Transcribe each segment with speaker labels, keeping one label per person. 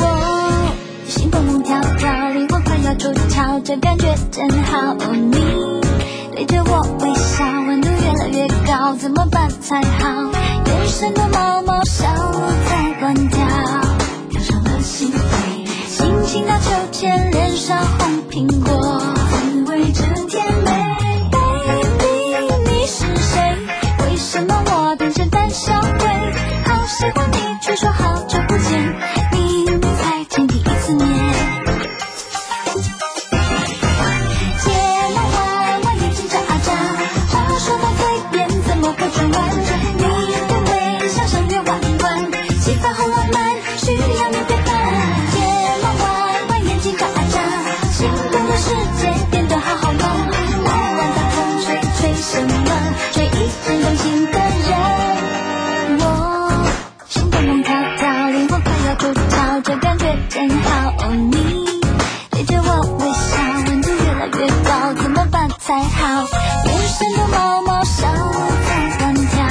Speaker 1: 我心蹦蹦跳跳，灵魂快要出窍，这感觉真好。哦，你对着我微笑，温度越来越高，怎么办才好？眼神的毛毛烧了再关掉，跳上了心扉，心情荡秋千，脸上红苹果，滋味真甜美。Baby，你是谁？为什么我变成胆小鬼？好喜欢你，却说好久不见，你才见第一次面。睫毛弯弯，眼睛眨啊眨，话说到嘴边怎么会转弯？你的微笑像月弯弯，气氛很浪漫，需要你陪伴。睫毛弯弯，眼睛眨啊眨，心动的世界变得好好玩。来晚大风吹吹什么？吹一见动情的人。我心蹦蹦跳跳，灵魂快要出窍，这感觉真好。哦，你。对着我微笑，温度越来越高，怎么办才好？眼神的毛毛烧了再关掉，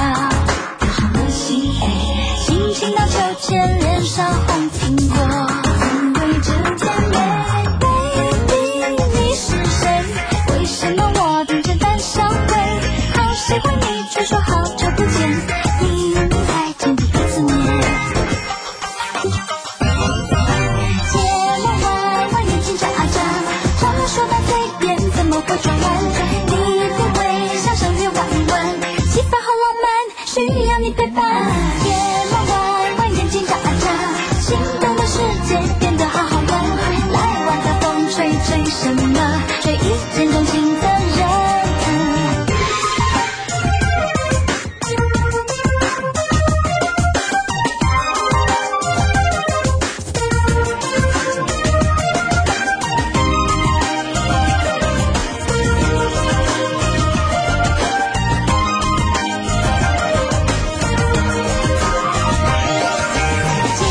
Speaker 1: 跳上了心扉，心情荡秋千，脸上红苹果，滋味真甜美。Baby，你是谁？为什么我变成胆小鬼？好喜欢你，却说好久不见，你才见第一次面。睫毛弯弯，眼睛眨啊眨，话说到嘴边怎么会转弯？你的微笑像月弯弯，气氛好浪漫，需要你陪伴。睫毛弯弯，眼睛眨啊眨，心动的世界变得好好玩。来晚大风吹吹什么？吹一见钟情的人。睫毛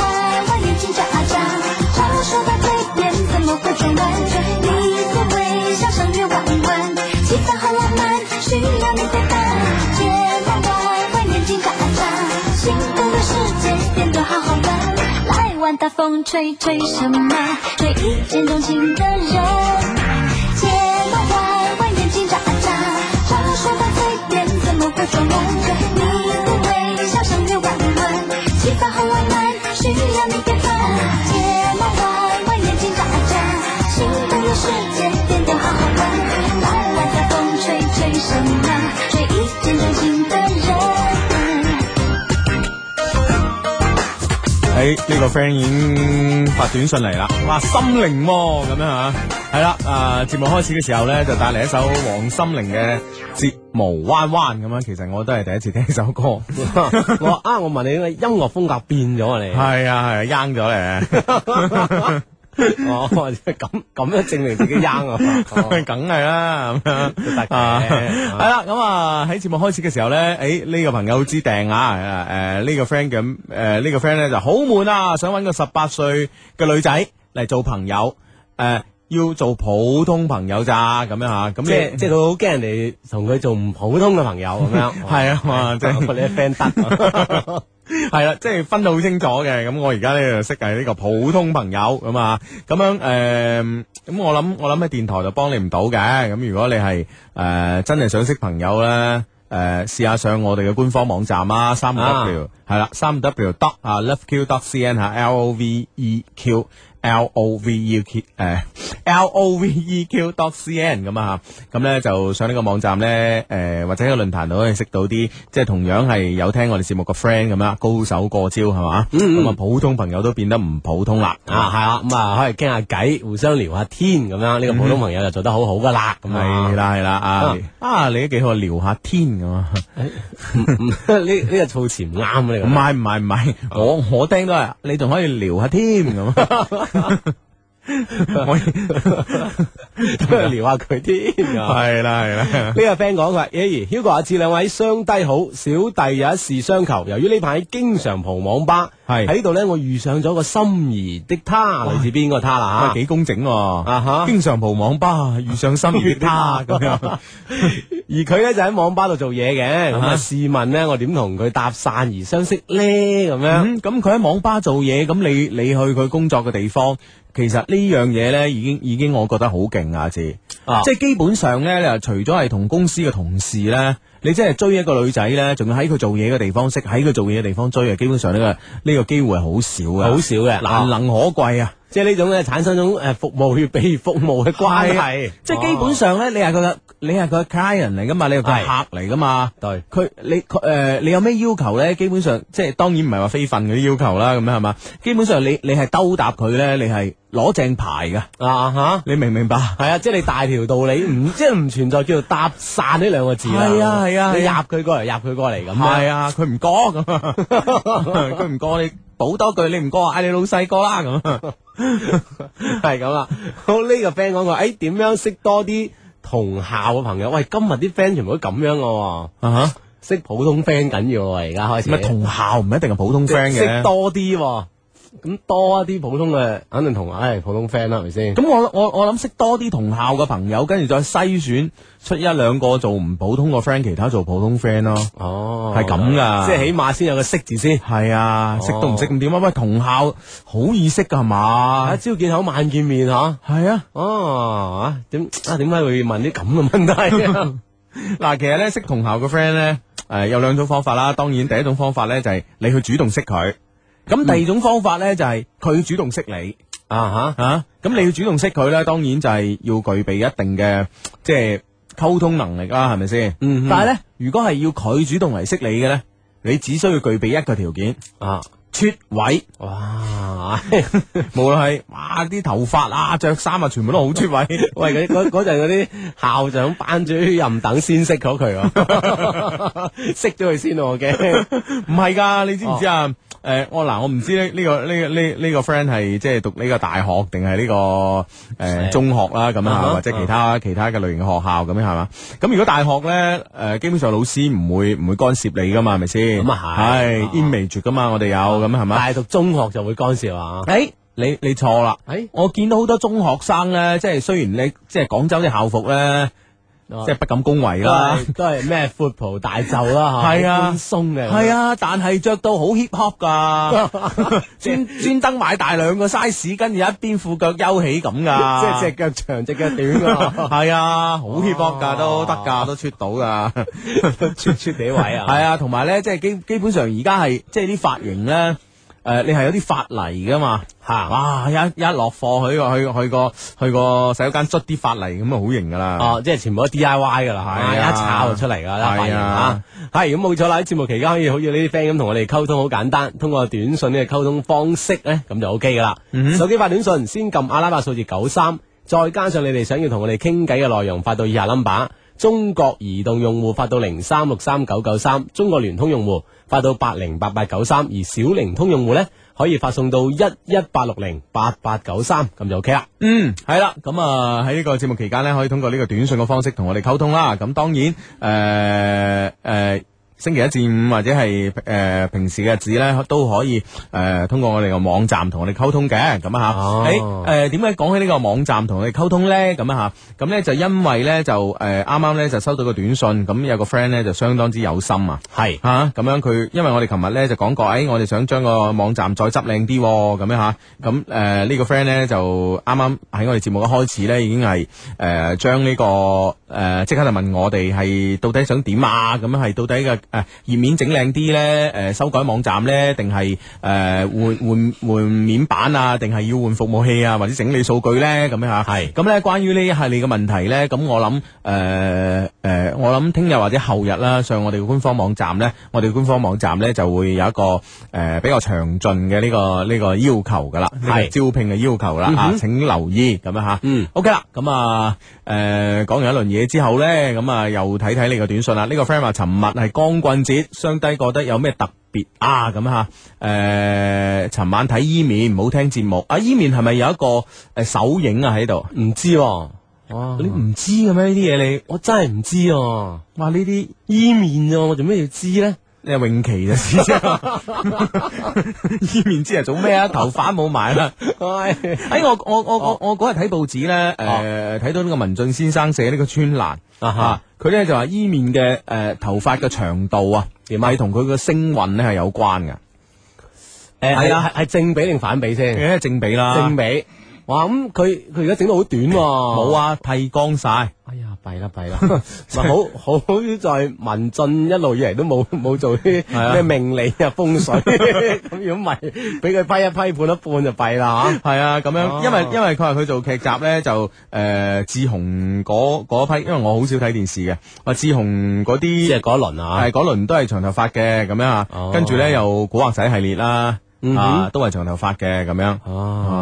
Speaker 1: 弯弯，眼睛眨啊眨，话说到嘴边怎么会转弯？你的微笑像月弯弯，气氛好浪漫，需要你陪伴。睫毛弯弯，眼睛眨啊眨，心动的世界变得好好玩。来晚大风吹吹什么？吹一见钟情的人。睫毛弯弯，眼睛眨啊眨，话说到嘴边怎么会转弯？你的微笑像月弯弯，气氛好浪漫，需要你陪伴。睫毛弯弯，眼睛眨啊眨，心动的世界变得好好玩。来来大风吹吹什么？吹一见钟情的人。
Speaker 2: 诶，哎呢、個 friend 已經發短信嚟啦，話心靈喎咁樣吓，係啦，啊節目開始嘅時候咧就帶嚟一首黃心凌嘅《睫毛彎彎》咁樣，其實我都係第一次聽呢首歌，
Speaker 3: 我啊，我問你，音樂風格變咗啊你？
Speaker 2: 係啊係啊，扔咗咧，
Speaker 3: 哦，咁咁樣證明自己 young 啊！哦
Speaker 2: 梗係啦咁樣。
Speaker 3: 都得
Speaker 2: 啊，
Speaker 3: 嘅
Speaker 2: 系啦，咁啊喺節目開始嘅時候咧，诶呢個朋友好知訂啊，诶呢個 friend 咁，诶呢個 friend 咧就好悶啊，想揾個十八歲嘅女仔嚟做朋友，诶要做普通朋友咋咁樣吓，咁
Speaker 3: 即係
Speaker 2: 你
Speaker 3: 即係佢好驚人哋同佢做唔普通嘅朋友咁樣。
Speaker 2: 係啊嘛即係
Speaker 3: 我你啲 friend 得啊。
Speaker 2: 係啦，即係分到好清楚嘅，咁我而家咧就識係呢個普通朋友咁啊，咁樣诶咁我諗我諗喺電台就幫你唔到嘅，咁如果你係诶真係想識朋友咧。诶，試下上我哋嘅官方網站啊，三個
Speaker 3: 啊
Speaker 2: W 係啦，三 W dot 啊 loveq dot cn 吓，L O V E Q L O V E Q 诶 L O V E Q dot cn 咁啊吓，咁咧就上呢個網站咧诶、誒或者喺個論壇度可以識到啲即係同樣係有聽我哋節目嘅 friend 咁啦，啊高手過招係嘛，咁啊普通朋友都變得唔普通啦
Speaker 3: 啊，
Speaker 2: 啊，
Speaker 3: 系啦，咁啊可以傾下偈，互相聊下天咁樣。呢個普通朋友就做得好好噶啦，咁啊
Speaker 2: 係。啦係啦啊啊你都幾好聊下天咁啊。
Speaker 3: 嗯 呢呢個措辭唔啱啊！呢
Speaker 2: 唔
Speaker 3: 個
Speaker 2: 係唔係唔係，我我聽到係你仲可以聊下添咁。 我
Speaker 3: 聊下佢 添啊。
Speaker 2: 係啦係啦
Speaker 3: 呢。個 friend 講佢話，Hugo 阿志兩位雙低好，小弟有一事相求，由於呢排經常蒲網吧，
Speaker 2: 係
Speaker 3: 喺度呢，我遇上咗個心儀的他，類似邊個他啦
Speaker 2: 哇，
Speaker 3: 吓
Speaker 2: 幾工整喎！
Speaker 3: 啊哈
Speaker 2: 經常蒲網吧，遇上心儀的他咁樣，
Speaker 3: 而佢呢就喺網吧度做嘢嘅，咁
Speaker 2: 啊哈
Speaker 3: 啊試問呢，我點同佢搭訕而相識呢？咁樣
Speaker 2: 嗯咁佢喺網吧做嘢，咁你你去佢工作嘅地方，其實呢樣嘢呢已經已經我覺得好勁啊！字，
Speaker 3: 啊
Speaker 2: 即係基本上呢，你話除咗係同公司嘅同事呢，你真係追一個女仔呢，仲要喺佢做嘢嘅地方識，喺佢做嘢嘅地方追啊！基本上呢、個呢、個機會係好少嘅，
Speaker 3: 好少嘅
Speaker 2: 難能可貴啊！
Speaker 3: 即係呢種咧產生種誒服務與被服務嘅關係，
Speaker 2: 即 係基本上呢，你係佢嘅，你係佢嘅 client 嚟噶嘛，你係佢嘅
Speaker 3: 係
Speaker 2: 客嚟噶嘛。
Speaker 3: 對
Speaker 2: 佢你佢誒、你有咩要求咧？基本上即係當然唔係話非分嗰啲要求啦，咁樣係嘛？基本上你你係兜搭佢咧，你係攞正牌噶，
Speaker 3: 啊吓。
Speaker 2: 你明唔明白？
Speaker 3: 係啊，即係你大條道理，唔即係唔存在叫做搭訕呢兩個字啦。
Speaker 2: 係啊係啊
Speaker 3: 你
Speaker 2: 係啊
Speaker 3: 入佢過嚟，入佢過嚟咁樣。
Speaker 2: 係啊，佢唔過咁啊，佢唔過你補多句，你唔過嗌你老細過啦咁啊。
Speaker 3: 系咁啦。好呢、個 friend 講過，诶、點樣識多啲同校嘅朋友？喂，今日啲 friend 全部都咁樣嘅喎，
Speaker 2: 啊
Speaker 3: 識普通 friend 緊要喎，而家開始。
Speaker 2: 咪同校唔一定係普通 friend
Speaker 3: 識
Speaker 2: 嘅。
Speaker 3: 多啲喎，咁多一啲普通嘅，肯定同唉、普通 friend 啦，係咪先？
Speaker 2: 咁我我我諗識多啲同校嘅朋友，跟住再篩選出一兩個做唔普通個 friend，其他做普通 friend 咯。
Speaker 3: 哦
Speaker 2: 係咁㗎
Speaker 3: 即係起碼先有個識字先。
Speaker 2: 係啊，
Speaker 3: 哦
Speaker 2: 識都唔識咁點啊？喂，同校好易識噶係
Speaker 3: 啊！
Speaker 2: 嘛？
Speaker 3: 朝見口，晚見面嚇。
Speaker 2: 係啊，
Speaker 3: 哦，啊點啊點解會問啲咁嘅問題啊？
Speaker 2: 嗱，其實咧識同校嘅 friend À, 咧，诶有兩種方法啦。當然第一種方法咧就係你去主動識佢，咁第二種方法咧就係佢主動識你
Speaker 3: 啊
Speaker 2: 啊。咁你要主動識佢咧，當然就係要具備一定嘅即係溝通能力啦，係咪先？
Speaker 3: 嗯哼
Speaker 2: 但係咧，如果係要佢主動嚟識你嘅咧，你只需要具備一個條件，
Speaker 3: 嚇啊！
Speaker 2: 出位。
Speaker 3: 哇！
Speaker 2: 無論係哇啲頭髮啊、着衫啊，全部都好出位。
Speaker 3: 喂，嗰嗰嗰陣嗰啲校長、班主任等先識咗佢喎， 識咗佢先喎我驚。
Speaker 2: 唔係㗎，你知唔知
Speaker 3: 哦
Speaker 2: 啊？诶、我嗱，我唔知呢、呢個呢、個呢呢、個 friend 係即係讀呢個大學定係呢個诶、呃
Speaker 3: 誒
Speaker 2: 中學啦，咁
Speaker 3: 啊
Speaker 2: 啊，
Speaker 3: 哈
Speaker 2: 或者其他其他嘅類型嘅學校咁樣係嘛？咁如果大學咧，诶、基本上老師唔會唔會干涉你㗎嘛，係咪先？
Speaker 3: 咁啊係
Speaker 2: 係煙味絕㗎嘛，我哋有咁係嘛？
Speaker 3: 但係讀中學就會干涉啊。哎
Speaker 2: 诶、你你錯啦！
Speaker 3: 誒，
Speaker 2: 我見到好多中學生咧，即係雖然你即係廣州啲校服咧，即係不敢恭維
Speaker 3: 都
Speaker 2: 啦。
Speaker 3: 啊係都係咩闊袍大袖啦，嚇
Speaker 2: 係啊
Speaker 3: 寬鬆嘅。
Speaker 2: 系啊，但系着到好 hip hop 啊噶，专专登买大两个 size，跟住一边裤脚休起咁
Speaker 3: 即係
Speaker 2: 噶，
Speaker 3: 隻腳長，隻腳短啊，
Speaker 2: 系啊，好 hip hop 噶，都得噶，都出到噶，
Speaker 3: 出出哦地位 啊。
Speaker 2: 系啊，同埋咧，即系基基本上而家系即系啲发型咧。诶、你係有啲髮泥噶嘛？嚇、哇！一一落課去個去個去個去個洗手間捽啲髮泥咁啊，好型噶啦！
Speaker 3: 哦，即係全部都 D I Y 噶啦，
Speaker 2: 係
Speaker 3: 啊
Speaker 2: 啊
Speaker 3: 一炒就出嚟噶啦，
Speaker 2: 係啊
Speaker 3: 發現嚇，係咁冇錯啦。喺節目期間可以好似呢啲 friend 咁同我哋溝通，好簡單，通過短信呢個溝通方式咧，咁就 O K 噶啦。
Speaker 2: 嗯
Speaker 3: 手機發短信先撳阿拉伯數字九三，再加上你哋想要同我哋傾偈嘅內容，發到以下 number。中國移動用戶發到零三六三九九三，中國聯通用戶發到八零八八九三，而小靈通用戶呢，可以發送到一一八六零八八九三，咁就 O K 啦。
Speaker 2: 嗯，系啦，咁啊喺呢個節目期間呢，可以通過呢個短信嘅方式同我哋溝通啦。咁當然，誒、誒、星期一至五或者係誒、平時嘅日子呢，都可以誒、呃通過我哋個網站同我哋溝通嘅。咁
Speaker 3: 哦
Speaker 2: 啊嚇，誒誒點解講起呢個網站同我哋溝通呢？咁啊嚇，咁呢就因為呢，就誒啱啱呢就收到個短信，咁有個 friend 呢就相當之有心啊。
Speaker 3: 係
Speaker 2: 吓咁、樣佢，因為我哋琴日咧就講過，誒、我哋想將個網站再執靚啲喎咁樣吓，咁誒呢個 friend 咧就啱啱喺我哋節目一開始咧已經係誒將呢個誒即、刻就問我哋係到底想點啊？咁樣係到底嘅誒頁面整靚啲咧，誒、修改網站咧，定係誒換換換面板啊，定係要換服務器啊，或者整理數據咧咁樣吓。
Speaker 3: 係
Speaker 2: 咁咧，關於呢一系列嘅問題咧，咁我諗誒誒，我諗聽日或者後日啦，上我哋嘅官方網站咧，我哋嘅官方網站咧就會有一個誒、呃比較詳盡嘅呢個呢、個要求噶啦，呢個
Speaker 3: 係
Speaker 2: 招聘嘅要求啦、啊，請留意咁樣嚇。
Speaker 3: 嗯
Speaker 2: ，OK 啦，咁啊誒講完一輪嘢之後咧，咁啊又睇睇你個短信啦。呢、個 friend 話：，尋日係光棍節，相低覺得有咩特別別啊咁吓。诶、尋晚睇伊面，唔好聽節目。啊，伊面係咪有一個诶首映啊喺度？
Speaker 3: 唔知喎，哇！
Speaker 2: 你唔知嘅咩？呢啲嘢你，
Speaker 3: 我真系唔知喎，
Speaker 2: 哇呢啲
Speaker 3: 伊面啊喎，我做咩要知咧？
Speaker 2: 你係永琪就知 啫。伊面知係做咩啊？頭髮冇埋啦。哎，我我我
Speaker 3: 哦
Speaker 2: 我我嗰日睇報紙咧，诶睇到呢個文俊先生寫呢個專欄
Speaker 3: 啊哈
Speaker 2: 啊，佢咧就話伊面嘅诶頭髮嘅長度啊，
Speaker 3: 點啊
Speaker 2: 係同佢個聲韻咧係有關嘅。
Speaker 3: 诶
Speaker 2: 係
Speaker 3: 系
Speaker 2: 啊
Speaker 3: 啊，系正比定反比先？
Speaker 2: 梗係正比啦，
Speaker 3: 正比。哦哇，咁佢佢而家整到好短喎。
Speaker 2: 冇
Speaker 3: 冇！
Speaker 2: 啊，剃光晒。
Speaker 3: 哎呀，弊啦弊啦， 唔好好在民進一路以嚟都冇 冇做啲
Speaker 2: 啊
Speaker 3: 咩命理啊風 水，咁如果唔係俾佢批一批判一判就弊啦吓。
Speaker 2: 系啊，咁樣，
Speaker 3: 哦
Speaker 2: 因為因為佢話佢做劇集咧，就诶志雄嗰嗰批，因為我好少睇電視嘅，話志雄嗰
Speaker 3: 即
Speaker 2: 啲
Speaker 3: 係嗰一輪啊
Speaker 2: 係，嗰輪都係長頭髮嘅咁樣啊，
Speaker 3: 哦
Speaker 2: 跟住咧又古惑仔系列啦，
Speaker 3: 嗯哼
Speaker 2: 啊都係長頭髮嘅咁樣。
Speaker 3: 哦，啊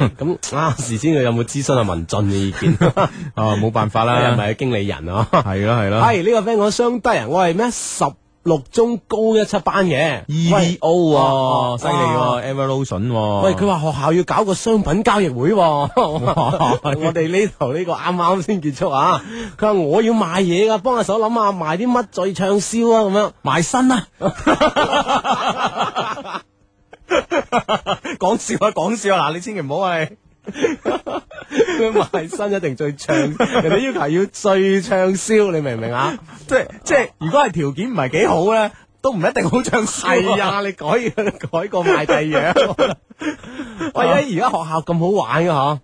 Speaker 3: 係咁啊，事先佢有冇諮詢下民進嘅意見？
Speaker 2: 啊冇辦法
Speaker 3: 又
Speaker 2: 啦，
Speaker 3: 唔係經理人啊？
Speaker 2: 係啦係啦
Speaker 3: 係呢個 friend 講相低啊，我係咩十六中高一七班嘅喂
Speaker 2: ，EVO
Speaker 3: 哦
Speaker 2: E 喎，犀利喎，Evolution 喎，
Speaker 3: 喂，佢話學校要搞個商品交易 會喎，我哋呢頭呢個啱啱先結束啊！佢話我要賣嘢噶，幫下手諗下賣啲乜最暢銷啊咁樣。
Speaker 2: 埋身 啊！講笑啊，講笑啊！嗱，你千祈唔好 係。
Speaker 3: 佢賣身一定最暢，人哋要求要最暢銷，你明唔明啊？
Speaker 2: 即系即系，如果系条件唔系几好 咧，都唔一定好畅销。
Speaker 3: 係，啊，你改改個賣第二樣。啊 喂，而家而家學校咁好玩嘅嗬，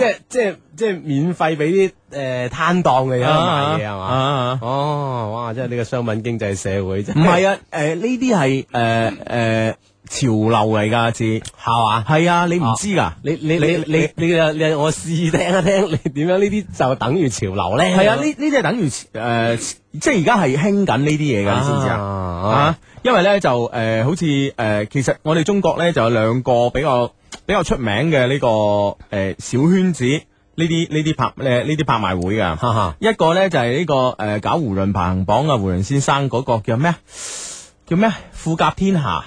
Speaker 2: 系
Speaker 3: 即係即係即係免費俾啲誒攤檔嘅有
Speaker 2: 啊
Speaker 3: 得賣嘢係嘛？
Speaker 2: 嘛？
Speaker 3: 哦，哇！真係呢個商品經濟社會真
Speaker 2: 啊唔系啊，诶呢啲系诶诶潮流嚟噶，知
Speaker 3: 係嘛？
Speaker 2: 系啊，你唔知噶。
Speaker 3: 你你你你你啊你啊我試聽一聽， 你點樣呢啲就等於潮流咧？
Speaker 2: 系啊，呢呢啲系等于诶，即系而家系兴紧呢啲嘢噶，你知唔知啊？
Speaker 3: 啊？
Speaker 2: 啊，因为咧就诶，好似诶，其实我哋中国咧就有两个比较比较出名嘅呢个诶小圈子呢啲呢啲拍诶呢啲拍卖会噶。
Speaker 3: 哈哈，
Speaker 2: 一個咧就係呢、個个呃搞胡潤排行榜嘅胡潤先生嗰個叫咩啊叫咩啊富甲天下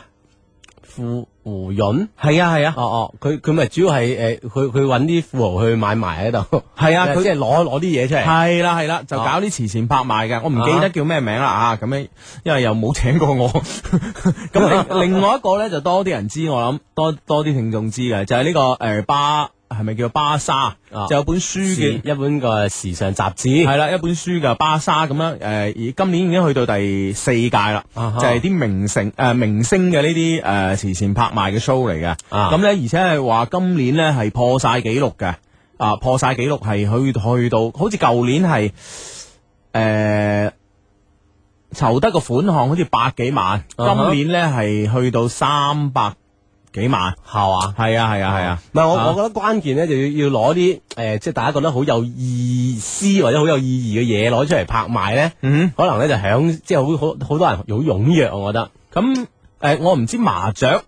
Speaker 3: 富胡潤。
Speaker 2: 係啊係啊
Speaker 3: 哦哦，佢佢咪主要係誒，呃佢佢揾啲富豪去買埋喺度，
Speaker 2: 係啊
Speaker 3: 即
Speaker 2: 佢
Speaker 3: 係攞攞啲嘢出嚟。啊
Speaker 2: 係啦係啦，就搞啲慈善拍賣嘅，我唔記得叫咩名啦啊，咁樣因為又冇請過我。 咁另 另外一個咧就多啲人知，我諗多多啲聽眾知嘅，就係呢、個个呃巴係咪叫巴沙？
Speaker 3: 啊
Speaker 2: 就有本書
Speaker 3: 時
Speaker 2: 嘅。
Speaker 3: 一本個時尚雜
Speaker 2: 系
Speaker 3: 誌，
Speaker 2: 啦，一本書嘅巴沙咁樣，诶、而今年已經去到第四屆啦
Speaker 3: 啊哈
Speaker 2: 就係啲明星诶、呃明星嘅呢啲诶慈善拍賣嘅 show 嚟嘅，
Speaker 3: 啊
Speaker 2: 咁咧、而且係話今年咧係破晒紀錄嘅，啊破晒紀錄係去去到好似舊年係诶籌得個款項好似百幾萬，
Speaker 3: 啊哈
Speaker 2: 今年咧係去到三百幾萬，
Speaker 3: 係嘛？
Speaker 2: 係啊係啊係啊，
Speaker 3: 唔係我
Speaker 2: 啊
Speaker 3: 我覺得關鍵咧就要要攞啲誒，即係大家覺得好有意思或者好有意義嘅嘢攞出嚟拍賣咧，
Speaker 2: 嗯哼。
Speaker 3: 可能咧就響即係好好好多人好踴躍，我覺得。
Speaker 2: 咁诶、呃我唔知麻雀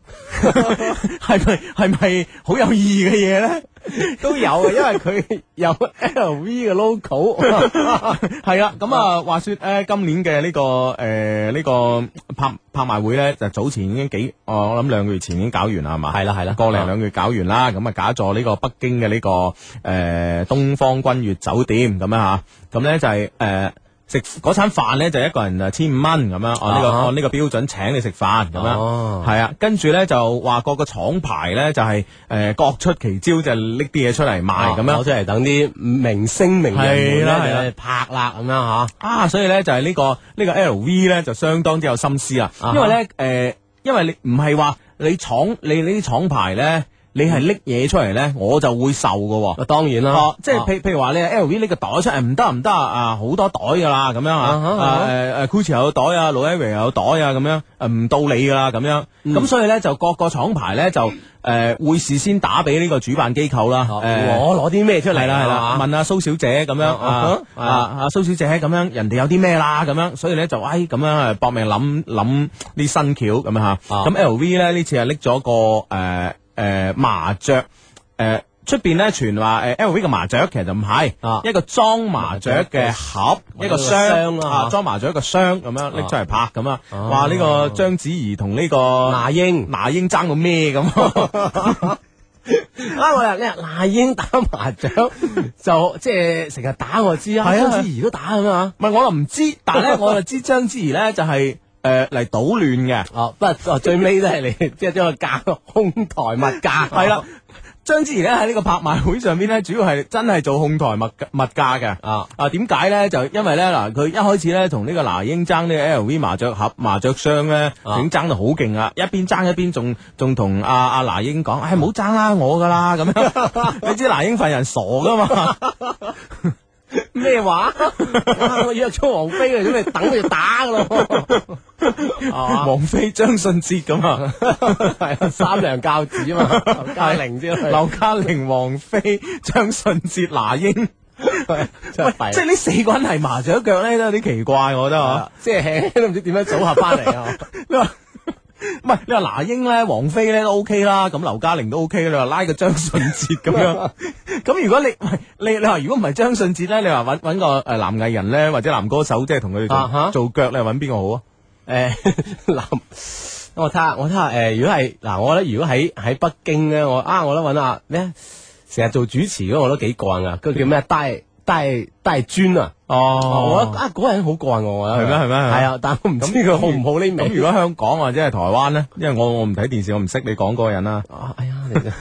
Speaker 2: 係咪係咪好有意義嘅嘢咧？
Speaker 3: 都有啊，因為佢 有 LV 嘅 logo，
Speaker 2: 哦 係啦，咁啊，話说诶、呃今年嘅呢、個个诶呢、個拍拍賣會咧，就早前已經幾，哦、我諗兩個月前已經搞完啦，係嘛？
Speaker 3: 係啦係啦
Speaker 2: 個零兩個月搞完啦，咁啊假座呢個北京嘅呢、個个诶、東方君悦酒店咁樣吓，咁咧就係呃食嗰餐飯咧就一個人啊千五蚊咁樣，按呢、個哦
Speaker 3: 啊哈
Speaker 2: 按呢個標準請你食飯咁樣。
Speaker 3: 哦
Speaker 2: 系啊，跟住咧就話各個廠牌咧就係诶各出奇招，就拎啲嘢出嚟賣咁
Speaker 3: 攞
Speaker 2: 樣
Speaker 3: 出嚟等啲明星名人
Speaker 2: 係啦
Speaker 3: 們
Speaker 2: 係啦
Speaker 3: 咧就拍啦咁樣吓。
Speaker 2: 啊，所以咧就係呢個呢個 L V 咧就相當之有心思啦，
Speaker 3: 啊哈
Speaker 2: 因為咧诶，因為你唔係話你廠你呢啲廠牌咧，你係拎嘢出嚟咧，我就會售噶喎。
Speaker 3: 啊當然啦
Speaker 2: 哦，，即係譬譬如話你 LV 呢個袋出嚟唔得唔得啊啊，好多袋㗎啦咁樣
Speaker 3: 啊哈
Speaker 2: 啊
Speaker 3: 啊哈，
Speaker 2: 誒誒 Gucci 又有袋啊，Louis Vuitton 又有袋啊咁樣，誒唔到你㗎啦咁樣，
Speaker 3: 嗯
Speaker 2: 咁所以咧就各個廠牌咧就誒會事先打俾呢個主辦機構啦，
Speaker 3: 哦
Speaker 2: 誒。
Speaker 3: 我攞啲咩出
Speaker 2: 係
Speaker 3: 嚟
Speaker 2: 啦係啦
Speaker 3: 啊，
Speaker 2: 問阿蘇小姐咁樣啊
Speaker 3: 啊
Speaker 2: 啊
Speaker 3: 啊
Speaker 2: 啊蘇小姐咁樣，人哋有啲咩啦咁樣，所以咧就唉咁樣啊搏命諗諗啲新橋啊
Speaker 3: 啊
Speaker 2: 咁樣吓，咁 LV 呃咧呢次係拎咗個誒誒麻雀誒呃出边咧傳話诶 LV 嘅麻雀其實就唔係，
Speaker 3: 啊
Speaker 2: 一個裝麻雀嘅盒，
Speaker 3: 或者
Speaker 2: 一個
Speaker 3: 個箱
Speaker 2: 箱
Speaker 3: 啦
Speaker 2: 啊
Speaker 3: 嚇，
Speaker 2: 裝麻雀嘅箱咁樣拎出嚟拍咁啊！
Speaker 3: 哦
Speaker 2: 哇！呢個章子怡同呢個
Speaker 3: 那英
Speaker 2: 那英爭到咩咁？
Speaker 3: 啊，我又咧那英打麻雀就即係成日打我知啊，
Speaker 2: 係啊
Speaker 3: 張子怡都打咁啊。
Speaker 2: 唔係我就唔知，但係咧我就知章子怡咧就係诶嚟搗亂嘅。
Speaker 3: 哦，不過哦最尾都係你 即係將個價空台物價
Speaker 2: 係啦，章子怡咧喺呢個拍賣會上邊咧，主要係真係做控台物物價嘅。
Speaker 3: 啊
Speaker 2: 啊，點解咧？就因為咧嗱，佢一開始咧同呢個那英爭呢個 LV 麻雀盒、麻雀箱咧，已
Speaker 3: 啊
Speaker 2: 經爭到好勁啊！一邊爭一邊仲仲同阿阿那英講：，哎唉，唔好爭啦，我噶啦咁樣。你知那英份人傻噶嘛？
Speaker 3: 咩話？ 哇我約咗王菲啊，咁你等佢就打噶咯， 係嘛
Speaker 2: 王菲、張信哲咁啊，
Speaker 3: 係啊，三娘教子啊 嘛，劉嘉玲之類，
Speaker 2: 劉嘉玲、王菲、張信哲、那英。
Speaker 3: 真係
Speaker 2: 即係呢四個人係麻雀腳咧，都有啲奇怪，我覺得啊。
Speaker 3: 即係 都唔知點樣組合翻嚟啊！
Speaker 2: 你話 唔係你話那英咧、王菲咧都 OK 啦，咁劉嘉玲都 OK 啦。你話拉個張信哲咁 樣，咁如果你唔係你你話如果唔係張信哲咧，你話揾揾個誒男藝人咧或者男歌手，即係同佢哋做、
Speaker 3: 啊哈
Speaker 2: 做腳，你話揾邊個好啊？
Speaker 3: 诶，哎 嗱，我睇下，我睇下，诶，如果係嗱，我覺得如果喺喺北京咧，我啊，我覺得揾下咩，成日做主持嗰個我都幾過癮啊，佢叫咩？戴戴戴專啊！我覺
Speaker 2: 哦，
Speaker 3: 得啊，嗰個人好過癮我，我
Speaker 2: 係
Speaker 3: 覺得
Speaker 2: 咩係咩係咩
Speaker 3: 係啊，但我唔知佢好唔好呢
Speaker 2: 咁
Speaker 3: 味。。
Speaker 2: 如果香港或者係台灣咧，因為我我唔睇電視，我唔識你講嗰個人啦
Speaker 3: 啊哎呀，你真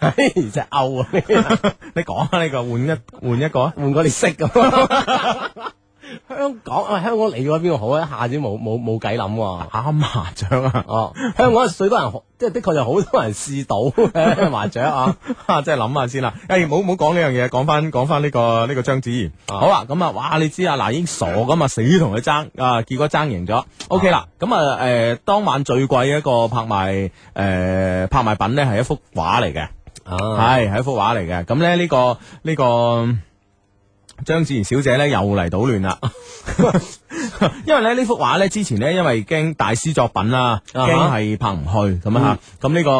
Speaker 3: 唉，真係嘔啊！呢個人
Speaker 2: 你講啊，呢個換一換一個啊。
Speaker 3: 換過你識咁。香港啊，香港你嗰邊個好一下子冇冇冇計諗喎。
Speaker 2: 打麻雀啊！
Speaker 3: 哦，香港最多人學，即係的確就好多人試到 嘅麻雀啊。
Speaker 2: 啊，真系谂下先啦。诶、唔好唔好讲呢样嘢，讲翻讲翻呢个呢、个章子怡。
Speaker 3: 啊
Speaker 2: 好啦，咁啊，哇，你知啊，嗱，已经傻噶嘛，死同佢争啊，结果争赢咗。OK 啦，咁啊，诶、当晚最贵嘅一个拍卖诶、誒拍卖品咧，系一幅画嚟嘅，系
Speaker 3: 啊，
Speaker 2: 系一幅画嚟嘅。咁咧呢个呢、个。章子怡小姐咧又嚟搗亂 啦，因為咧呢幅畫咧之前咧因為驚大師作品啦，
Speaker 3: 啊哈嗯
Speaker 2: 驚係拍唔去咁啊嚇，咁呢個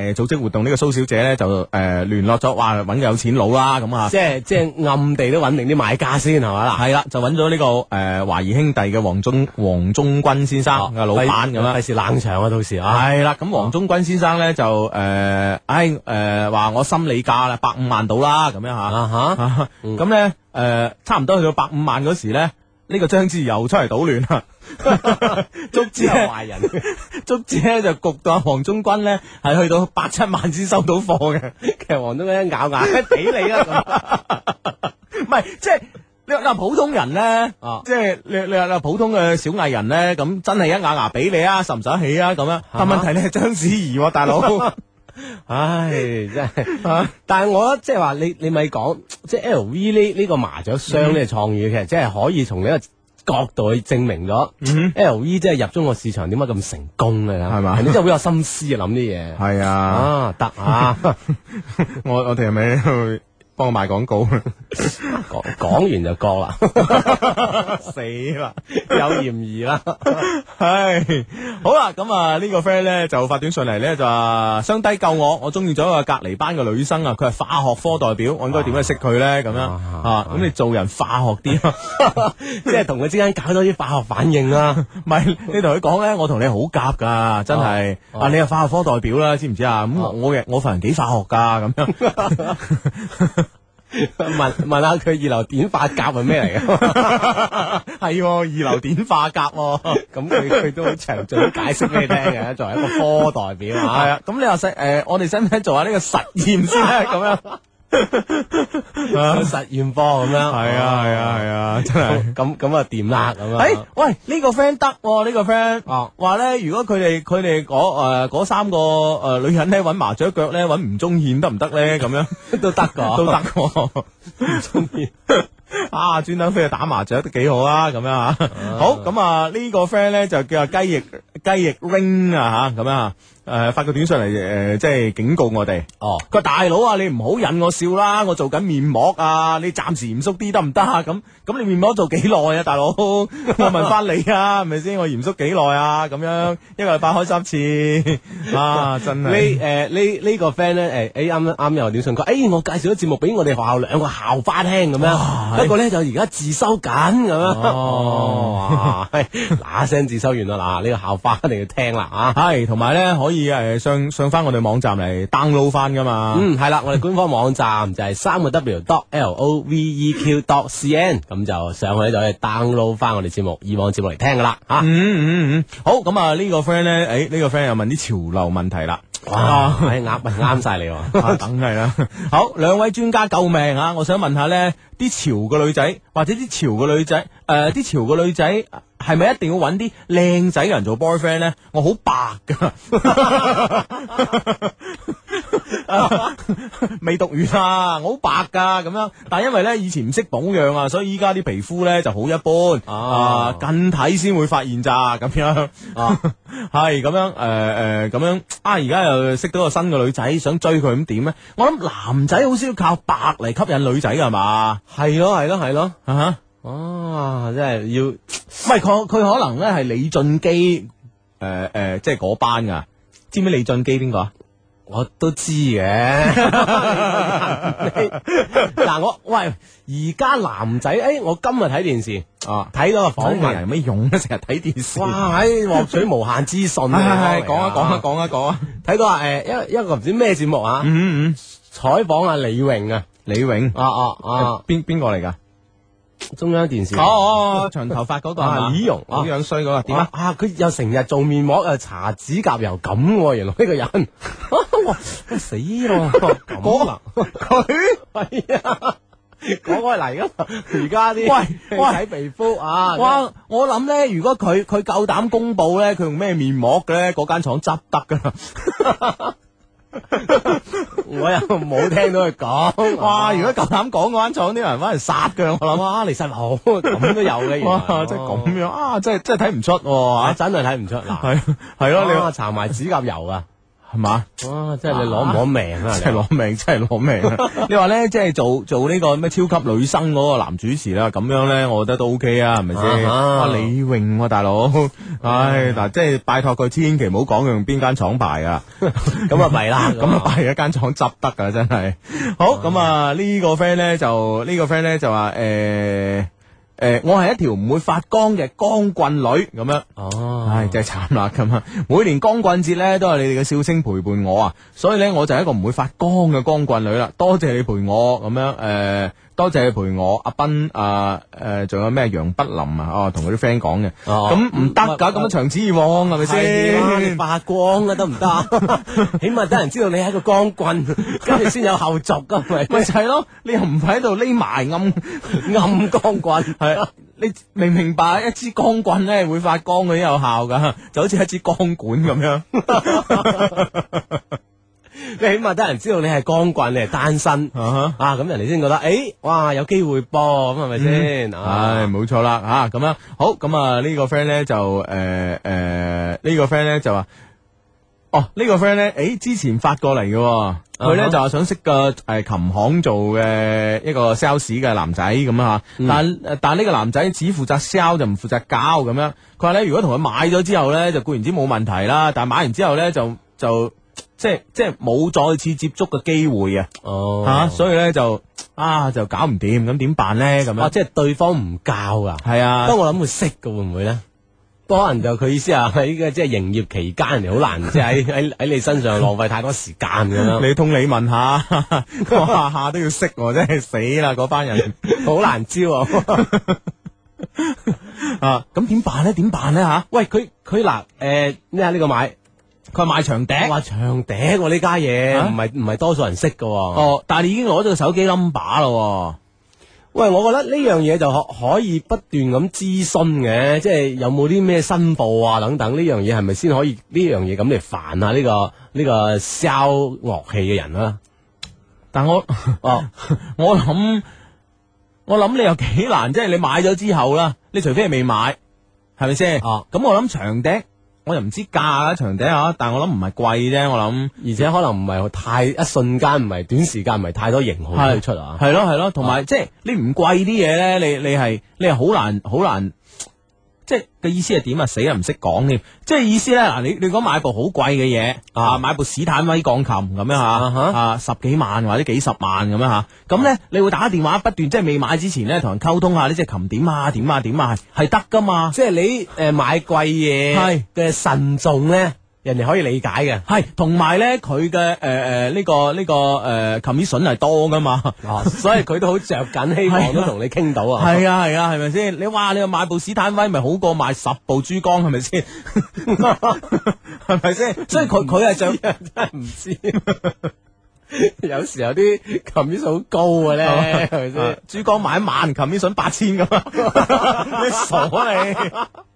Speaker 2: 誒組織活動呢個蘇小姐咧就誒聯絡咗，話揾個有錢佬啦咁啊
Speaker 3: 即。係即係暗地都揾定啲買家先係嘛啦。
Speaker 2: 係啦，就揾咗呢個誒華誼兄弟嘅黃忠黃忠軍先生嘅老闆咁樣
Speaker 3: 費。哦事冷場啊，到時啊。
Speaker 2: 系啦，咁黃忠軍先生咧就诶，唉诶話我心理價啦，百五萬到啦，咁樣吓。
Speaker 3: 啊哈，
Speaker 2: 啊咁咧诶，差唔多去到百五萬嗰時咧，呢個張子怡又出嚟搗亂 啦，足之
Speaker 3: 之後
Speaker 2: 咧
Speaker 3: 壞人，
Speaker 2: 足之咧就焗到阿黃忠軍
Speaker 3: 啊
Speaker 2: 咧係去到八七萬先收到貨嘅，
Speaker 3: 其實黃東一咬牙， 俾你啦咁。
Speaker 2: 唔係即係你嗱普通人咧
Speaker 3: 啊，
Speaker 2: 即係你你話普通嘅小藝人咧，咁真係一咬牙俾你啊，受唔受得起啊咁樣？但問題你係張子怡喎， 大佬。
Speaker 3: 唉，真係，但係我覺得即係話你你咪講，即係 L V 呢呢個麻雀箱呢個創意，其實即係可以從呢個角度去證明咗 L V 即係入中國市場點解咁成功嘅，
Speaker 2: 係嘛
Speaker 3: 人哋真係好有心思啊諗啲嘢。
Speaker 2: 系啊
Speaker 3: 啊，得啊，
Speaker 2: 我我哋系咪去帮我賣廣告？
Speaker 3: 講講完就過啦，
Speaker 2: 死啦！
Speaker 3: 有嫌疑啦。
Speaker 2: 唉，好啦，咁啊呢個 friend 咧就發短信嚟咧就話相低救我，我中意咗個隔離班嘅女生啊，佢係化學科代表，我應該點樣識佢咧？咁樣
Speaker 3: 啊
Speaker 2: 啊，咁你做人化學啲啊，
Speaker 3: 即係同佢之間搞多啲化學反應啦。
Speaker 2: 唔係你同佢講咧，我同你好夾噶，真係
Speaker 3: 啊
Speaker 2: 啊，你係化學科代表啦，知唔知啊？咁我我嘅我份人幾化學噶咁樣。
Speaker 3: 問問下佢二硫碘化鉀係咩 嚟嘅？
Speaker 2: 系二硫碘化钾喎，
Speaker 3: 咁佢佢都好詳盡咁 解釋俾你聽嘅，作為一個科 代表
Speaker 2: 系
Speaker 3: 啊。
Speaker 2: 啊，咁你話使诶，我哋使唔使做下呢個實驗先咧？咁 啊樣。
Speaker 3: 實驗科咁樣。
Speaker 2: 係啊係啊係啊，真 係。
Speaker 3: 咁，咁咁啊掂啦咁啊。
Speaker 2: 诶，哎喂，呢個 friend 得喎，呢個 friend
Speaker 3: 哦
Speaker 2: 話咧，如果佢哋佢哋嗰诶嗰三個诶女人咧揾麻雀腳咧揾吳宗憲得唔得咧？咁樣
Speaker 3: 都得 噶，
Speaker 2: 都得喎，
Speaker 3: 中意。
Speaker 2: 啊，專登飛去打麻雀都幾好啊，咁樣啊。好，咁啊呢個 friend 咧就叫啊雞翼雞翼 ring 啊吓，咁樣啊。诶发个短信嚟诶，即係警告我哋。
Speaker 3: 哦，
Speaker 2: 佢話大佬啊，你唔好引我笑啦，我做緊面膜啊，你暫時嚴肅啲得唔得啊？咁咁你面膜做幾耐啊，大佬？ 我問翻你啊，係咪先？我嚴肅幾耐啊？咁樣一個禮拜開三次 啊，真
Speaker 3: 呢
Speaker 2: 係。
Speaker 3: 诶呢呢個 friend 咧诶诶啱啱又短信佢，哎诶我介紹咗節目俾我哋學校兩個校花聽咁樣，不過咧就而家自修緊咁樣。
Speaker 2: 哦
Speaker 3: 哦， 哇嗱聲自修完啦，嗱呢個校花一定要聽啦啊！
Speaker 2: 係，同埋咧可以诶上上翻我哋網站嚟 download 翻噶嘛。
Speaker 3: 嗯，系啦，我哋官方網站就係三個 W dot L O V E Q dot C N，咁就上去咧就可以 download 翻我哋節目以往節目嚟聽噶啦啊吓。
Speaker 2: 嗯嗯嗯，好咁啊！呢個 friend 咧，诶呢個 friend 又問啲潮流問題啦。
Speaker 3: 哇，係啱喂啱 晒你喎。
Speaker 2: 啊，梗系啦。好，兩位專家救命啊！我想問下呢啲潮嘅女仔或者啲潮嘅女仔，诶、啲潮嘅女仔係咪一定要揾啲靚仔嘅人做 boyfriend 呢？我好白噶， 未讀完啊，我好白噶咁樣。但因為呢以前唔識保養啊，所以依家啲皮膚呢就好一般啊
Speaker 3: 啊，
Speaker 2: 近睇先會發現咋咁樣。
Speaker 3: 啊
Speaker 2: 系咁样，诶诶咁樣啊！而家又識到個新嘅女仔，想追佢咁點咧？我諗男仔好少靠白嚟吸引女仔噶嘛，
Speaker 3: 係咯係咯係咯，
Speaker 2: 啊哈
Speaker 3: 哇！真係要
Speaker 2: 唔係佢佢可能咧係李俊基，诶诶，即係嗰班噶，知唔知李俊基邊個啊？
Speaker 3: 我都知嘅。 嗱我喂，而家男仔诶，我今日睇電視
Speaker 2: 啊，
Speaker 3: 睇到個
Speaker 2: 講
Speaker 3: 訪
Speaker 2: 人有，
Speaker 3: 問
Speaker 2: 咩用咧？成日睇電視，
Speaker 3: 哇！喺獲取無限資訊
Speaker 2: 係
Speaker 3: 啊，
Speaker 2: 係係，講啊講啊講啊講啊，
Speaker 3: 睇到啊诶一一個唔知咩節目啊，
Speaker 2: 嗯嗯，
Speaker 3: 採訪阿李榮啊。
Speaker 2: 李永
Speaker 3: 啊啊啊！
Speaker 2: 邊邊個嚟㗎？
Speaker 3: 中央電視
Speaker 2: 哦哦，長頭髮嗰個
Speaker 3: 啊
Speaker 2: 係嘛
Speaker 3: 李容啊
Speaker 2: 好樣衰嗰個點
Speaker 3: 點啊
Speaker 2: 啊？
Speaker 3: 啊！佢又成日做面膜，又搽指甲油咁喎，原來呢個人 哇死 咯咁啦，
Speaker 2: 佢。
Speaker 3: 係啊，嗰個嚟噶，而家啲
Speaker 2: 喂喂
Speaker 3: 睇皮膚啊，
Speaker 2: 哇！我諗咧，如果佢佢够胆公布咧，佢用咩面膜嘅咧，嗰間廠執得噶啦。
Speaker 3: 我又冇聽到佢 講，
Speaker 2: 哇！如果夠膽講嗰間廠啲人搵人殺㗎，我諗。
Speaker 3: 哇，離實好咁都有嘅， 原來
Speaker 2: 哇！真係咁樣啊！真係真係睇唔出喎
Speaker 3: 啊，
Speaker 2: 啊！
Speaker 3: 真係睇唔出嗱，
Speaker 2: 係係咯，你
Speaker 3: 哇
Speaker 2: 話
Speaker 3: 搽埋指甲油啊，
Speaker 2: 係嘛？
Speaker 3: 哇！真係你攞唔攞命 啊？
Speaker 2: 真係攞命，真係攞命啊！你話咧，即係做做呢個咩超級女生嗰個男主持啦，咁樣咧，我覺得都 OK 啊，係咪先？
Speaker 3: 啊哈
Speaker 2: 哇！李咏喎，大佬，唉嗱，即係拜託佢，千祈唔好講用邊間廠牌啊！
Speaker 3: 你 咁啊弊啦，
Speaker 2: 咁啊，係一間廠執得噶，真係。好，咁啊，呢個 friend 咧就呢個 friend 咧就話诶诶，誒我係一條唔會發光嘅光棍女咁樣。
Speaker 3: 哦，
Speaker 2: 唉，真係慘啦咁啊！每年光棍節咧，都係你哋嘅笑聲陪伴我啊，所以咧我就係一個唔會發光嘅光棍女啦。多謝你陪我咁樣，诶、多謝你陪我，阿斌啊，诶、仲有咩楊北林啊，哦，同佢啲 friend 講嘅，
Speaker 3: 哦
Speaker 2: 咁唔得噶，咁樣長此以往係咪
Speaker 3: 係啊你
Speaker 2: 先？
Speaker 3: 發光啊得唔得 啊？起碼得人知道你係一個光棍，跟住先有後續噶，係
Speaker 2: 咪就係咯，你又唔喺度匿埋暗。
Speaker 3: 咪暗光棍。
Speaker 2: 系你明唔明白？一支光棍咧會發光嗰啲有效噶，就好似一支光管咁樣。
Speaker 3: 你起碼得人知道你係光棍，你係單身
Speaker 2: 啊
Speaker 3: 啊，咁人哋先覺得，誒，哇，有機會噃，咁係咪先？
Speaker 2: 唉，
Speaker 3: 啊，
Speaker 2: 冇錯啦，吓咁樣好咁啊！呢個 friend 咧就诶诶，呢個 friend 咧就話，哦呢個 friend 咧，诶之前發過嚟嘅喎，佢
Speaker 3: 啊
Speaker 2: 咧
Speaker 3: 哈
Speaker 2: 就話想識個诶琴行做嘅一個 sales 嘅男仔咁啊
Speaker 3: 嗯
Speaker 2: 吓，但但呢個男仔只負責 sell 就唔負責交咁樣。佢話咧如果同佢買咗之後咧，就固然之冇問題啦，但買完之後咧就就即係即係冇再次接觸嘅機會啊！
Speaker 3: 哦，
Speaker 2: 吓，所以咧就啊就搞唔掂，咁點辦咧？咁
Speaker 3: 哇，
Speaker 2: 樣
Speaker 3: 即係對方唔教噶，
Speaker 2: 係啊
Speaker 3: 不過，我諗會識噶，會唔會咧？不過可能就佢意思係喺個即係營業期間，人哋好難即 係喺喺喺你身上浪費太多時間咁樣，
Speaker 2: 你通你問下， 我下下都要識喎，真係死啦嗰班人
Speaker 3: 好難招啊！
Speaker 2: 啊！咁點辦咧？點辦咧吓？
Speaker 3: 喂，佢佢嗱，诶咩啊？呢個買，
Speaker 2: 佢話賣長笛，
Speaker 3: 我話長笛喎呢家嘢，
Speaker 2: 啊
Speaker 3: 唔係唔系多數人識噶。哦，
Speaker 2: 哦，但係你已經攞咗個手機 number 咯
Speaker 3: 喂，我覺得呢樣嘢就可可以不斷咁諮詢嘅，即係有冇啲咩申報啊等等呢樣嘢係咪先可以呢樣嘢咁嚟煩下呢個呢個 sell 樂器嘅人啊啦？
Speaker 2: 喎。但 我
Speaker 3: 哦，
Speaker 2: 我諗我諗你有幾難，即係你買咗之後啦，你除非係未買，係咪先？
Speaker 3: 哦
Speaker 2: 咁我諗長笛我又唔知價啦場地啊，但我諗唔係貴啫，我諗
Speaker 3: 而且可能唔係太一瞬間，唔係短時間，唔係太多型號推出啊。
Speaker 2: 係咯係咯，同埋即係你唔貴啲嘢咧，你你係你係好難好難。即係嘅意思係點啊？死啊，唔識講添。即係意思咧，嗱，你你講買部好貴嘅嘢啊，買部史坦威鋼琴咁樣嚇
Speaker 3: 啊哈
Speaker 2: 啊，十幾萬或者幾十萬咁樣嚇。咁咧，你會打電話不斷，即係未買之前咧，同人溝通下呢只琴點啊點啊點啊，係係得噶嘛。
Speaker 3: 即係你誒買貴嘢
Speaker 2: 係
Speaker 3: 嘅慎重咧，人哋可以理解嘅。
Speaker 2: 系，同埋咧，佢嘅诶诶呢個呢、個诶 commission 係多噶嘛，
Speaker 3: 哦，所以佢都好着緊，希望都同你傾到啊。
Speaker 2: 係啊係啊，係咪先？你話你又買部史坦威，咪好過買十部珠江，係咪先？ 係咪 先？所以佢佢係想
Speaker 3: 真係唔知。 有時有啲 commission 好高 嘅咧，係咪
Speaker 2: 啊
Speaker 3: 先？
Speaker 2: 珠江買一萬，commission 八千咁啊！ 你傻啊你！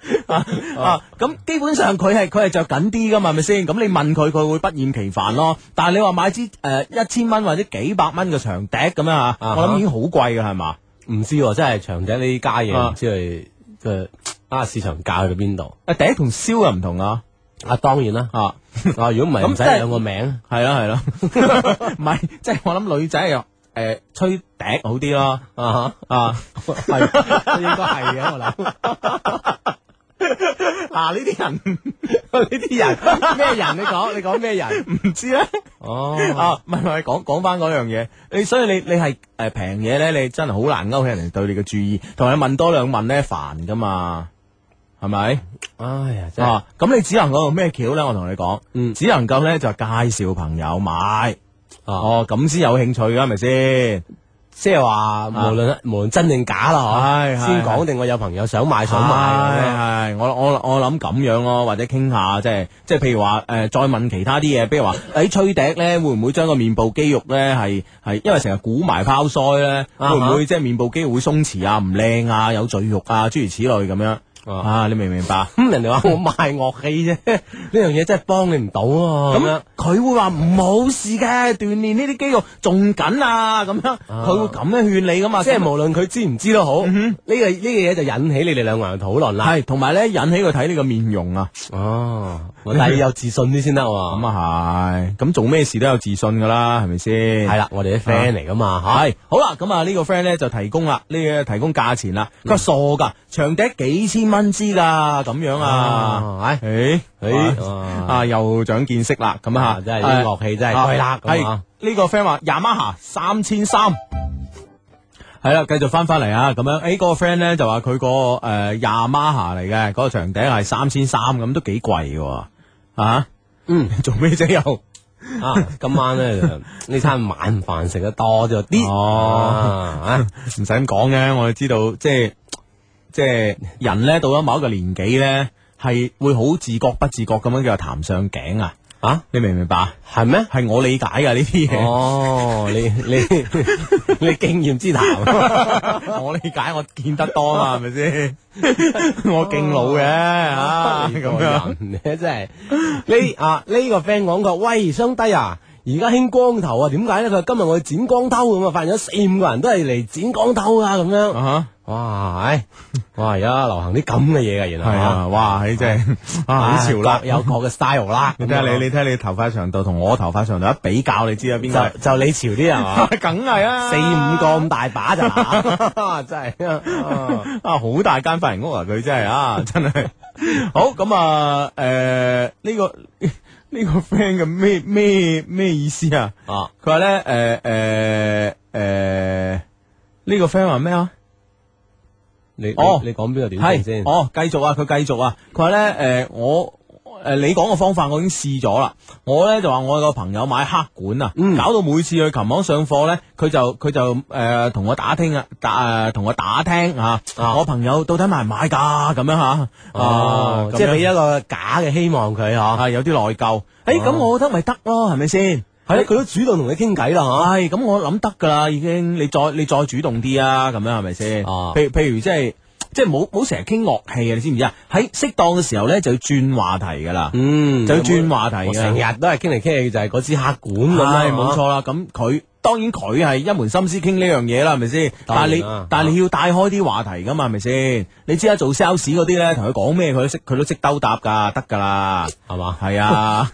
Speaker 2: 啊，咁基本上佢係佢係着緊啲噶嘛，係咪先？咁你問佢，佢會不厭其煩咯。但係你話買支诶一千蚊或者幾百蚊嘅長笛咁樣啊，
Speaker 3: 啊哈
Speaker 2: 我諗已經好貴噶係嘛？
Speaker 3: 唔知喎，真係長者呢家嘢
Speaker 2: 啊
Speaker 3: 唔知佢嘅啊市場價去到邊度
Speaker 2: 啊，笛同燒又唔同啊，
Speaker 3: 啊？當然啦，
Speaker 2: 啊，
Speaker 3: 啊如果唔係
Speaker 2: 咁
Speaker 3: 唔使
Speaker 2: 即係
Speaker 3: 兩個名，
Speaker 2: 係啦係啦， 唔係，即係我諗女仔又诶吹笛好啲咯，
Speaker 3: 啊
Speaker 2: 啊，
Speaker 3: 係應該係嘅，我諗。
Speaker 2: 啊嗱呢啲人
Speaker 3: 呢啲人咩人？你講你講咩人？
Speaker 2: 唔知咧。
Speaker 3: 哦
Speaker 2: 啊，唔係唔係，講講翻嗰樣嘢，你所以你你係誒平嘢咧，你真係好難勾起人哋對你嘅注意，同埋問多兩問咧煩噶嘛，係咪？
Speaker 3: 哎呀，真係
Speaker 2: 啊，咁你只能夠用咩橋咧？我同你講，
Speaker 3: 嗯
Speaker 2: 只能夠咧就係介紹朋友買，
Speaker 3: 哦，
Speaker 2: 哦，咁先有興趣噶，係咪先？
Speaker 3: 即係話無論無論真定假啦，
Speaker 2: 啊係
Speaker 3: 嗬
Speaker 2: 係
Speaker 3: 先講定我有朋友想買想買
Speaker 2: 係係，我我我諗咁樣咯，或者傾下，即係即係譬如話誒、呃再問其他啲嘢，譬如話喺吹笛咧，會唔會將個面部肌肉咧係係因為成日鼓埋拋腮咧，
Speaker 3: 啊哈
Speaker 2: 會唔會即係面部肌肉會鬆弛啊、唔靚啊、有贅肉啊，諸如此類咁樣
Speaker 3: 啊
Speaker 2: 啊？你明唔明白？
Speaker 3: 咁人哋話我賣樂器 啫，呢樣嘢真係幫你唔到啊！咁
Speaker 2: 咁
Speaker 3: 樣
Speaker 2: 佢會話唔好事嘅，鍛鍊呢啲肌肉仲緊啊，咁樣佢會咁啊樣勸你噶嘛，
Speaker 3: 啊即係無論佢知唔知都好，呢個呢個嘢就引起你哋兩個人嘅討論啦。
Speaker 2: 嗯係同埋咧引起佢睇你個面容啊。
Speaker 3: 哦，我第二有自信啲先得喎。
Speaker 2: 咁啊系，咁做咩事都有自信噶啦，系咪先？
Speaker 3: 係啦，我哋啲 friend 嚟噶嘛嚇。
Speaker 2: 系好啦，咁啊呢個 friend 咧就提供啦，呢、個提供價錢啦。佢話傻㗎，長笛幾千蚊支㗎，咁樣啊。
Speaker 3: 啊，唉
Speaker 2: 诶
Speaker 3: 唉
Speaker 2: 诶
Speaker 3: 啊
Speaker 2: 啊又長見識啦，咁啊
Speaker 3: 啊真係啲樂器真係貴啦咁啊
Speaker 2: 系呢個 friend 話 Yamaha 三千三。係啦，繼續翻翻嚟啊，咁樣，诶、嗰、個 friend 咧就話佢個诶 Yamaha 嚟嘅，嗰、個長笛係三千三，咁都幾貴嘅喎，啊，
Speaker 3: 嗯，
Speaker 2: 做咩啫又？
Speaker 3: 啊，今晚咧就 呢餐晚飯食得多咗啲。
Speaker 2: 哦
Speaker 3: 啊，
Speaker 2: 唔使咁講嘅，我哋知道即係即係人咧到咗某一個年紀咧，係會好自覺不自覺咁樣叫做談上頸啊！
Speaker 3: 啊，
Speaker 2: 你明唔明白？
Speaker 3: 係咩？
Speaker 2: 係我理解噶呢啲嘢，
Speaker 3: 哦， 你你你經驗之談，
Speaker 2: 我理解我見得多嘛，係咪 先？我敬老嘅啊，
Speaker 3: 你
Speaker 2: 咁
Speaker 3: 哦個
Speaker 2: 樣
Speaker 3: 人咧真係呢啊呢個 friend 講過，喂，相低啊！而家興光頭啊，點解咧？佢話今日我去剪光頭咁啊，發現咗四五個人都係嚟剪光頭啊，咁樣。
Speaker 2: 啊
Speaker 3: 哇，唉，哇，而家流行啲咁嘅嘢啊，原
Speaker 2: 哈，係
Speaker 3: 來啊
Speaker 2: 啊，哇，你真係啊，好潮啦
Speaker 3: 各！有各嘅 style 啦。
Speaker 2: 你睇下
Speaker 3: 咁啊
Speaker 2: 你，你睇下你頭髮長度同我頭髮長度一比較，你知啊邊個係
Speaker 3: 就？就你潮啲係嘛？
Speaker 2: 梗係啊，
Speaker 3: 四五個咁大把咋， 真係啊
Speaker 2: 啊，好大間髮型屋啊！佢真係啊， 真係好咁啊！诶、呢、個 呢、個 friend 嘅咩咩咩意思啊？
Speaker 3: 啊！
Speaker 2: 佢話咧诶诶诶，呃呢、個 friend 話咩啊？
Speaker 3: 你
Speaker 2: 哦
Speaker 3: 你你講邊個短信
Speaker 2: 係
Speaker 3: 先？
Speaker 2: 哦，繼續啊，佢繼續啊，佢話咧诶我。诶，你講嘅方法我已經試咗啦。我咧就話我有個朋友買黑管啊，
Speaker 3: 嗯
Speaker 2: 搞到每次去琴行上課咧，佢就佢就诶同、我打聽啊，打诶同、我打聽啊，
Speaker 3: 啊
Speaker 2: 我朋友到底買唔買㗎咁樣吓啊，
Speaker 3: 哦，
Speaker 2: 咁
Speaker 3: 即係
Speaker 2: 樣
Speaker 3: 俾一個假嘅希望佢嗬。
Speaker 2: 啊，有啲內疚。诶、哎咁、
Speaker 3: 哦
Speaker 2: 我覺得咪得咯，係咪先？
Speaker 3: 係哦咯，佢都主動同你傾偈啦嗬。
Speaker 2: 唉，咁我諗得㗎啦，已經。你再你再主動啲啊，咁樣係咪先？
Speaker 3: 啊
Speaker 2: 譬譬如即係即係冇冇成日傾樂器啊，你知唔知啊？喺適當嘅時候咧，就要轉話題㗎啦，
Speaker 3: 嗯
Speaker 2: 就要轉話題
Speaker 3: 我
Speaker 2: 㗎。啊
Speaker 3: 成日都係傾嚟傾去就係嗰支黑管咁啊
Speaker 2: 係
Speaker 3: 啦，
Speaker 2: 冇錯啦。咁佢當然佢係一門心思傾呢樣嘢啦，係咪先？但係
Speaker 3: 當然
Speaker 2: 你
Speaker 3: 啦啊
Speaker 2: 但係你要帶開啲話題噶嘛，係咪先？你知啦，啊做 sales 嗰啲咧，同佢講咩佢都識，佢都識兜搭㗎，得㗎啦，
Speaker 3: 係嘛
Speaker 2: 係 啊，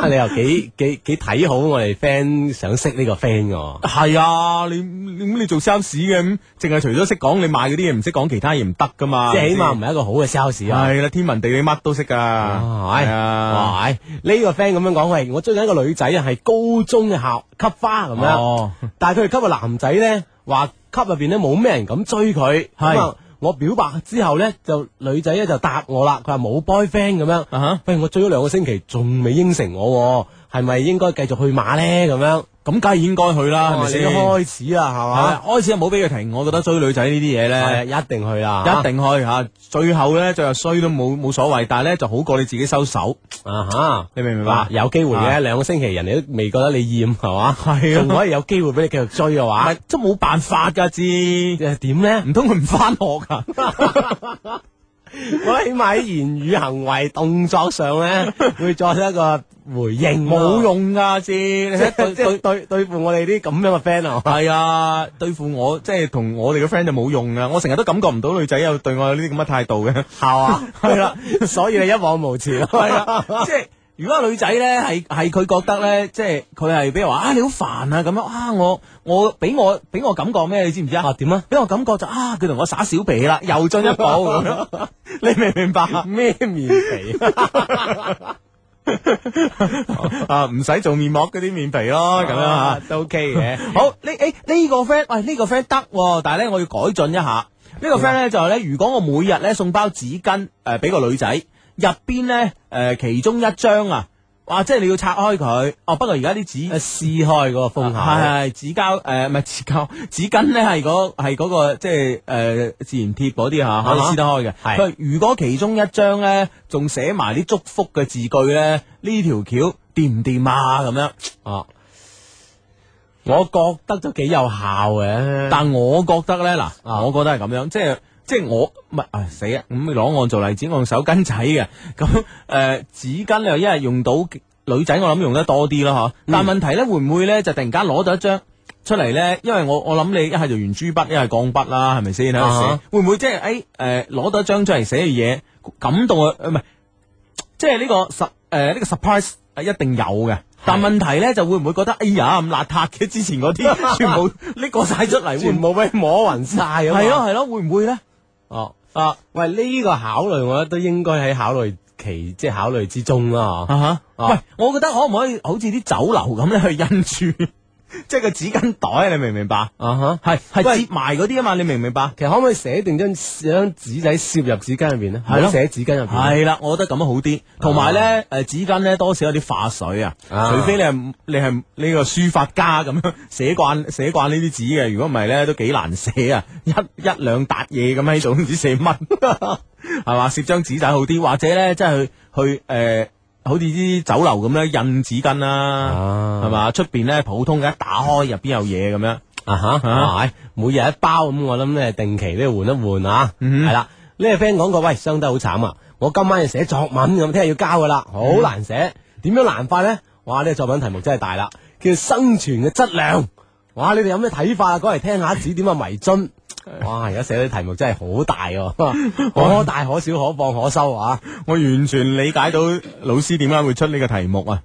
Speaker 3: 啊，你又幾幾幾睇好我哋 friend 想識呢個 friend 喎。
Speaker 2: 係啊，你咁你做 sales 嘅咁，淨係除咗識講你賣嗰啲嘢，唔識講其他嘢唔得㗎嘛，
Speaker 3: 即係起碼
Speaker 2: 係
Speaker 3: 唔
Speaker 2: 咪
Speaker 3: 係一個好嘅 sales
Speaker 2: 先
Speaker 3: 啊！
Speaker 2: 係啦，天文地理乜都識㗎，係啊，
Speaker 3: 哦哎哇，係呢個 friend 咁樣講，喂，我追緊一個女仔啊，係高中嘅校級花咁樣，
Speaker 2: 哦
Speaker 3: 但係佢哋級個男仔咧，話級入邊咧冇咩人敢追佢，
Speaker 2: 係
Speaker 3: 咁啊，我表白之後咧，就女仔咧就答我啦，佢話冇 boyfriend 咁樣，
Speaker 2: 啊哈
Speaker 3: 喂，我追咗兩個星期，仲未應承我喎，係咪應該繼續去馬咧？咁樣，
Speaker 2: 咁梗係應該去啦，係咪
Speaker 3: 哦哇你都
Speaker 2: 先？
Speaker 3: 開始啦，係嘛
Speaker 2: 啊，？開始就冇俾佢停，我覺得追女仔呢啲嘢
Speaker 3: 係啊
Speaker 2: 咧。
Speaker 3: 一定去啦，
Speaker 2: 一定去吓，最後咧最後衰都冇冇所謂，但係咧就好過你自己收手，
Speaker 3: 啊吓。
Speaker 2: 你明唔明
Speaker 3: 嗱
Speaker 2: 白？
Speaker 3: 有機會
Speaker 2: 啊
Speaker 3: 嘅，兩個星期人哋都未覺得你厭 係嘛？係仲可以有機會俾你繼續追嘅話
Speaker 2: 係，真冇辦法噶，知
Speaker 3: 誒點咧？
Speaker 2: 唔通佢唔翻學噶？
Speaker 3: 我起碼喺言語、行為、動作上咧， 會作出一個回應。
Speaker 2: 冇，用噶，知你
Speaker 3: 即係對
Speaker 2: 睇對
Speaker 3: 對對對付我哋啲咁樣嘅 friend 啊！
Speaker 2: 係啊，對付我即係同我哋嘅 friend 就冇用噶，我成日都感覺唔到女仔有對我有呢啲咁嘅態度嘅，
Speaker 3: 係嘛？係啦，所以你一往無前咯。
Speaker 2: 係啊，即係。如果個女仔咧係係佢覺得咧，即係佢係比如話啊你好煩啊咁樣啊我我俾我俾我感覺咩你知唔知啊？
Speaker 3: 啊點啊？
Speaker 2: 俾我感覺就啊，佢同我耍小鼻 啦，又進一步咁樣，你明唔明白啊？
Speaker 3: 咩面皮？
Speaker 2: 啊，唔使做面膜嗰啲面皮咯，咁樣啊。
Speaker 3: 都 OK 嘅。
Speaker 2: 好呢誒呢個 friend，喂呢個 friend 得喎，但係咧我要改進一下。呢個 friend 咧就係咧，如果我每日咧送包紙巾誒俾個女仔，入邊咧誒其中一張啊，哇！即係你要拆開佢。哦，不過而家啲紙
Speaker 3: 誒撕開嗰個封口，
Speaker 2: 啊係係紙膠誒，唔係紙膠紙巾咧，係嗰係嗰個即係誒自然貼嗰啲嚇，可以
Speaker 3: 啊
Speaker 2: 撕得開嘅。
Speaker 3: 係
Speaker 2: 佢話如果其中一張咧，仲寫埋啲祝福嘅字句咧，呢條橋掂唔掂啊？咁樣，
Speaker 3: 哦，我覺得都幾有效嘅。
Speaker 2: 但我覺得咧，嗱，
Speaker 3: 啊
Speaker 2: 我覺得係咁樣，即係。即係我唔係啊死啊！咁攞我做例子，我用手巾仔嘅 咁誒、呃、紙巾又一係用到女仔，我諗用得多啲啦
Speaker 3: 嗯
Speaker 2: 嚇。但問題咧，會唔會咧就突然間攞到一張出嚟咧？因為我我諗你一係就圓珠筆，一係鋼筆啦，係咪先？喺度寫
Speaker 3: 啊哈
Speaker 2: 會唔會即係誒誒攞到一張出嚟寫嘅嘢，感動啊？呃唔係即係呢個十誒呢個 surprise 係一定有嘅。但問題咧就會唔會覺得哎呀咁邋遢嘅之前嗰 啲全部拎過晒出嚟，會
Speaker 3: 全
Speaker 2: 唔
Speaker 3: 部俾摸暈晒啊嘛！
Speaker 2: 係咯係咯，會唔會咧？
Speaker 3: 哦啊，喂，呢、個考慮我覺得都應該喺考慮期，即係考慮之中啦，吓。
Speaker 2: 啊哈！
Speaker 3: 啊
Speaker 2: 喂，我覺得可唔可以好似啲酒樓咁咧去印住，即係個紙巾袋，你明唔明白？
Speaker 3: 啊哈，
Speaker 2: 係係
Speaker 3: 喂
Speaker 2: 折埋嗰啲啊嘛，你明唔明白？
Speaker 3: 其實可唔可以寫定張張紙仔攝入紙巾入邊咧？
Speaker 2: 係咯
Speaker 3: 唔好寫紙巾入邊。
Speaker 2: 係啦，我覺得咁樣好啲。同埋咧，誒紙巾咧多少有啲化水啊，
Speaker 3: 啊
Speaker 2: 除非你係你係呢個書法家咁 樣寫慣寫慣呢啲紙嘅，如果唔係咧都幾難寫啊！一一兩笪嘢咁喺度，唔知寫乜， 係嘛？攝張紙仔好啲，或者咧即係去去誒、呃好似啲酒樓咁咧印紙巾啦、
Speaker 3: 啊
Speaker 2: 係嘛？出邊咧普通嘅一打開入邊有嘢咁樣，
Speaker 3: 啊哈，係每日一包咁，我諗咧定期都要換一換啊。係啦，呢個 friend 講過，喂，傷得好慘啊！我今晚要寫作文咁，聽日要交噶啦，好難寫。點樣難法咧？哇！呢個作文題目真係大啦，叫生存嘅質量。哇！你哋有咩睇法啊？講嚟聽下，指點啊迷津。哇！而家寫啲題目真係好大喎，可大可小，可放可收啊，
Speaker 2: 我完全理解到老師點解會出呢個題目啊！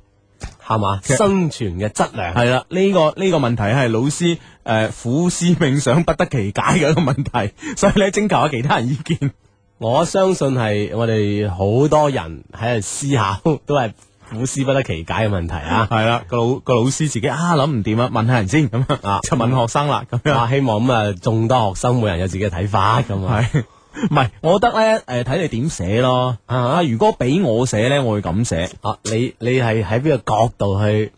Speaker 3: 係嘛？生存嘅質量。
Speaker 2: 系啦，呢、個呢、個問題係老師诶、呃苦思冥想不得其解嘅一個問題， 所以咧徵求下其他人意見。
Speaker 3: 我相信係我哋好多人喺度思考， 都係苦思不得其解嘅問題啊！
Speaker 2: 係啦，個老個老師自己啊諗唔掂啊，問下人先咁啊
Speaker 3: 啊，
Speaker 2: 就問學生啦咁樣。
Speaker 3: 啊，希望咁啊，眾多學生每人有自己嘅睇法咁啊，
Speaker 2: 係唔係？我覺得咧诶，睇、你點寫咯。啊，如果俾我寫咧，我會咁寫
Speaker 3: 啊，你你係喺邊個角度去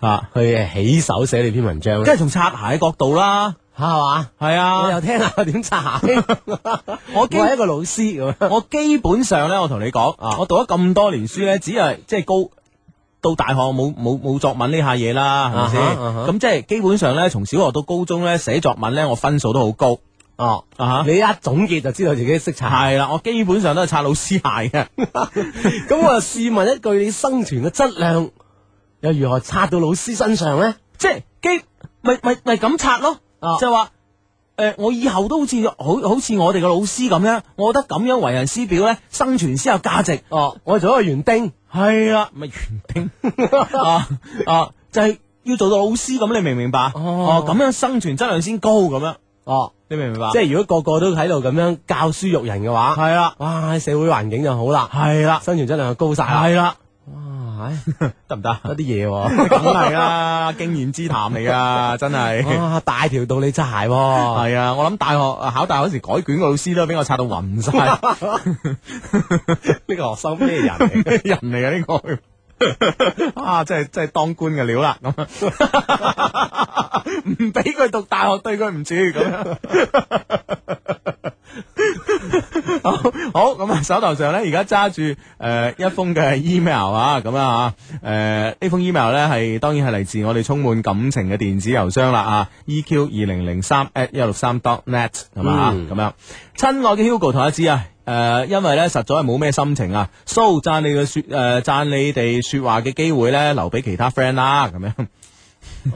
Speaker 2: 啊，
Speaker 3: 去起手寫你篇文章
Speaker 2: 跟
Speaker 3: 咧？
Speaker 2: 住從擦鞋嘅角度啦。
Speaker 3: 係嘛？
Speaker 2: 係
Speaker 3: 我
Speaker 2: 啊，
Speaker 3: 又聽下點 查，我
Speaker 2: 基
Speaker 3: 係一個老師咁樣。
Speaker 2: 我基本上咧，我同你講，
Speaker 3: 啊
Speaker 2: 我讀咗咁多年書咧，只係即係高到大學冇冇冇作文呢下嘢啦，係咪先？
Speaker 3: 啊哈啊哈
Speaker 2: 咁即係基本上咧，從小學到高中咧，寫作文咧，我分數都好高
Speaker 3: 哦，
Speaker 2: 啊
Speaker 3: 你一總結就知道自己識查。
Speaker 2: 哈。 係啦，我基本上都係擦老師鞋嘅，
Speaker 3: 咁我就試問一句，你生存嘅質量又如何擦到老師身上咧？
Speaker 2: 即系基咪咪咪咁拆咯，
Speaker 3: 啊
Speaker 2: 就话诶、誒我以後都好似好好似我哋嘅老師咁樣，我覺得咁樣為人師表咧，生存先有價值。
Speaker 3: 哦，我做一個園丁，
Speaker 2: 係啊，咪園丁 啊啊，就係要做到老師咁，你明唔明白？
Speaker 3: 哦
Speaker 2: 哦，咁、樣生存質量先高咁樣，
Speaker 3: 哦，
Speaker 2: 你明唔明白？
Speaker 3: 即係如果個個都喺度咁樣教書育人嘅話，
Speaker 2: 係啦，
Speaker 3: 哇，社會環境就好啦，
Speaker 2: 係啦，
Speaker 3: 生存質量就高晒啦。
Speaker 2: 係啦，
Speaker 3: 哇，唉
Speaker 2: 得唔得？
Speaker 3: 有啲嘢喎。
Speaker 2: 梗係啦， 經驗之談嚟噶，真係。
Speaker 3: 哇，大條道理真係喎，
Speaker 2: 係啊，我諗大學考大學嗰時改卷個老師都俾我拆到暈晒，
Speaker 3: 呢個學生咩人嚟？
Speaker 2: 咩人嚟嘅呢個？啊，真係真係當官嘅料啦，咁唔俾佢讀大學對佢唔住咁樣。好好咁啊，手頭上咧而家揸住誒一封嘅 email 啊，咁啊嚇誒呢封 email 咧係當然係嚟自我哋充滿感情嘅電子郵箱啦啊，EQ 二零零三 at 一六三 dot net 係嘛啊
Speaker 3: 嗯
Speaker 2: 咁樣，親愛嘅 Hugo 同阿芝啊。誒、因為咧實在係冇咩心情啊，so 讚你嘅説誒讚你哋説話嘅機會咧，留俾其他 friend 啦，咁樣，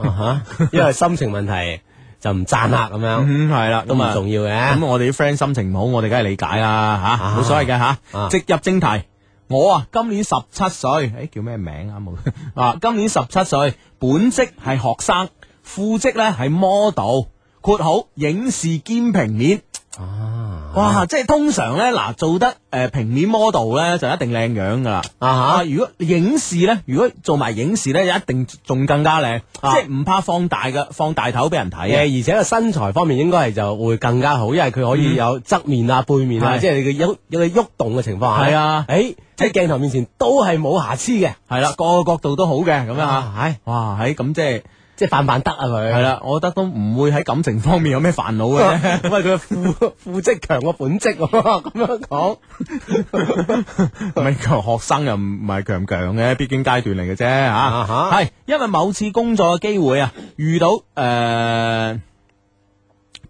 Speaker 3: 啊哈因為心情問題就唔讚啦，咁樣
Speaker 2: 嗯，係啦，
Speaker 3: 都唔
Speaker 2: 咁啊
Speaker 3: 重要嘅
Speaker 2: 咁。我哋啲 friend 心情唔好，我哋梗係理解啦吓，冇、所謂嘅吓。
Speaker 3: 啊
Speaker 2: 直入正題，我啊今年十七歲，诶叫咩名啊冇 啊？今年十七歲，本職係學生，副職咧係 model，括號影視兼平面。
Speaker 3: 啊
Speaker 2: 哇！即係通常咧，嗱做得诶、呃平面 model 咧就一定靚樣噶啦。
Speaker 3: 啊
Speaker 2: 啊！如果影視咧，如果做埋影視咧，一定仲更加靚，
Speaker 3: 啊
Speaker 2: 即係唔怕放大嘅，放大頭俾人
Speaker 3: 吓！誒，
Speaker 2: 睇啊！
Speaker 3: 呃而且個身材方面應該係就會更加好，因為佢可以有側面啊、背面啊，
Speaker 2: 係
Speaker 3: 嗯即係你嘅喐有嘅喐動嘅情況下。
Speaker 2: 係啊
Speaker 3: 誒喺鏡頭面前都係冇瑕疵嘅。
Speaker 2: 係啦，個個角度都好嘅，咁樣吓
Speaker 3: 啊。唉，
Speaker 2: 哇！喺咁即係。
Speaker 3: 即係扮扮得啊佢。
Speaker 2: 系啦，我覺得都唔會喺感情方面有咩煩惱 嘅啫。
Speaker 3: 喂，啊佢副副職強過本職喎， 咁樣講。
Speaker 2: 唔係強學生又唔係強唔強嘅，必經階段嚟嘅啫
Speaker 3: 啊
Speaker 2: 吓。
Speaker 3: 哈
Speaker 2: 係因為某次工作嘅機會啊，遇到诶、呃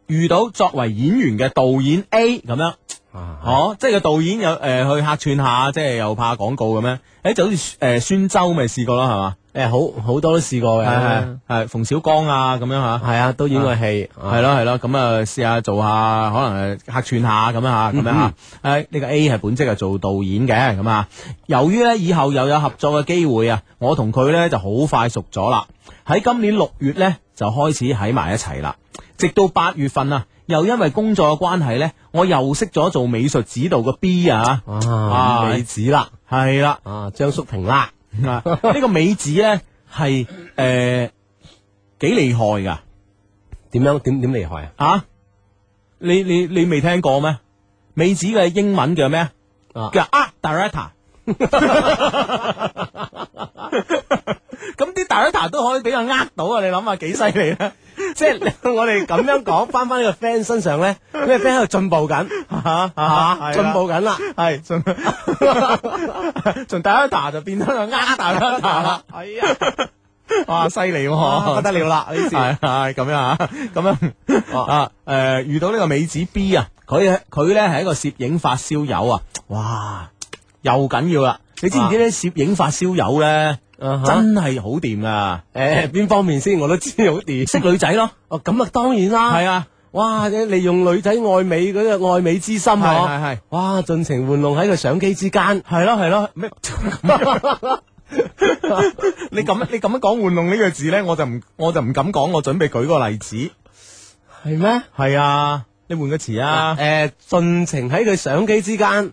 Speaker 2: 遇到作為演員嘅導演 A 咁樣，
Speaker 3: 啊
Speaker 2: 哦，即係個導演有诶、去客串下，即係又拍廣告咁樣。诶、就好似诶孫周咪試過啦，係嘛？
Speaker 3: 誒，好好多都試過
Speaker 2: 係係
Speaker 3: 嘅。
Speaker 2: 係馮小剛啊咁樣吓。
Speaker 3: 係啊，都演過戲。
Speaker 2: 系咯系咯，咁啊試下做下，可能誒客串下咁啊
Speaker 3: 嗯
Speaker 2: 咁樣吓。誒呢個 A 係本職係做導演嘅咁啊。由於咧以後又有合作嘅機會啊，我同佢咧就好快熟咗啦。喺今年六月咧就開始喺埋一齊啦，直到八月份啊，又因為工作嘅關係咧，我又識咗做美術指導嘅 B 啊，
Speaker 3: 啊，美子啦，
Speaker 2: 係啦。
Speaker 3: 啊，張淑平啦，
Speaker 2: 啊！呢個美指咧係誒幾厲害㗎
Speaker 3: 點樣點點厲害啊？
Speaker 2: 啊！你你你未聽過咩？美指嘅英文叫咩？
Speaker 3: 啊
Speaker 2: 叫 art director。咁啲 director 都可以俾佢呃到啊！你諗下幾犀利咧？
Speaker 3: 即係我哋咁樣講，翻翻呢個 friend 身上咧，呢個 friend 喺度進步緊，
Speaker 2: 嚇
Speaker 3: 啊，進步緊啦，
Speaker 2: 係 從從 director 就變咗個呃 director 啦。
Speaker 3: 係啊，
Speaker 2: 哇，犀利喎！
Speaker 3: 不得了啦呢
Speaker 2: 系
Speaker 3: 次，
Speaker 2: 係咁樣啊，咁樣
Speaker 3: 哦
Speaker 2: 啊，诶，遇到呢個美子 B 啊，佢佢咧係一個攝影發燒友啊，哇，又緊要啦！你知唔知咧攝影發燒友咧
Speaker 3: 啊哈
Speaker 2: 真係好掂啊！
Speaker 3: 誒邊方面先我都知好啲，
Speaker 2: 識女仔咯，
Speaker 3: 哦咁啊當然啦，
Speaker 2: 係啊，
Speaker 3: 哇，你利用女仔愛美嗰個愛美之心
Speaker 2: 係
Speaker 3: 啊，
Speaker 2: 係係
Speaker 3: 哇，盡情玩弄喺個相機之間，
Speaker 2: 係咯係咯，咩？ 你咁你咁樣講玩弄呢個字咧，我就唔我就唔敢講，我準備舉個例子。
Speaker 3: 係咩？
Speaker 2: 係啊，你換個詞啊，
Speaker 3: 誒，盡情喺佢相機之間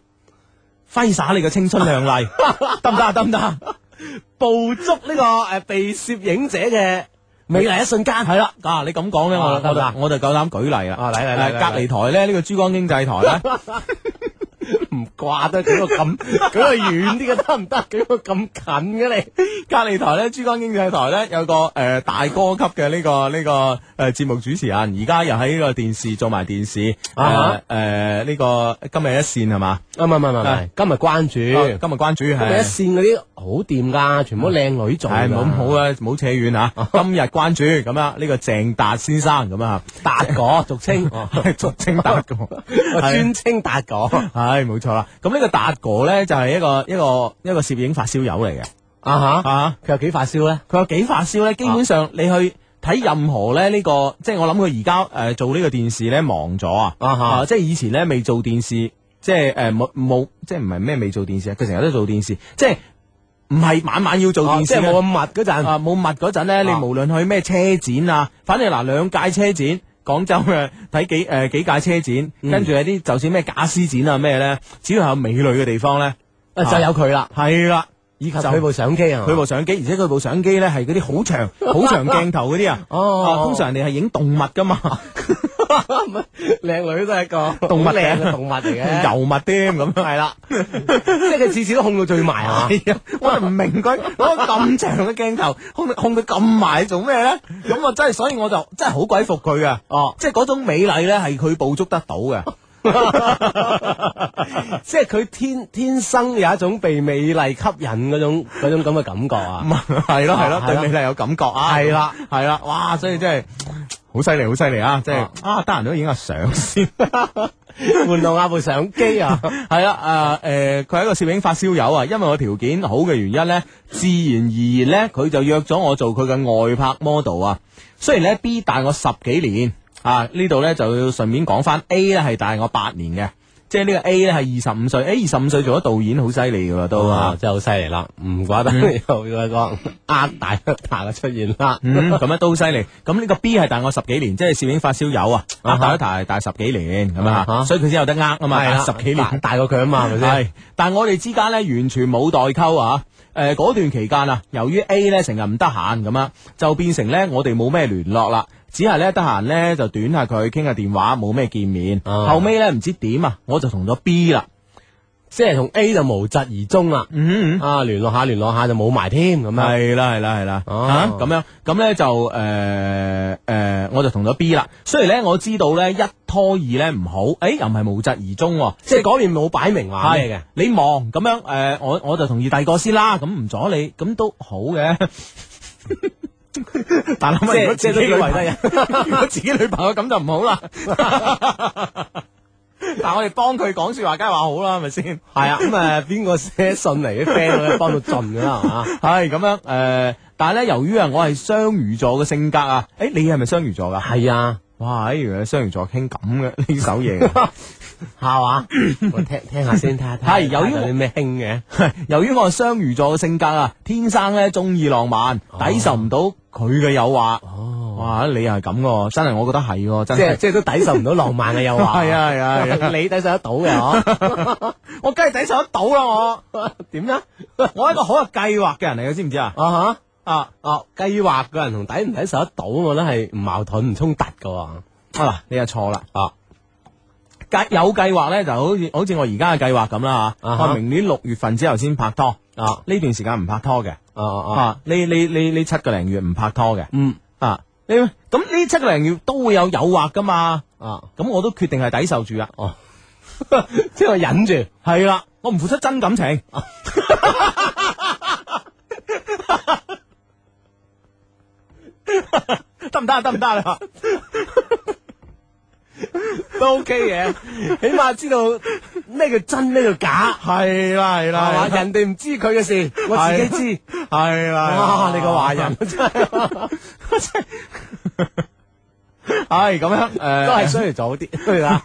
Speaker 2: 揮灑你嘅青春靚 麗，得唔得啊？得唔得啊？
Speaker 3: 捕捉呢個誒被攝影者嘅美麗一瞬間，
Speaker 2: 系啦， 啊你咁講咧，我
Speaker 3: 啊得唔得
Speaker 2: 我就我就够胆舉例啦。
Speaker 3: 啊嚟嚟
Speaker 2: 誒
Speaker 3: 嚟嚟
Speaker 2: 隔離台咧呢個珠江經濟台咧，
Speaker 3: 唔掛得舉個 咁，舉個遠啲嘅得唔得？舉個咁近嘅你，
Speaker 2: 隔離台咧珠江經濟台咧有個诶大哥級嘅呢個呢個诶节目主持人，而家又喺呢個電視做埋電視
Speaker 3: 啊
Speaker 2: 诶诶呃呢個今日一線係嘛？
Speaker 3: 啊唔係唔係唔係，今日關注，
Speaker 2: 今日
Speaker 3: 今
Speaker 2: 關注
Speaker 3: 日一
Speaker 2: 係。
Speaker 3: 線嗰啲好掂㗎，全部都靚女做
Speaker 2: 系
Speaker 3: 㗎，
Speaker 2: 冇咁 好啊，唔好扯遠啊！今日關注咁啊，呢個鄭達先生咁啊，
Speaker 3: 達哥俗稱，我
Speaker 2: 俗稱達 哥，係
Speaker 3: 專稱達哥。
Speaker 2: 系冇錯啦。咁呢個達哥咧就係一個一個一個攝影發燒友嚟嘅。
Speaker 3: 啊吓，
Speaker 2: 啊！
Speaker 3: 佢有幾發燒咧？
Speaker 2: 佢有幾發燒咧？基
Speaker 3: 啊
Speaker 2: 本上你去睇任何咧呢、呢個，即係我諗佢而家誒呃做呢個電視咧忙咗啊！
Speaker 3: 啊哈
Speaker 2: 即係以前咧未做電視，即係誒冇冇，即係唔係咩未做電視啊？佢成日都做電視，即係唔係晚晚要做
Speaker 3: 啊
Speaker 2: 電
Speaker 3: 即
Speaker 2: 視
Speaker 3: 係
Speaker 2: 嘅、
Speaker 3: 冇咁密嗰陣。
Speaker 2: 啊冇密嗰陣咧，你
Speaker 3: 啊
Speaker 2: 無論去咩車展啊，反正嗱兩屆車展。廣州嘅 睇幾誒、呃、幾屆車展，
Speaker 3: 嗯
Speaker 2: 跟住有啲就算咩假絲展啊咩咧，只要係有美女嘅地方咧，
Speaker 3: 啊就有佢啦，
Speaker 2: 係啦，
Speaker 3: 以及
Speaker 2: 就
Speaker 3: 佢部相機啊，
Speaker 2: 佢部相機，而且佢部相機咧係嗰啲好長、 好長鏡頭嗰啲啊。
Speaker 3: 哦
Speaker 2: 啊通常人哋係影動物噶 嘛，
Speaker 3: 靚女都係一個
Speaker 2: 動物
Speaker 3: 好
Speaker 2: 嚟嘅
Speaker 3: 靚嘅動物 嚟嘅，
Speaker 2: 尤物添咁樣係啦。
Speaker 3: 即係佢次次都控到最埋啊！
Speaker 2: 係啊，我就唔明佢攞個咁長嘅鏡頭控控到咁埋做咩咧？咁我真係，所以我就真係好鬼服佢噶。
Speaker 3: 哦，
Speaker 2: 即係嗰種美麗咧，係佢捕捉得到嘅。
Speaker 3: 即係佢天天生有一種被美麗吸引嗰種嗰種咁嘅感 覺啊！
Speaker 2: 係咯係咯
Speaker 3: 啊，係
Speaker 2: 對
Speaker 3: 咯
Speaker 2: 美麗有感覺啊。
Speaker 3: 係啦
Speaker 2: 係啦，哇！所以真係好犀利，好犀利啊！即係
Speaker 3: 啊
Speaker 2: 啊，得閒都影下相先。
Speaker 3: 換到
Speaker 2: 嗯
Speaker 3: 下部相機啊！
Speaker 2: 系啦，诶、誒，佢係一個攝影發燒友啊，因為我條件好嘅原因呢，自然而然呢，佢就約咗我做佢嘅外拍 model 啊。雖然呢 B 大我十幾年啊，呢度呢就要順便講翻 A 呢係大我八年嘅，即係呢個 A 呢係二十五歲，誒二十五歲做咗導演好犀利噶啦都
Speaker 3: 哇
Speaker 2: 啊，。
Speaker 3: 真係好犀利啦！唔怪得又有一個呃大呃大嘅出現啦。
Speaker 2: 嗯，咁樣都好犀利。咁呢個 B 係大我十幾年，即係攝影發燒友啊，
Speaker 3: 啊
Speaker 2: 啊
Speaker 3: 哈
Speaker 2: 大一大大十幾年咁
Speaker 3: 啊
Speaker 2: 啊，
Speaker 3: 哈
Speaker 2: 所以佢先有得呃 啊嘛，
Speaker 3: 係啦
Speaker 2: 十幾年
Speaker 3: 大。大過佢啊嘛，係咪先？
Speaker 2: 系，但我哋之間咧完全冇代溝啊！诶、嗰段期間啊，由於 A 咧成日唔得閒咁啊，就變成咧我哋冇咩聯絡啦，只係咧得閒咧就短下佢傾下電話，冇咩見面。
Speaker 3: 啊
Speaker 2: 後尾咧唔知點啊，我就同咗 B 啦。
Speaker 3: 即係同 A 就無疾而終啦。
Speaker 2: 嗯
Speaker 3: 啊，聯絡下聯絡下就冇埋添咁樣。
Speaker 2: 系啦，系啦，系啦，
Speaker 3: 哦
Speaker 2: 啊咁樣咁咧就诶诶，我就同咗 B 啦。雖然咧我知道咧一拖二咧唔好，诶、又唔係無疾而終喎，
Speaker 3: 即係嗰邊冇擺明話咩
Speaker 2: 係
Speaker 3: 嘅。
Speaker 2: 你忙咁樣诶、誒我我就同意第二個先啦，咁唔阻你，咁都好 嘅。但諗下如果
Speaker 3: 即
Speaker 2: 自己
Speaker 3: 係即係都
Speaker 2: 女
Speaker 3: 以為
Speaker 2: 朋友， 如果自己女朋友咁就唔好啦。 但係我哋幫佢講说話，梗係話好啦，係咪先？
Speaker 3: 系啊，咁啊，邊個寫信嚟啲 friend 咧，幫到盡噶啦，係啊嘛？
Speaker 2: 係咁樣诶、誒但係咧，由於啊，我係雙魚座嘅性格啊，诶、你係咪雙魚座噶？
Speaker 3: 係 啊，
Speaker 2: 哇，哎誒原來雙魚座傾咁 嘅呢首嘢。
Speaker 3: 係嘛？我聽聽下先，睇下睇下
Speaker 2: 係由於
Speaker 3: 有啲咩興嘅，
Speaker 2: 由於我係雙魚座嘅性格啊，天生咧中意浪漫，抵受唔到佢嘅誘惑。
Speaker 3: 哦，
Speaker 2: 哇！你又係咁喎，真係我覺得係喎，真
Speaker 3: 即係
Speaker 2: 係。
Speaker 3: 即係都抵受唔到浪漫嘅誘 惑。
Speaker 2: 係啊係啊係啊
Speaker 3: 你抵受得到嘅嗬？
Speaker 2: 我梗係抵受得到啦，我
Speaker 3: 點咧？
Speaker 2: 我係一個好有計劃嘅人嚟嘅，知唔知啊？
Speaker 3: 啊
Speaker 2: 啊
Speaker 3: 吓，哦，計劃嘅人同抵唔抵受得到，我覺得啊係唔矛盾唔衝突噶喎。
Speaker 2: 啊嗱，你又錯啦
Speaker 3: 啊！
Speaker 2: 計有計劃咧，就好似好似我而家嘅計劃咁啦吓。
Speaker 3: 啊哈
Speaker 2: 我明年六月份之後先拍拖，
Speaker 3: 啊
Speaker 2: 呢段時間唔拍拖嘅。
Speaker 3: 啊啊，
Speaker 2: 啊，呢呢呢呢七個零月唔拍拖嘅。
Speaker 3: 嗯
Speaker 2: 啊，你咁呢七個零月都會有誘惑噶嘛？
Speaker 3: 啊，
Speaker 2: 咁我都決定係抵受住啦。
Speaker 3: 哦，即係我忍住。
Speaker 2: 係啦，我唔付出真感情。得唔得啊？得唔得啊？
Speaker 3: 都 OK 嘅，起碼知道咩叫真咩叫假，
Speaker 2: 係啦係
Speaker 3: 係嘛？
Speaker 2: 係
Speaker 3: 人哋唔知佢嘅事，我自己知。
Speaker 2: 係啦
Speaker 3: 哇！，你個華人真係
Speaker 2: 係咁樣誒，
Speaker 3: 都係需要早啲，對啦。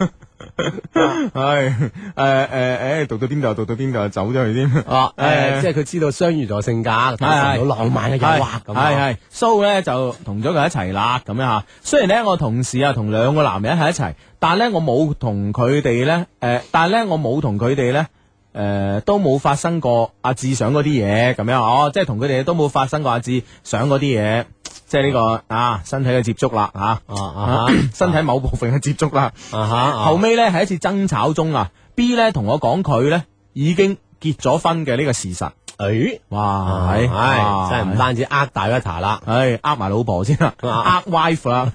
Speaker 2: 係誒誒誒，讀到邊度讀到邊度，走咗去添。
Speaker 3: 哦，
Speaker 2: 誒
Speaker 3: 誒，即係佢知道雙魚座性格，感受
Speaker 2: 哎
Speaker 3: 到浪漫嘅誘惑咁啊。
Speaker 2: 系系，so 咧哎就同咗佢一齊啦，咁樣吓。雖然咧我同事啊同兩個男人喺一齊，但咧我冇同佢哋咧，诶、但係咧我冇同佢哋咧。诶、都冇發生過阿志想嗰啲嘢咁樣哦，即係同佢哋都冇發生過阿志想嗰啲嘢，即係呢、個啊身體嘅接觸啦，啊，
Speaker 3: 啊啊
Speaker 2: 身體某部分嘅接觸啦。
Speaker 3: 哈啊哈，
Speaker 2: 後尾咧喺一次爭吵中啊，B 咧同我講佢咧已經結咗婚嘅呢個事實，
Speaker 3: 誒，
Speaker 2: 哇，哎
Speaker 3: 係
Speaker 2: 哇
Speaker 3: 係哎啊真係唔單止呃大一茶啦，
Speaker 2: 唉，呃埋老婆先啦，呃
Speaker 3: 啊
Speaker 2: wife 啦，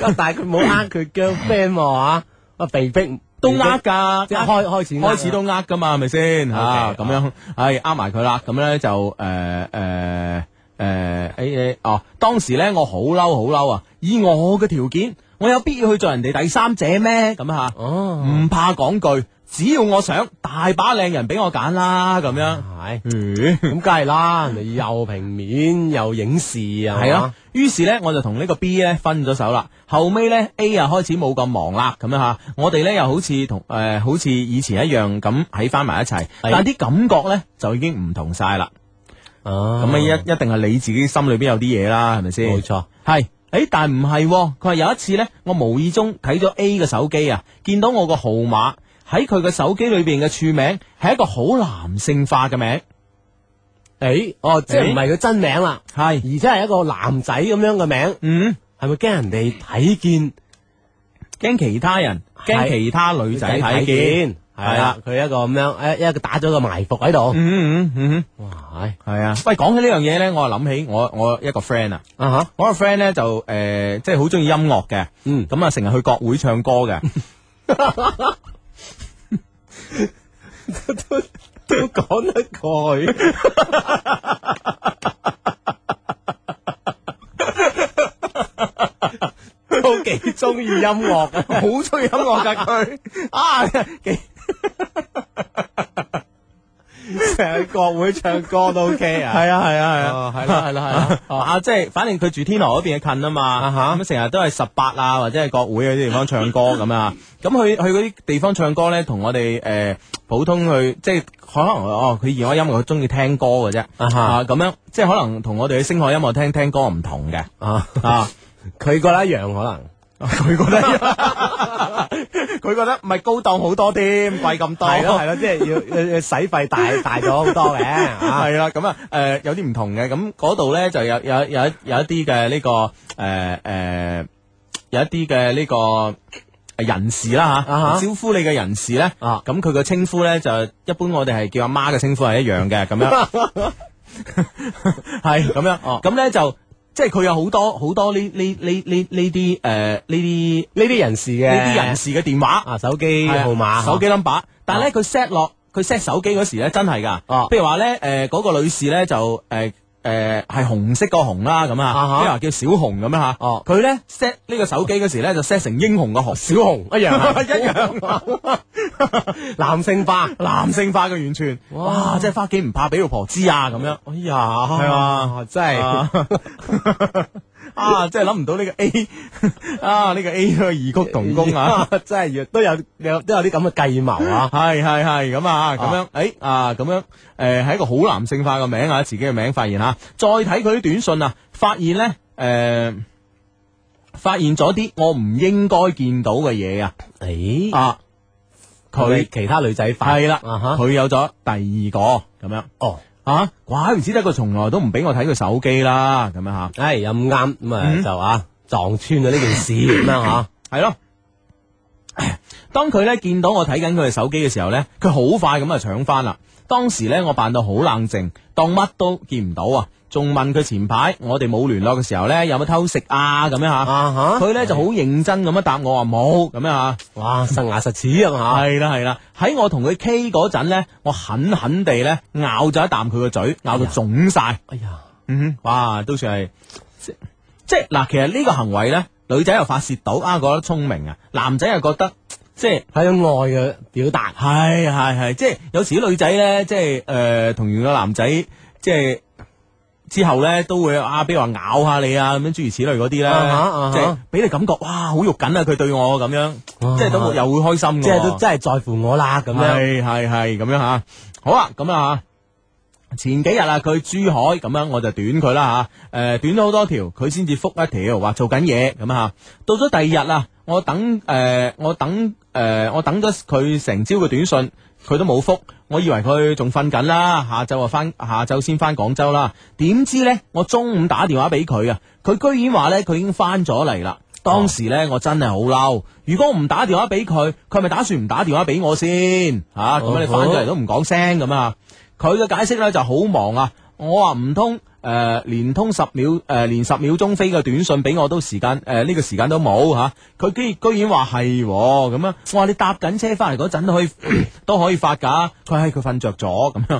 Speaker 3: 但係佢冇呃佢 girlfriend 喎嚇，啊被逼
Speaker 2: 都呃噶，
Speaker 3: 即係開開始呃
Speaker 2: 开始都呃噶嘛，系咪先吓？
Speaker 3: OK，
Speaker 2: 咁樣，唉，呃埋佢啦，咁咧就诶诶诶诶诶，哦，當時咧我好嬲好嬲啊！以我嘅條件，我有必要去做人哋第三者咩？咁吓，
Speaker 3: 哦
Speaker 2: 唔怕講句，只要我想，大把靚人俾我揀啦，咁樣。
Speaker 3: 係
Speaker 2: 嗯
Speaker 3: 咁梗係啦，人哋又平面又影視啊，
Speaker 2: 系咯，，於是呢，我就同呢個 B 呢分咗手啦。後尾呢 A 啊開始冇咁忙啦，咁樣吓，我哋呢又好似同诶、好似以前一樣咁喺翻埋一齊，但啲感覺呢就已經唔同晒啦。
Speaker 3: 啊
Speaker 2: 咁啊一一定係你自己心裏邊有啲嘢啦，係咪先？
Speaker 3: 冇錯。
Speaker 2: 系。诶，但唔係喎，佢話有一次呢，我無意中睇咗 A 嘅手機啊，見到我個號碼喺佢嘅手機裏邊嘅署名係一個好男性化嘅名，
Speaker 3: 诶，哦，即系唔系佢真名啦，而
Speaker 2: 係，
Speaker 3: 真系一个男仔咁样嘅名，
Speaker 2: 嗯，
Speaker 3: 系咪惊人哋睇見
Speaker 2: 驚其他人，驚
Speaker 3: 係
Speaker 2: 其他女仔睇見，
Speaker 3: 系
Speaker 2: 係啦
Speaker 3: 啦，佢一個咁樣，一一個打咗個埋伏喺度，
Speaker 2: 嗯嗯嗯
Speaker 3: 哇，係
Speaker 2: 嗯，系啊。喂，講起呢樣嘢呢，我就諗起我我一個 friend 啊，
Speaker 3: 啊吓，
Speaker 2: 我個 friend 呢，就诶、呃即係好中意音樂嘅，
Speaker 3: 嗯，
Speaker 2: 咁啊成日去國會唱歌 嘅。
Speaker 3: 都講得過去，都幾中意音樂嘅，
Speaker 2: 好中意音樂噶佢 啊，幾
Speaker 3: 成日國會唱歌都 OK
Speaker 2: 係啊
Speaker 3: 啊，
Speaker 2: 係啊係啊。
Speaker 3: 哦，係啦係啦係啦， 哦
Speaker 2: 啊，即係反正佢住天河嗰邊嘅近啊嘛，咁成日都係十八啊或者係國會嗰啲地方唱歌咁 啊，咁去去嗰啲地方唱歌咧，同我哋诶普通去即係可能哦，佢熱愛音樂佢中意聽歌嘅啫，
Speaker 3: 啊哈
Speaker 2: 啊咁樣即係可能同我哋去星海音樂廳聽歌唔同 嘅，
Speaker 3: 啊，
Speaker 2: 啊
Speaker 3: 佢覺得一樣可 能。
Speaker 2: 佢覺得 佢覺得唔係高檔好多添，貴咁多，
Speaker 3: 系咯系咯，即系要要要使費 大大咗好多嘅，啊
Speaker 2: 系啦，咁啊，诶、有啲唔同嘅，咁嗰度咧就有有有一有一啲嘅呢個诶诶、誒有一啲嘅呢個人士啦吓，
Speaker 3: 啊哈
Speaker 2: 招呼你嘅人士咧，
Speaker 3: 啊
Speaker 2: 咁佢嘅稱呼咧就一般我哋係叫阿媽嘅稱呼係一樣嘅，咁樣 係咁樣，
Speaker 3: 哦
Speaker 2: 咁咧、就即係佢有好多好多呢呢呢呢呢啲诶呢啲
Speaker 3: 呢啲人士嘅
Speaker 2: 呢啲人士嘅電話。
Speaker 3: 啊，手機
Speaker 2: 係啊
Speaker 3: 號碼、
Speaker 2: 手 機 number，但係咧
Speaker 3: 啊
Speaker 2: 佢 set 落佢 set 手機嗰時咧真係㗎，
Speaker 3: 啊
Speaker 2: 譬如話咧誒嗰個女士咧就呃誒誒係紅色個紅啦咁啊，
Speaker 3: 啊哈
Speaker 2: 譬如話叫小紅咁樣嚇，
Speaker 3: 哦
Speaker 2: 佢咧 set 呢個手機嗰時咧就 set 成英雄個紅，
Speaker 3: 小紅一樣 啊
Speaker 2: 一樣
Speaker 3: 男性化，
Speaker 2: 男性化嘅完全，
Speaker 3: 哇
Speaker 2: 哇！即係花幾唔怕俾老婆知啊咁樣，
Speaker 3: 哎呀，係
Speaker 2: 啊，
Speaker 3: 真係
Speaker 2: 啊 啊！即係諗唔到呢個 A 啊呢個 A 呢個異曲同 工
Speaker 3: 哎
Speaker 2: 啊！，
Speaker 3: 真係要都有有都有啲咁嘅計謀啊，
Speaker 2: 系系系咁啊，咁样，诶啊，咁样，诶，系一个好男性化嘅名啊，自己嘅名發現吓，再睇佢啲短信啊，發現咧，诶，發現咗啲我唔應該見到嘅嘢啊，
Speaker 3: 誒，
Speaker 2: 啊，
Speaker 3: 佢
Speaker 2: 佢
Speaker 3: 其他女仔化
Speaker 2: 係啦，
Speaker 3: 啊哈，
Speaker 2: 佢有咗第二個咁樣
Speaker 3: 哦，
Speaker 2: 啊，怪唔之得佢從來都唔俾我睇佢手機啦，咁樣吓，
Speaker 3: 唉，又咁啱咁啊
Speaker 2: 嗯
Speaker 3: 就啊撞穿咗呢件事咁樣啊嚇，
Speaker 2: 係咯。 當佢咧見到我睇緊佢嘅手機嘅時候咧，佢好快咁啊搶翻啦。當時咧我扮到好冷靜，當乜都見唔到啊，仲問佢前排我哋冇聯絡嘅時候咧有冇偷食啊咁樣吓。
Speaker 3: 啊哈，
Speaker 2: 佢咧就好認真咁樣啊答我話冇咁樣吓。
Speaker 3: 哇實牙實齒啊
Speaker 2: 係啦係啦，喺我同佢 K 嗰陣咧，我狠狠地咧咬咗一啖佢個嘴，咬到腫晒。
Speaker 3: 嚇，哎呀，
Speaker 2: 嗯，哇，都算係即即係嗱，其實呢個行為咧，女仔又發泄到啊，覺得聰明啊，男仔又覺得即係。
Speaker 3: 係種愛嘅表達，
Speaker 2: 系系系，即系有時啲女仔咧，即係诶同完個男仔，即係之後咧都會啊，比如話咬下你啊，咁樣諸如此類嗰啲咧，
Speaker 3: 啊哈啊哈
Speaker 2: 即係俾你感覺哇，好肉緊啊！佢對我咁樣，
Speaker 3: 啊
Speaker 2: 即係都又會開心嘅喎，
Speaker 3: 即係都真係在乎我啦咁樣。
Speaker 2: 係係係咁樣吓，好啊，咁啊吓。前幾日啊，佢珠海咁樣，我就短佢啦吓，誒、短咗好多條，佢先至覆一條，話做緊嘢咁啊。到咗第二日啊，我等誒、我等誒、我等咗佢成朝嘅短信，佢都冇覆，我以為佢仲瞓緊啦，下晝啊翻，下晝先翻廣州啦。點知呢，我中午打電話俾佢啊，佢居然話呢，佢已經翻咗嚟啦。當時呢，我真係好嬲。如果我唔打電話俾佢，佢係咪打算唔打電話俾我先嚇？啊咁、你翻咗嚟都唔講聲咁啊？佢嘅解釋呢就好忙啊。我話唔通誒連通十秒誒、呃連十秒鐘飛嘅短信俾我都時間誒呢、個時間都冇嚇。佢、居居然話係喎咁樣，我話你搭緊車翻嚟嗰陣都可以 都可以發㗎。佢哎係佢瞓着咗咁樣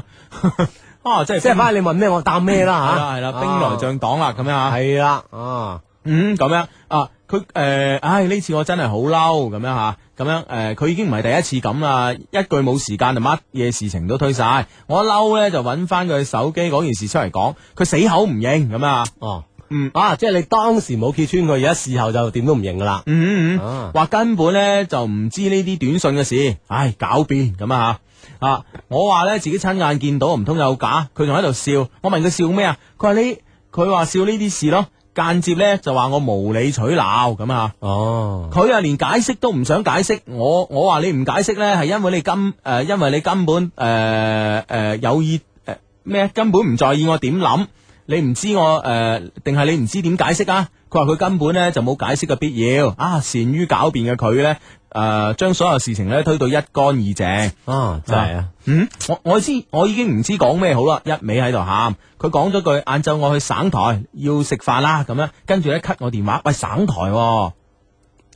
Speaker 2: 啊！即係
Speaker 3: 即係反正你問咩我答咩啦
Speaker 2: 係
Speaker 3: 吓，
Speaker 2: 啦係啦，兵來將擋啦咁樣啊！
Speaker 3: 係啦啊，
Speaker 2: 嗯，咁樣啊，佢誒、呃唉，呢次我真係好嬲咁樣嚇。咁樣诶，佢、已經唔係第一次咁啦，一句冇時間就乜嘢事情都推晒。我一嬲咧就揾翻佢手機嗰件事出嚟講，佢死口唔認咁啊。
Speaker 3: 哦，
Speaker 2: 嗯
Speaker 3: 啊，即係你當時冇揭穿佢，而家事後就點都唔認噶啦。
Speaker 2: 嗯嗯
Speaker 3: 啊
Speaker 2: 嗯，話根本咧就唔知呢啲短信嘅事，唉，狡辯咁啊吓啊！我話咧自己親眼見到，唔通有假？佢仲喺度笑，我問佢笑咩啊？佢話呢，佢話笑呢啲事咯，間接咧就話我無理取鬧咁啊！
Speaker 3: 哦，
Speaker 2: 佢啊連解釋都唔想解釋，我我話你唔解釋咧係因為你根诶、因為你根本诶诶、呃有意诶咩、根本唔在意我點諗，你唔知我诶定係你唔知點解釋啊？佢話佢根本咧就冇解釋嘅必要啊！善於狡辯嘅佢咧诶，將所有事情咧推到一乾二淨。
Speaker 3: 啊，真係啊，
Speaker 2: 嗯，我我知，我已經唔知講咩好啦，一味喺度喊。佢講咗句晏晝我去省台要食飯啦，咁樣跟住咧 cut 我電話，喂省台、喎，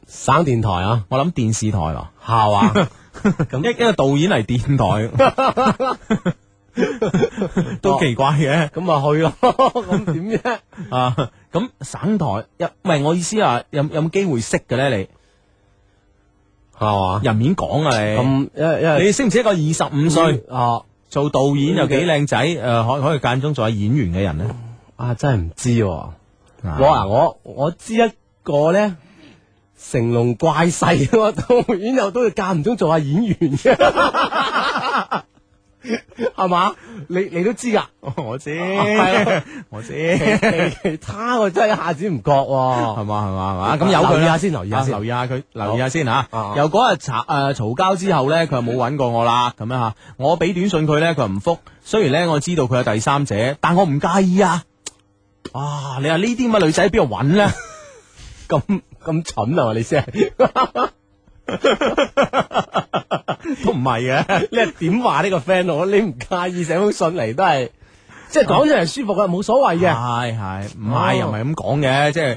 Speaker 3: 省電台啊，
Speaker 2: 我諗電視台咯。
Speaker 3: 下話
Speaker 2: 一一个导演嚟 電台，都奇怪嘅
Speaker 3: 咁啊去咯， 咁點啫？
Speaker 2: 啊！咁省台一唔係我意思啊，有有冇機會識嘅咧？你
Speaker 3: 係嘛？
Speaker 2: 人面講啊你，
Speaker 3: 咁因因為
Speaker 2: 你識唔識一個二十五歲
Speaker 3: 哦
Speaker 2: 做導演又幾靚仔诶，呃可可以間中做下演員嘅人呢？
Speaker 3: 啊，真係唔知喎。我
Speaker 2: 哇！
Speaker 3: 啊，我我知一個咧，成龍怪世 喎，導演又都要間唔中做下演員嘅，係嘛？你你都知㗎，
Speaker 2: 我知
Speaker 3: 係，
Speaker 2: 我知，
Speaker 3: 其其他我真係一下子唔覺
Speaker 2: 係嘛
Speaker 3: 喎。
Speaker 2: 係嘛係嘛，哦啊咁由佢
Speaker 3: 留意
Speaker 2: 啦
Speaker 3: 下。先，留意下
Speaker 2: 啊
Speaker 3: 先哦
Speaker 2: 留。意下佢，留意下先吓
Speaker 3: 啊。
Speaker 2: 由嗰日吵誒嘈交之後咧，佢又冇揾過我啦，咁樣吓。我俾短信佢咧，佢又唔復。雖然咧我知道佢係第三者，但我唔介意 啊。啊，你話呢啲咁嘅女仔喺邊度揾咧？
Speaker 3: 咁咁蠢啊！你 先係，
Speaker 2: 都唔係嘅，
Speaker 3: 你係點話呢個 friend 我？你唔介意寫封信嚟都係，即係講出嚟舒服嘅，冇所謂嘅。
Speaker 2: 係係，唔
Speaker 3: 哦
Speaker 2: 係又唔係咁講嘅，即係。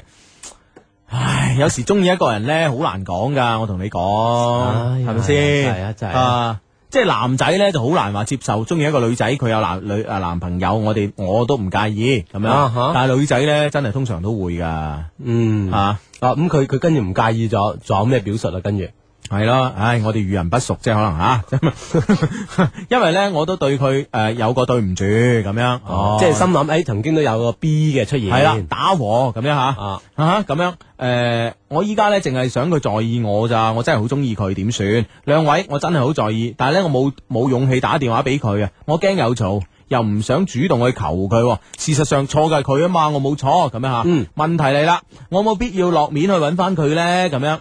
Speaker 2: 唉，有時中意一個人咧，好難講噶。我同你講，
Speaker 3: 哎呀
Speaker 2: 係咪先？
Speaker 3: 係啊真係啊
Speaker 2: 啊！即係男仔咧，就好難話接受中意一個女仔，佢有男女啊男朋友，我哋我都唔介意咁樣。
Speaker 3: 啊哈
Speaker 2: 但係女仔咧，真係通常都會噶
Speaker 3: 嗯啊，
Speaker 2: 嚇，
Speaker 3: 咁佢佢跟住唔介意咗，仲有咩表述啊？跟住。
Speaker 2: 係咯、唉，我哋遇人不淑啫，可能嚇。因為咧，我都對佢誒、呃有個對唔住咁樣，
Speaker 3: 即係心諗，诶，曾經都有個 B 嘅出現，
Speaker 2: 哦係啦，打和咁樣嚇。
Speaker 3: 啊，
Speaker 2: 啊咁樣，诶、我依家咧淨係想佢在意我咋，我真係好中意佢，點算？兩位，我真係好在意，但係咧我冇冇勇氣打電話俾佢啊，我驚有嘈，又唔想主動去求佢喎。事實上錯嘅係佢啊嘛，我冇錯咁樣吓。
Speaker 3: 嗯，
Speaker 2: 問題嚟啦，我有冇必要落面去揾翻佢咧？咁樣。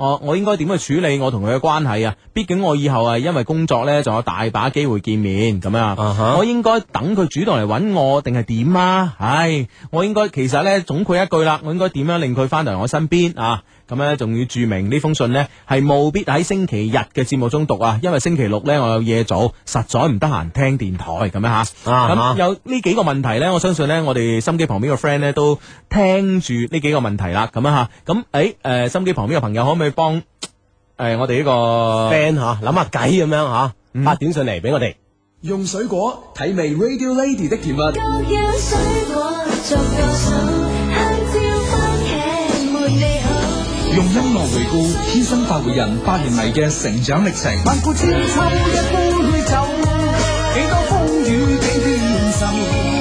Speaker 2: 我我應該點去處理我同佢嘅關係啊？畢竟我以後係因為工作咧，仲有大把機會見面咁樣啊。
Speaker 3: 啊哈
Speaker 2: 我應該等佢主動嚟揾我，定係點啊？唉，我應該其實咧總括一句啦，我應該點樣令佢翻嚟我身邊啊？咁咧仲要注明呢封信呢，係務必喺星期日嘅節目中讀啊，因為星期六呢，我有嘢做，實在唔得閒聽電台咁樣吓。
Speaker 3: 啊哈
Speaker 2: 咁有呢幾個問題呢，我相信呢，我哋心機旁邊嘅 friend 呢都聽住呢幾個問題啦，咁樣吓。咁誒誒，心機旁邊嘅朋友可唔可以幫誒、我哋呢、個
Speaker 3: friend 啊吓，諗下計咁樣
Speaker 2: 嗯
Speaker 3: 吓，發短信嚟俾我哋。
Speaker 4: 用水果體味 Radio Lady 的甜蜜，
Speaker 1: 夠要水果，足夠數，香蕉番茄沒你好。
Speaker 4: 用音樂回顧天生快活人八年嚟嘅成長歷程。萬古千秋一杯酒，幾多風雨幾段愁。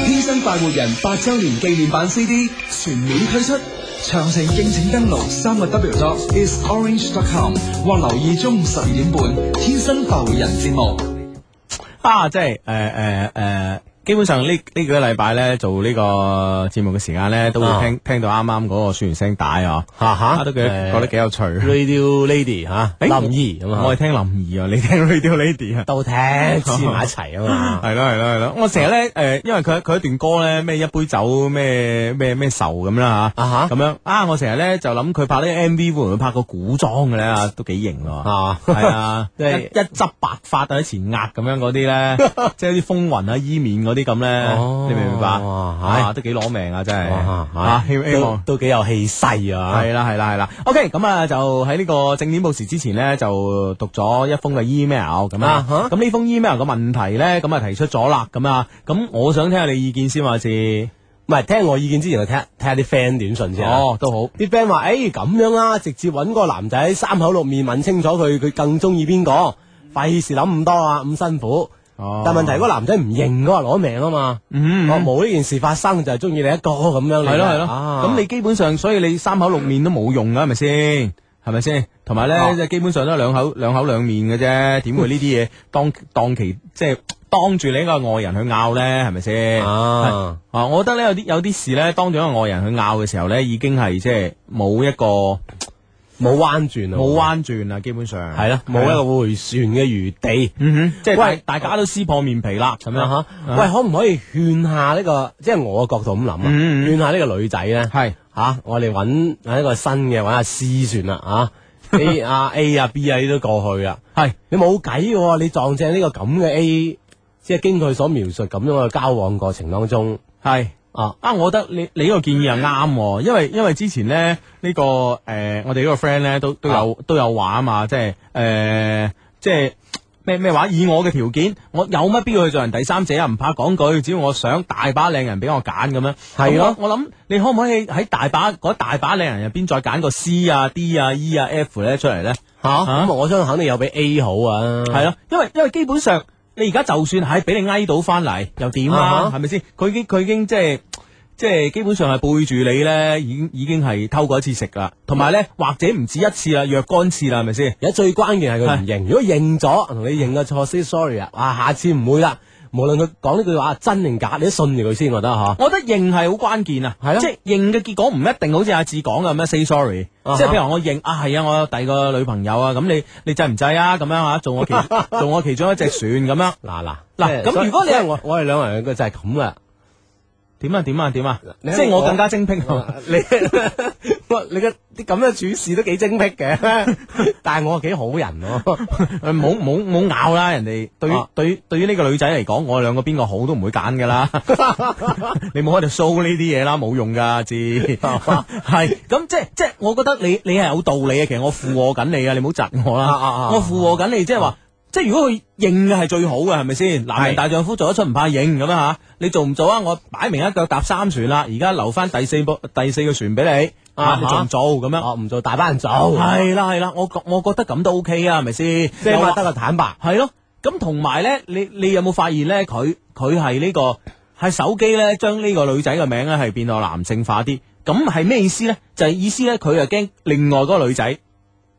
Speaker 4: 天生快活人八週年紀念版 CD 全面推出，詳情敬請登錄三個 W dot isorange.com 或留意中午十二點半天生快活人節目。
Speaker 2: 啊，即係誒誒誒，基本上呢呢幾個禮拜咧做呢個節目嘅時間咧，都會
Speaker 3: 啊
Speaker 2: 聽、聽到啱啱嗰個宣傳聲帶啊，
Speaker 3: 吓吓
Speaker 2: 啊都幾、覺得幾有趣。
Speaker 3: Radio Lady 吓，
Speaker 2: 誒
Speaker 3: 林怡咁
Speaker 2: 我
Speaker 3: 啊
Speaker 2: 係，聽林怡啊，你聽 Radio Lady 啊。
Speaker 3: 到 聽黐埋一齊啊嘛。
Speaker 2: 係咯係咯係咯，我成日咧诶，誒因為佢佢一段歌咧咩一杯酒咩咩咩愁咁啦吓，
Speaker 3: 啊哈
Speaker 2: 咁樣啊，我成日咧就諗佢拍呢個 M V 會唔會拍個古裝嘅咧啊，都幾型喎。
Speaker 3: 啊，
Speaker 2: 系啊，
Speaker 3: 即
Speaker 2: 一
Speaker 3: 係
Speaker 2: 一執白髮啊，喺前額咁樣嗰啲 咧，即係啲風雲啊、衣面嗰啲咁咧，
Speaker 3: 哦
Speaker 2: 你明唔明白？
Speaker 3: 哇
Speaker 2: 啊，都幾攞命啊，真係
Speaker 3: 哇
Speaker 2: 啊，希希
Speaker 3: 都
Speaker 2: 望。
Speaker 3: 都幾有氣勢啊。
Speaker 2: 系啦系啦系啦，OK，咁啊就喺呢個正點報時之前呢，就讀咗一封嘅 email 咁
Speaker 3: 啊
Speaker 2: 啊，
Speaker 3: 哈
Speaker 2: 咁呢封 email 嘅問題呢，咁啊提出咗啦，咁啊，咁我想聽下你意見先話事，
Speaker 3: 唔係聽我意見之前，就睇睇下啲 friend 短信先啊。
Speaker 2: 哦，都好。
Speaker 3: 啲 friend 話：，诶咁樣啦，直接揾個男仔三口六面問清楚佢，佢更中意邊個，費事諗咁多啊，咁辛苦。
Speaker 2: 哦
Speaker 3: 但問題嗰個男仔唔認嗰個攞命啊嘛，
Speaker 2: 嗯
Speaker 3: 我冇呢件事發生就係中意你一個咁樣
Speaker 2: 系
Speaker 3: 嚟嘅。
Speaker 2: 咯系咯，
Speaker 3: 啊
Speaker 2: 咁你基本上所以你三口六面都冇用噶，啊系咪先？系咪先？同埋咧，
Speaker 3: 啊
Speaker 2: 即係基本上都係兩口兩口兩面嘅啫，點會呢啲嘢當當其即係當住你一個外人去拗咧？係咪先？
Speaker 3: 啊，
Speaker 2: 啊，我覺得咧有啲有啲事咧，當咗一個外人去拗嘅時候咧，已經係即係冇一個
Speaker 3: 冇彎轉啊，
Speaker 2: 冇彎轉啦，基本上
Speaker 3: 係啊啦，冇一個回旋嘅餘地。
Speaker 2: 嗯哼，即係
Speaker 3: 喂
Speaker 2: 大大家都撕破面皮啦，咁樣
Speaker 3: 啊吓，喂，可唔可以勸下呢個，即係我嘅角度咁諗啊，
Speaker 2: 嗯嗯
Speaker 3: 勸下呢個女仔咧，
Speaker 2: 係
Speaker 3: 吓、我哋揾揾一個新嘅，揾下 C 算啦，啊 A 啊 A 啊 B 啊呢都過去啦，
Speaker 2: 係
Speaker 3: 你冇計喎，你撞正呢個咁嘅 A，即係經佢所描述咁樣嘅交往過程當中，
Speaker 2: 係。
Speaker 3: 啊，
Speaker 2: 啊，我覺得你你呢個建議係啱喎，因為因為之前咧呢、呢個誒、呃我哋呢個 friend 咧都都有、都有話啊嘛，即係誒、呃即係咩咩話？以我嘅條件，我有乜必要去做人第三者啊？唔怕講句，只要我想大把靚人俾我揀咁樣。
Speaker 3: 係咯
Speaker 2: 咁我我諗你可唔可以喺大把嗰大把靚人入邊再揀個 C 啊、D 啊、E 啊、F 咧出嚟咧？
Speaker 3: 吓、
Speaker 2: 啊
Speaker 3: 咁我相信肯定有比 A 好啊，
Speaker 2: 係咯，因為因為基本上你而家就算係俾你挨到翻嚟，又點
Speaker 3: 啊
Speaker 2: 啊？
Speaker 3: 哈
Speaker 2: 係咪先？佢已經佢已經即係即係基本上係背住你咧，已經已經係偷過一次食啦，同埋咧或者唔止一次啦，若干次啦，係咪先？
Speaker 3: 而家最關鍵係佢唔認，如果認咗，同你認個錯 say sorry 啊，哇，下次唔會啦，無論佢講呢句話真定假，你都信住佢先，我覺得吓。
Speaker 2: 我覺得認係好關鍵啊，
Speaker 3: 係咯
Speaker 2: 即係認嘅結果唔一定好似阿志講嘅咁樣 say sorry，
Speaker 3: 啊哈
Speaker 2: 即係譬如我認啊係啊，我有第二個女朋友啊，咁你你制唔制啊？咁樣啊，做我 其做我其中一隻船咁樣，
Speaker 3: 嗱嗱
Speaker 2: 嗱咁
Speaker 3: 即係
Speaker 2: 如果你
Speaker 3: 所以我我哋兩人嘅就係咁啦，
Speaker 2: 點啊點啊點啊，即
Speaker 3: 你
Speaker 2: 係我
Speaker 3: 我
Speaker 2: 更加精闢 啊。
Speaker 3: 你我你嘅啲咁嘅處事都幾精辟 嘅，但係我幾好人咯，
Speaker 2: 誒冇冇冇咬啦！人哋對於
Speaker 3: 啊
Speaker 2: 對於對於呢個女仔嚟講，我哋兩個邊個好都唔會揀噶 啦。你冇喺度 show 呢啲嘢啦，冇用噶，知 係咁即係即係，我覺得你你係有道理嘅。其實我附和緊你啊，你唔好窒我
Speaker 3: 啊啊
Speaker 2: 啦
Speaker 3: 啊。
Speaker 2: 我附和緊你，即係話。即係如果佢認嘅係最好嘅，係咪先？男人
Speaker 3: 嗯係
Speaker 2: 大丈夫做得出唔怕認咁樣吓，你做唔做啊？我擺明一腳踏三船啦，而家留翻第四部第四個船俾你
Speaker 3: 啊
Speaker 2: 啊，你做唔做咁樣？
Speaker 3: 我唔做大班人做，
Speaker 2: 係啦係啦，我覺我覺得咁都 OK 啊，係咪先？
Speaker 3: 即
Speaker 2: 又
Speaker 3: 係
Speaker 2: 話
Speaker 3: 得個坦白，
Speaker 2: 系咯，咁同埋咧，你你有冇發現咧？佢佢系呢個係手機咧，將呢個女仔嘅名咧係變到男性化啲。咁係咩意思咧？就係、意思咧，佢又驚另外嗰個女仔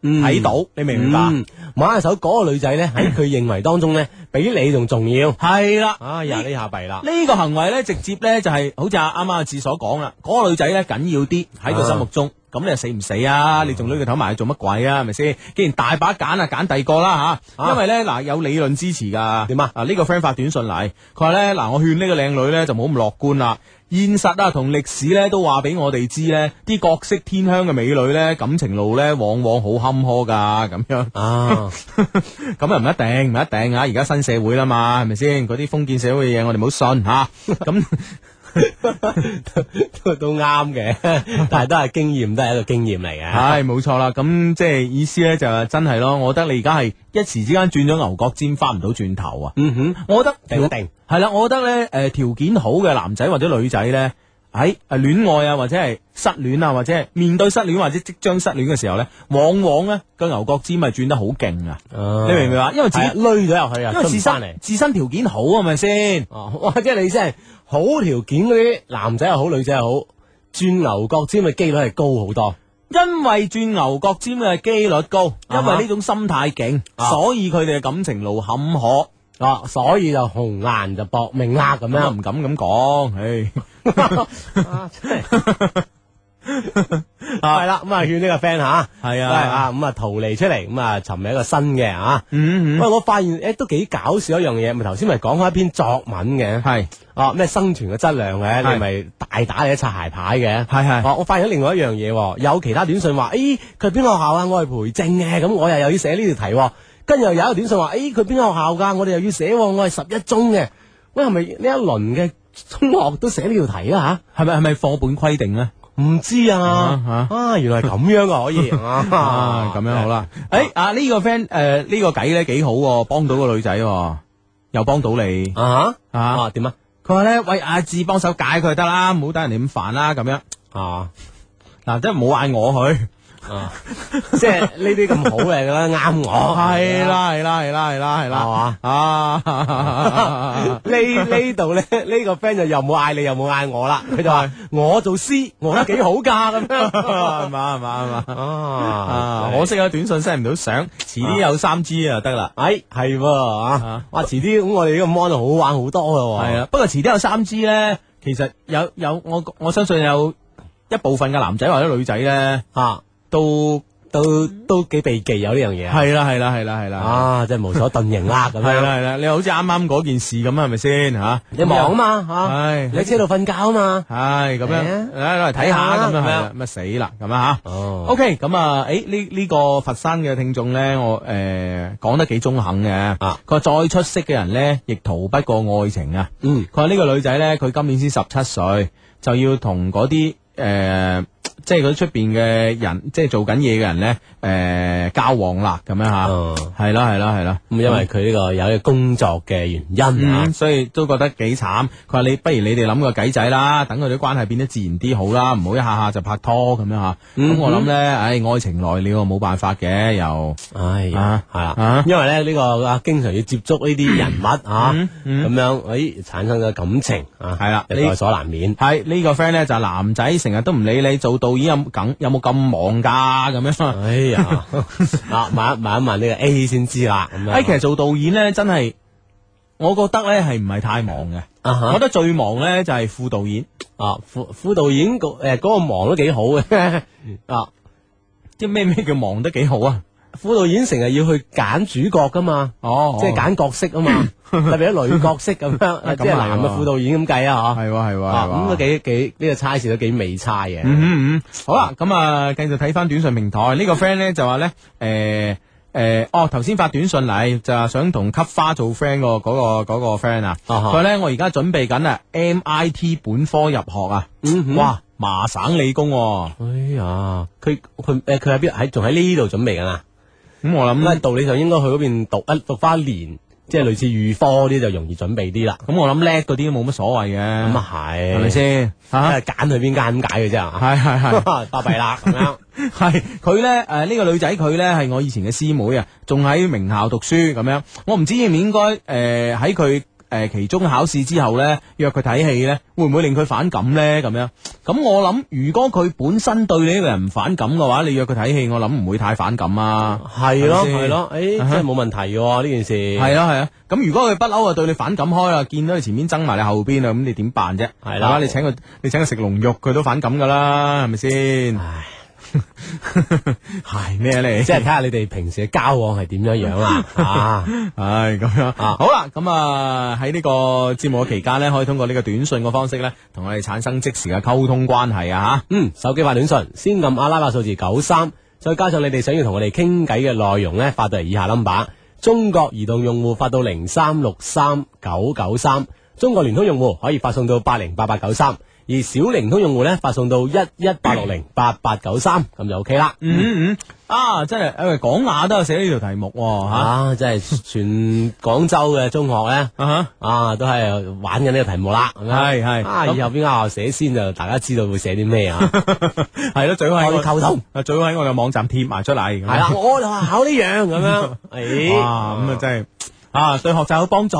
Speaker 2: 睇
Speaker 3: 睇
Speaker 2: 到，
Speaker 3: 到。
Speaker 2: 你明唔明白？
Speaker 3: 嗯，馬下手嗰個女仔咧，喺佢認為當中咧，比你仲重要。
Speaker 2: 係啦、
Speaker 3: 哎呀，呢下弊啦，
Speaker 2: 呢個行為咧，直接咧就係、好似阿啱啱阿志所講啦，嗰、個女仔咧緊要啲喺佢心目中，咁、你又死唔死啊？你仲攞佢頭埋去做乜鬼啊？係咪先？既然大把揀啊，揀第二個啦吓，
Speaker 3: 啊
Speaker 2: 因為咧嗱有理論支持㗎。
Speaker 3: 點啊？
Speaker 2: 啊呢、個 friend 發短信嚟，佢話咧嗱，我勸呢個靚女咧就冇咁樂觀啦。現實啊同歷史咧都話俾我哋知咧，啲國色天香嘅美女咧感情路咧往往好坎坷㗎咁樣。
Speaker 3: 啊，
Speaker 2: 咁又唔一定，唔一定啊！而家新社會啦嘛，係咪先？嗰啲封建社會嘅嘢，我哋唔好信 吓。咁、
Speaker 3: 都都啱嘅，但係都係經驗，都係一個經驗嚟嘅。
Speaker 2: 唉，冇錯啦，咁即係意思咧就係真係咯，我覺得你而家係一時之間轉咗牛角尖，翻唔到轉頭啊！
Speaker 3: 嗯哼，
Speaker 2: 我覺得
Speaker 3: 定一定
Speaker 2: 係啦，我覺得咧誒、呃、條件好嘅男仔或者女仔咧，喺誒戀愛啊或者係失戀啊或者係面對失戀或者即將失戀嘅時候咧，往往咧個牛角尖咪轉得好勁啊！你
Speaker 3: 你
Speaker 2: 明唔明啊？因為自
Speaker 3: 係啊
Speaker 2: 己
Speaker 3: 攣咗入去啊，
Speaker 2: 因為
Speaker 3: 出唔
Speaker 2: 自
Speaker 3: 翻嚟
Speaker 2: 身。自身條件好啊係咪先？
Speaker 3: 哦，哇！即係你真係好條件嗰啲男仔又好，女仔又好，轉牛角尖嘅機率係高好多。
Speaker 2: 因為轉牛角尖嘅機率高，因為呢種心態勁，
Speaker 3: 啊
Speaker 2: 所以佢哋嘅感情路坎坷。
Speaker 3: 啊，所以就紅顏就搏命啦咁
Speaker 2: 咁又啊
Speaker 3: 樣
Speaker 2: 唔。敢咁講，唉，
Speaker 3: 係啦，咁啊勸呢個 friend 吓，
Speaker 2: 係
Speaker 3: 喂
Speaker 2: 啊
Speaker 3: 啊咁啊逃離出嚟，咁啊尋日一個新嘅啊。
Speaker 2: 嗯
Speaker 3: 喂，我發現誒都幾搞笑一樣嘢，咪頭先咪講開一篇作文嘅，
Speaker 2: 係
Speaker 3: 啊咩生存嘅質量嘅，
Speaker 2: 係
Speaker 3: 你咪大打你一擦鞋牌嘅。
Speaker 2: 係係
Speaker 3: 哦，我發現咗另外一樣嘢喎，有其他短信話，誒佢邊個學校啊？我係培正嘅，咁我又又要寫呢條題喎。跟住又有一個短信話，誒佢邊個學校㗎？我哋又要寫喎，我係十一中嘅。喂，係咪呢一輪嘅中學都寫呢條題啊？
Speaker 2: 係咪係咪課本規定咧？
Speaker 3: 吓，唔知啊
Speaker 2: 啊，
Speaker 3: 啊原來係咁樣啊，可以哎啊
Speaker 2: 啊，咁樣好。啦。誒啊呢個 friend 誒呢個計咧幾好喎，幫到個女仔喎，又幫到你
Speaker 3: 啊
Speaker 2: 啊。
Speaker 3: 啊點啊？
Speaker 2: 佢話咧喂阿志幫手解佢得啦，唔好等人哋咁煩啦咁樣啊。嗱，真係冇嗌我去，
Speaker 3: 即係呢啲咁好嘅啦，啱我
Speaker 2: 係。啦係啦係啦係啦係
Speaker 3: 係
Speaker 2: 啦
Speaker 3: 嘛，
Speaker 2: 啊，
Speaker 3: 呢呢度咧，呢個 friend 就又冇嗌你，又冇嗌我啦。佢就話我做 C，我都幾好噶咁樣。
Speaker 2: 係嘛係嘛係嘛，
Speaker 3: 啊
Speaker 2: 啊，可惜有短信 send 唔到相，遲啲有三 G 啊得啦。
Speaker 3: 哎，系喎啊
Speaker 2: 啊！
Speaker 3: 哇，遲啲咁我哋呢個 mon 好玩好多噶喎。
Speaker 2: 系啊，不過遲啲有三支咧，其實有有我我相信有一部分嘅男仔或者女仔咧，
Speaker 3: 啊，
Speaker 2: 都
Speaker 3: 都都幾避忌有呢樣嘢啊。
Speaker 2: 係啦係啦係啦係啦，
Speaker 3: 啊，真係無所遁形啦咁
Speaker 2: 係啦
Speaker 3: 樣。
Speaker 2: 係啦，你好似啱啱嗰件事咁啊，係咪先吓？
Speaker 3: 你忙啊嘛
Speaker 2: 唉
Speaker 3: 嚇，你喺車度瞓覺啊嘛。
Speaker 2: 唉咁樣，
Speaker 3: 係啊
Speaker 2: 嚟嚟睇下咁樣
Speaker 3: 係啊
Speaker 2: 係啦，咁啊死啦咁啊吓。
Speaker 3: 哦
Speaker 2: OK，咁啊，诶呢呢個佛山嘅聽眾咧，我诶講得幾中肯嘅，
Speaker 3: 啊
Speaker 2: 佢話再出色嘅人咧，亦逃不過愛情啊。
Speaker 3: 嗯
Speaker 2: 佢話呢個女仔呢，佢今年先十七歲，就要同嗰啲誒，即係嗰出邊嘅人，即係做緊嘢嘅人呢，誒、交往啦，咁樣嚇，
Speaker 3: 哦
Speaker 2: 係啦係啦係啦，
Speaker 3: 咁因為佢呢個有嘅工作嘅原因啊
Speaker 2: 嗯，。所以都覺得幾慘。佢話你不如你哋諗個計仔啦，等佢哋關係變得自然啲好啦，唔好一下下就拍拖咁樣嚇。咁、
Speaker 3: 嗯
Speaker 2: 我諗呢，唉、愛情來了冇辦法嘅又。
Speaker 3: 唉，系
Speaker 2: 啊
Speaker 3: 啦
Speaker 2: 啊，
Speaker 3: 因為咧呢個啊，经常要接觸呢啲人物啊，咁樣诶產生咗感情啊，
Speaker 2: 係啦
Speaker 3: 就
Speaker 2: 呢
Speaker 3: 在所難免。
Speaker 2: 系呢、個 friend 呢，就係男仔成日都唔理你做導演有冇梗有冇咁忙㗎咁樣。
Speaker 3: 哎 呀，啊問一問一問呢個 A 先知啦，咁
Speaker 2: 哎，
Speaker 3: 樣
Speaker 2: 其實做導演咧，真係我覺得咧係唔係太忙嘅。我
Speaker 3: 啊哈
Speaker 2: 覺得最忙咧就係副導演，
Speaker 3: 啊副副導演個诶嗰個忙都幾好嘅 啊，
Speaker 2: 即係咩咩叫忙得幾好啊？
Speaker 3: 副導演成日要去揀主角噶嘛，
Speaker 2: 哦
Speaker 3: 即係揀角色啊 嘛，特別啲女角色咁樣，
Speaker 2: 啊
Speaker 3: 即 係
Speaker 2: 咁啊
Speaker 3: 男嘅副導演咁計啊
Speaker 2: 係
Speaker 3: 嗬，
Speaker 2: 喎係喎
Speaker 3: 啊
Speaker 2: 係
Speaker 3: 咁都
Speaker 2: 喎。
Speaker 3: 幾幾呢個差事都幾未差嘅，
Speaker 2: 嗯嗯嗯，好啦，咁啊，繼續睇翻短信平台呢個 friend 咧就話咧，誒誒，哦頭先發短信嚟就話想同吸花做 friend 個嗰個嗰個 friend 啊，
Speaker 3: 啊哈
Speaker 2: 佢咧我而家準備緊啊 MIT 本科入學啊，哇麻省理工喎，
Speaker 3: 嗯哎呀，佢佢诶，佢喺邊喺仲喺呢度準備緊啊？
Speaker 2: 咁我
Speaker 3: 咁
Speaker 2: 諗
Speaker 3: 啊，道理上應該去嗰邊讀一讀翻一年，即係類似預科啲就容易準備啲啦。
Speaker 2: 咁我諗叻嗰啲冇乜所謂嘅，
Speaker 3: 咁
Speaker 2: 咁
Speaker 3: 啊係，
Speaker 2: 係咪？先嚇？
Speaker 3: 啊，揀去邊間咁解嘅啫啊，
Speaker 2: 係係係。
Speaker 3: 巴閉啦咁樣。
Speaker 2: 系佢咧，诶、呢、個女仔佢咧係我以前嘅師妹啊，仲喺名校讀書咁樣。我唔知應唔應該诶喺佢诶期中考試之後咧約佢睇戲咧，會唔會令佢反感咧？咁樣咁我諗，如果佢本身對你呢個人唔反感嘅話，你約佢睇戲，我諗唔會太反感啊。
Speaker 3: 係
Speaker 2: 係
Speaker 3: 咯
Speaker 2: 咪先
Speaker 3: 係咯，诶，
Speaker 2: 啊哈
Speaker 3: 真係冇問題嘅喎呢件事。
Speaker 2: 係啊係啊，咁如果佢不嬲啊對你反感開啦，見到你前面爭埋你後邊啊，咁你點辦啫？
Speaker 3: 係啦
Speaker 2: 係嘛你請佢你請佢食龍肉，佢都反感噶啦，係咪 先？
Speaker 3: 唉，
Speaker 2: 係咩啊嚟？
Speaker 3: 即係睇下你哋平時嘅交往係點樣 樣啦。啊，
Speaker 2: 唉，咁樣
Speaker 3: 啊
Speaker 2: 好啦，咁啊喺呢個節目嘅期間呢，可以通過呢個短信嘅方式呢，同我哋產生即時嘅溝通關係啊
Speaker 3: 嗯，手機發短信，先撳阿拉伯數字九三，再加上你哋想要同我哋傾偈嘅內容呢，發到嚟以下 number。中國移動用戶發到零三六三九九三，中國聯通用戶可以發送到八零八八九三，而小靈通用戶呢，發送到一一八六零八八九三，咁就 OK 啦。
Speaker 2: 嗯嗯啊，真係誒廣雅都有寫呢條題目喎嚇
Speaker 3: 啊，真係全廣州嘅中學呢，
Speaker 2: 啊哈
Speaker 3: 啊，都係玩緊呢個題目啦。咁樣
Speaker 2: 係係
Speaker 3: 啊，
Speaker 2: 咁
Speaker 3: 以後邊間學校寫先就大家知道會寫啲 咩啊？
Speaker 2: 係咯，最好喺
Speaker 3: 多
Speaker 2: 我
Speaker 3: 啲溝通。
Speaker 2: 啊，最好喺我嘅網站貼埋出嚟。係
Speaker 3: 系啦，，我就話考呢樣咁 樣，诶，
Speaker 2: 哇，咁啊真係啊，對學習有幫助。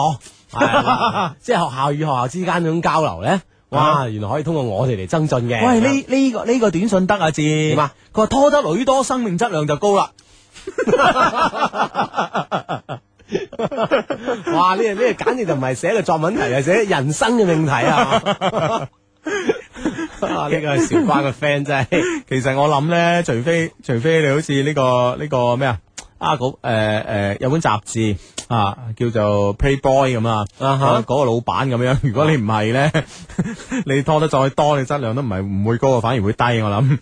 Speaker 3: 係啦即係學校與學校之間嗰種交流咧，哇，原來可以通過我哋嚟增進嘅。
Speaker 2: 喂，呢呢個呢個短信得啊，志點
Speaker 3: 啊？
Speaker 2: 佢話拖得女多，生命質量就高啦。
Speaker 3: 哇，呢個呢個簡直就唔係寫個作文題，係寫人生嘅命題 啊！啊呢個小關嘅 friend 真係
Speaker 2: 其實我諗咧，除非除非你好似呢、個呢、個咩啊？啊，嗰誒誒有本雜誌啊，叫做 Playboy 咁啊，
Speaker 3: 啊
Speaker 2: 嗰、
Speaker 3: 哈
Speaker 2: 個老闆咁樣。如果你唔係咧，你拖得再多，你質量都唔係唔會高，反而會低。我諗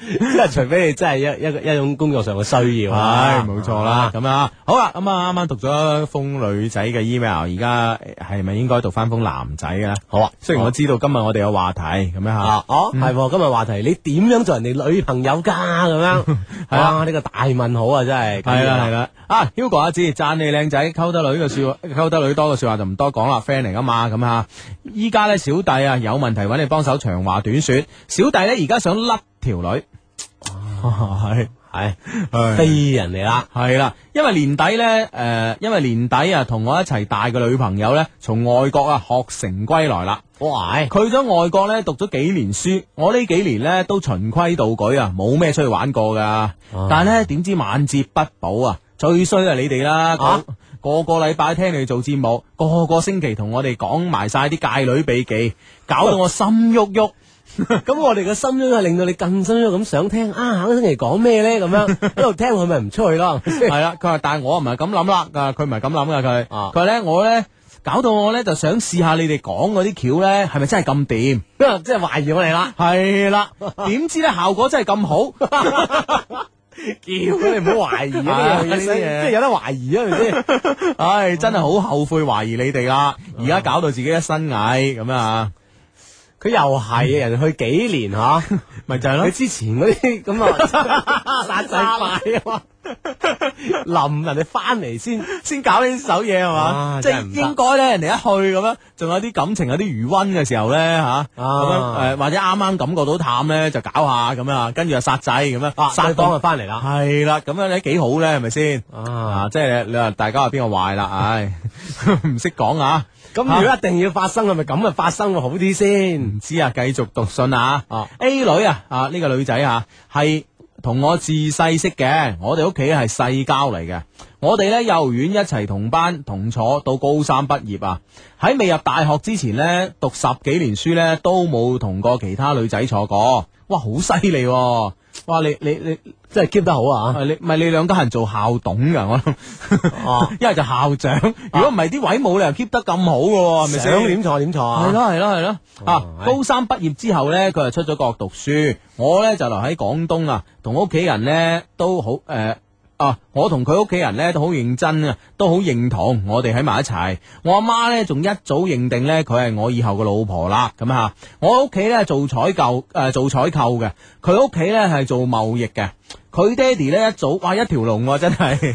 Speaker 3: 即係除非你真係一一個一種工作上嘅需要
Speaker 2: 唉
Speaker 3: 啊，
Speaker 2: 冇錯啦。咁哎啊，好啦，咁啊，啱啱讀咗封女仔嘅 email，而家係咪應該讀翻封男仔嘅咧？
Speaker 3: 好啊，
Speaker 2: 雖然我知道今日我哋有話題咁樣嚇。
Speaker 3: 啊，哦，係喎，今日話題你點樣做人哋女朋友㗎咁樣？
Speaker 2: 係啊
Speaker 3: 哇，呢個大問問好啊，真係
Speaker 2: 系啦系啦，啊 Hugo 阿志讚你靚仔，溝得女嘅说話，溝得女多嘅说話就唔多講啦，friend 嚟噶嘛咁吓。依家咧小弟啊有問題揾你幫手長話短說，小弟咧而家想甩條女，哦係
Speaker 3: 係
Speaker 2: 係
Speaker 3: 飛人嚟啦，
Speaker 2: 系啦，因为年底呢，诶、因为年底啊，同我一齐大嘅女朋友呢，從外國啊學成歸來啦。
Speaker 3: 哇！
Speaker 2: 去咗外國呢，讀咗幾年書，我呢幾年呢，都循規蹈矩啊，冇咩出去玩過
Speaker 3: 啊
Speaker 2: 噶。但系呢，點知晚節不保啊，最衰係你哋啦。
Speaker 3: 啊
Speaker 2: 個個禮拜聽你做節目，個個星期同我哋講埋晒啲界女秘技，搞到我心喐 喐。
Speaker 3: 咁我哋嘅心中係令到你更深咗咁想聽啊，下個星期講咩咧？咁樣 一路聽佢咪唔出去咯，
Speaker 2: 系啦，佢話但系我唔係咁諗啦，啊佢唔係咁諗噶，佢
Speaker 3: 啊
Speaker 2: 佢話咧我咧搞到我咧就想試下你哋講嗰啲橋咧係咪真係咁掂？
Speaker 3: 即係懷疑我哋啦。
Speaker 2: 係啦，點知咧效果真係咁 好，
Speaker 3: 叫你唔好懷疑
Speaker 2: 啊
Speaker 3: 啊！
Speaker 2: 呢
Speaker 3: 呢
Speaker 2: 樣嘢
Speaker 3: 樣嘢
Speaker 2: 即係
Speaker 3: 係有得懷疑啊，係咪先？
Speaker 2: 唉，真係好後悔懷疑你哋啦，而家搞到自己一身蟻咁啊，
Speaker 3: 佢又係人去幾年吓，
Speaker 2: 咪 就係
Speaker 3: 佢。之前嗰啲咁 啊殺晒快啊嘛，臨人哋翻嚟先
Speaker 2: 先搞呢首嘢係嘛，
Speaker 3: 啊
Speaker 2: 即
Speaker 3: 真係
Speaker 2: 係
Speaker 3: 唔得
Speaker 2: 應該咧，人哋一去咁樣，仲有啲感情有啲餘温嘅時候咧吓，咁樣
Speaker 3: 啊
Speaker 2: 诶或者啱啱感覺到淡咧就搞下咁啊，跟住又殺仔咁樣，殺
Speaker 3: 啊對
Speaker 2: 到
Speaker 3: 方就翻嚟啦。
Speaker 2: 系啦，咁样咧幾好咧，係咪先？啊，
Speaker 3: 啊！
Speaker 2: 即係你話大家話邊個壞啦，唉， 唔識講啊，
Speaker 3: 咁如果一定要發生，係咪咁啊發生會好啲先
Speaker 2: 唔？知啊，繼續讀信啊。
Speaker 3: 啊
Speaker 2: A 女啊，啊呢、個女仔啊，係同我自細識嘅，我哋屋企係世交嚟嘅。我哋呢幼兒園一齊同班同坐到高三畢業啊！喺未入大學之前呢，讀十幾年書呢，都冇同過其他女仔坐過。哇，好犀利喎！哇，你你你，
Speaker 3: 真係 keep 得好啊！
Speaker 2: 啊你唔係你兩家人做校董㗎，我諗。
Speaker 3: 哦，
Speaker 2: 一系就校長，如果唔係啲位冇理由 keep 得咁好嘅喎，係咪
Speaker 3: 想
Speaker 2: 先？
Speaker 3: 點錯點錯啊！
Speaker 2: 係，咯係咯係咯，啊！高三畢業之後呢，佢就出咗國讀書，我呢就留喺廣東啊，同屋企人呢都好誒。呃啊！我同佢屋企人呢都好認真啊，都好認同我哋喺埋一齊。我阿媽呢仲一早認定呢，佢係我以後嘅老婆啦。咁啊，我屋企呢做採購誒、呃做採購嘅，佢屋企呢係做貿易嘅。佢爹哋呢一早哇一條龍喎、真係。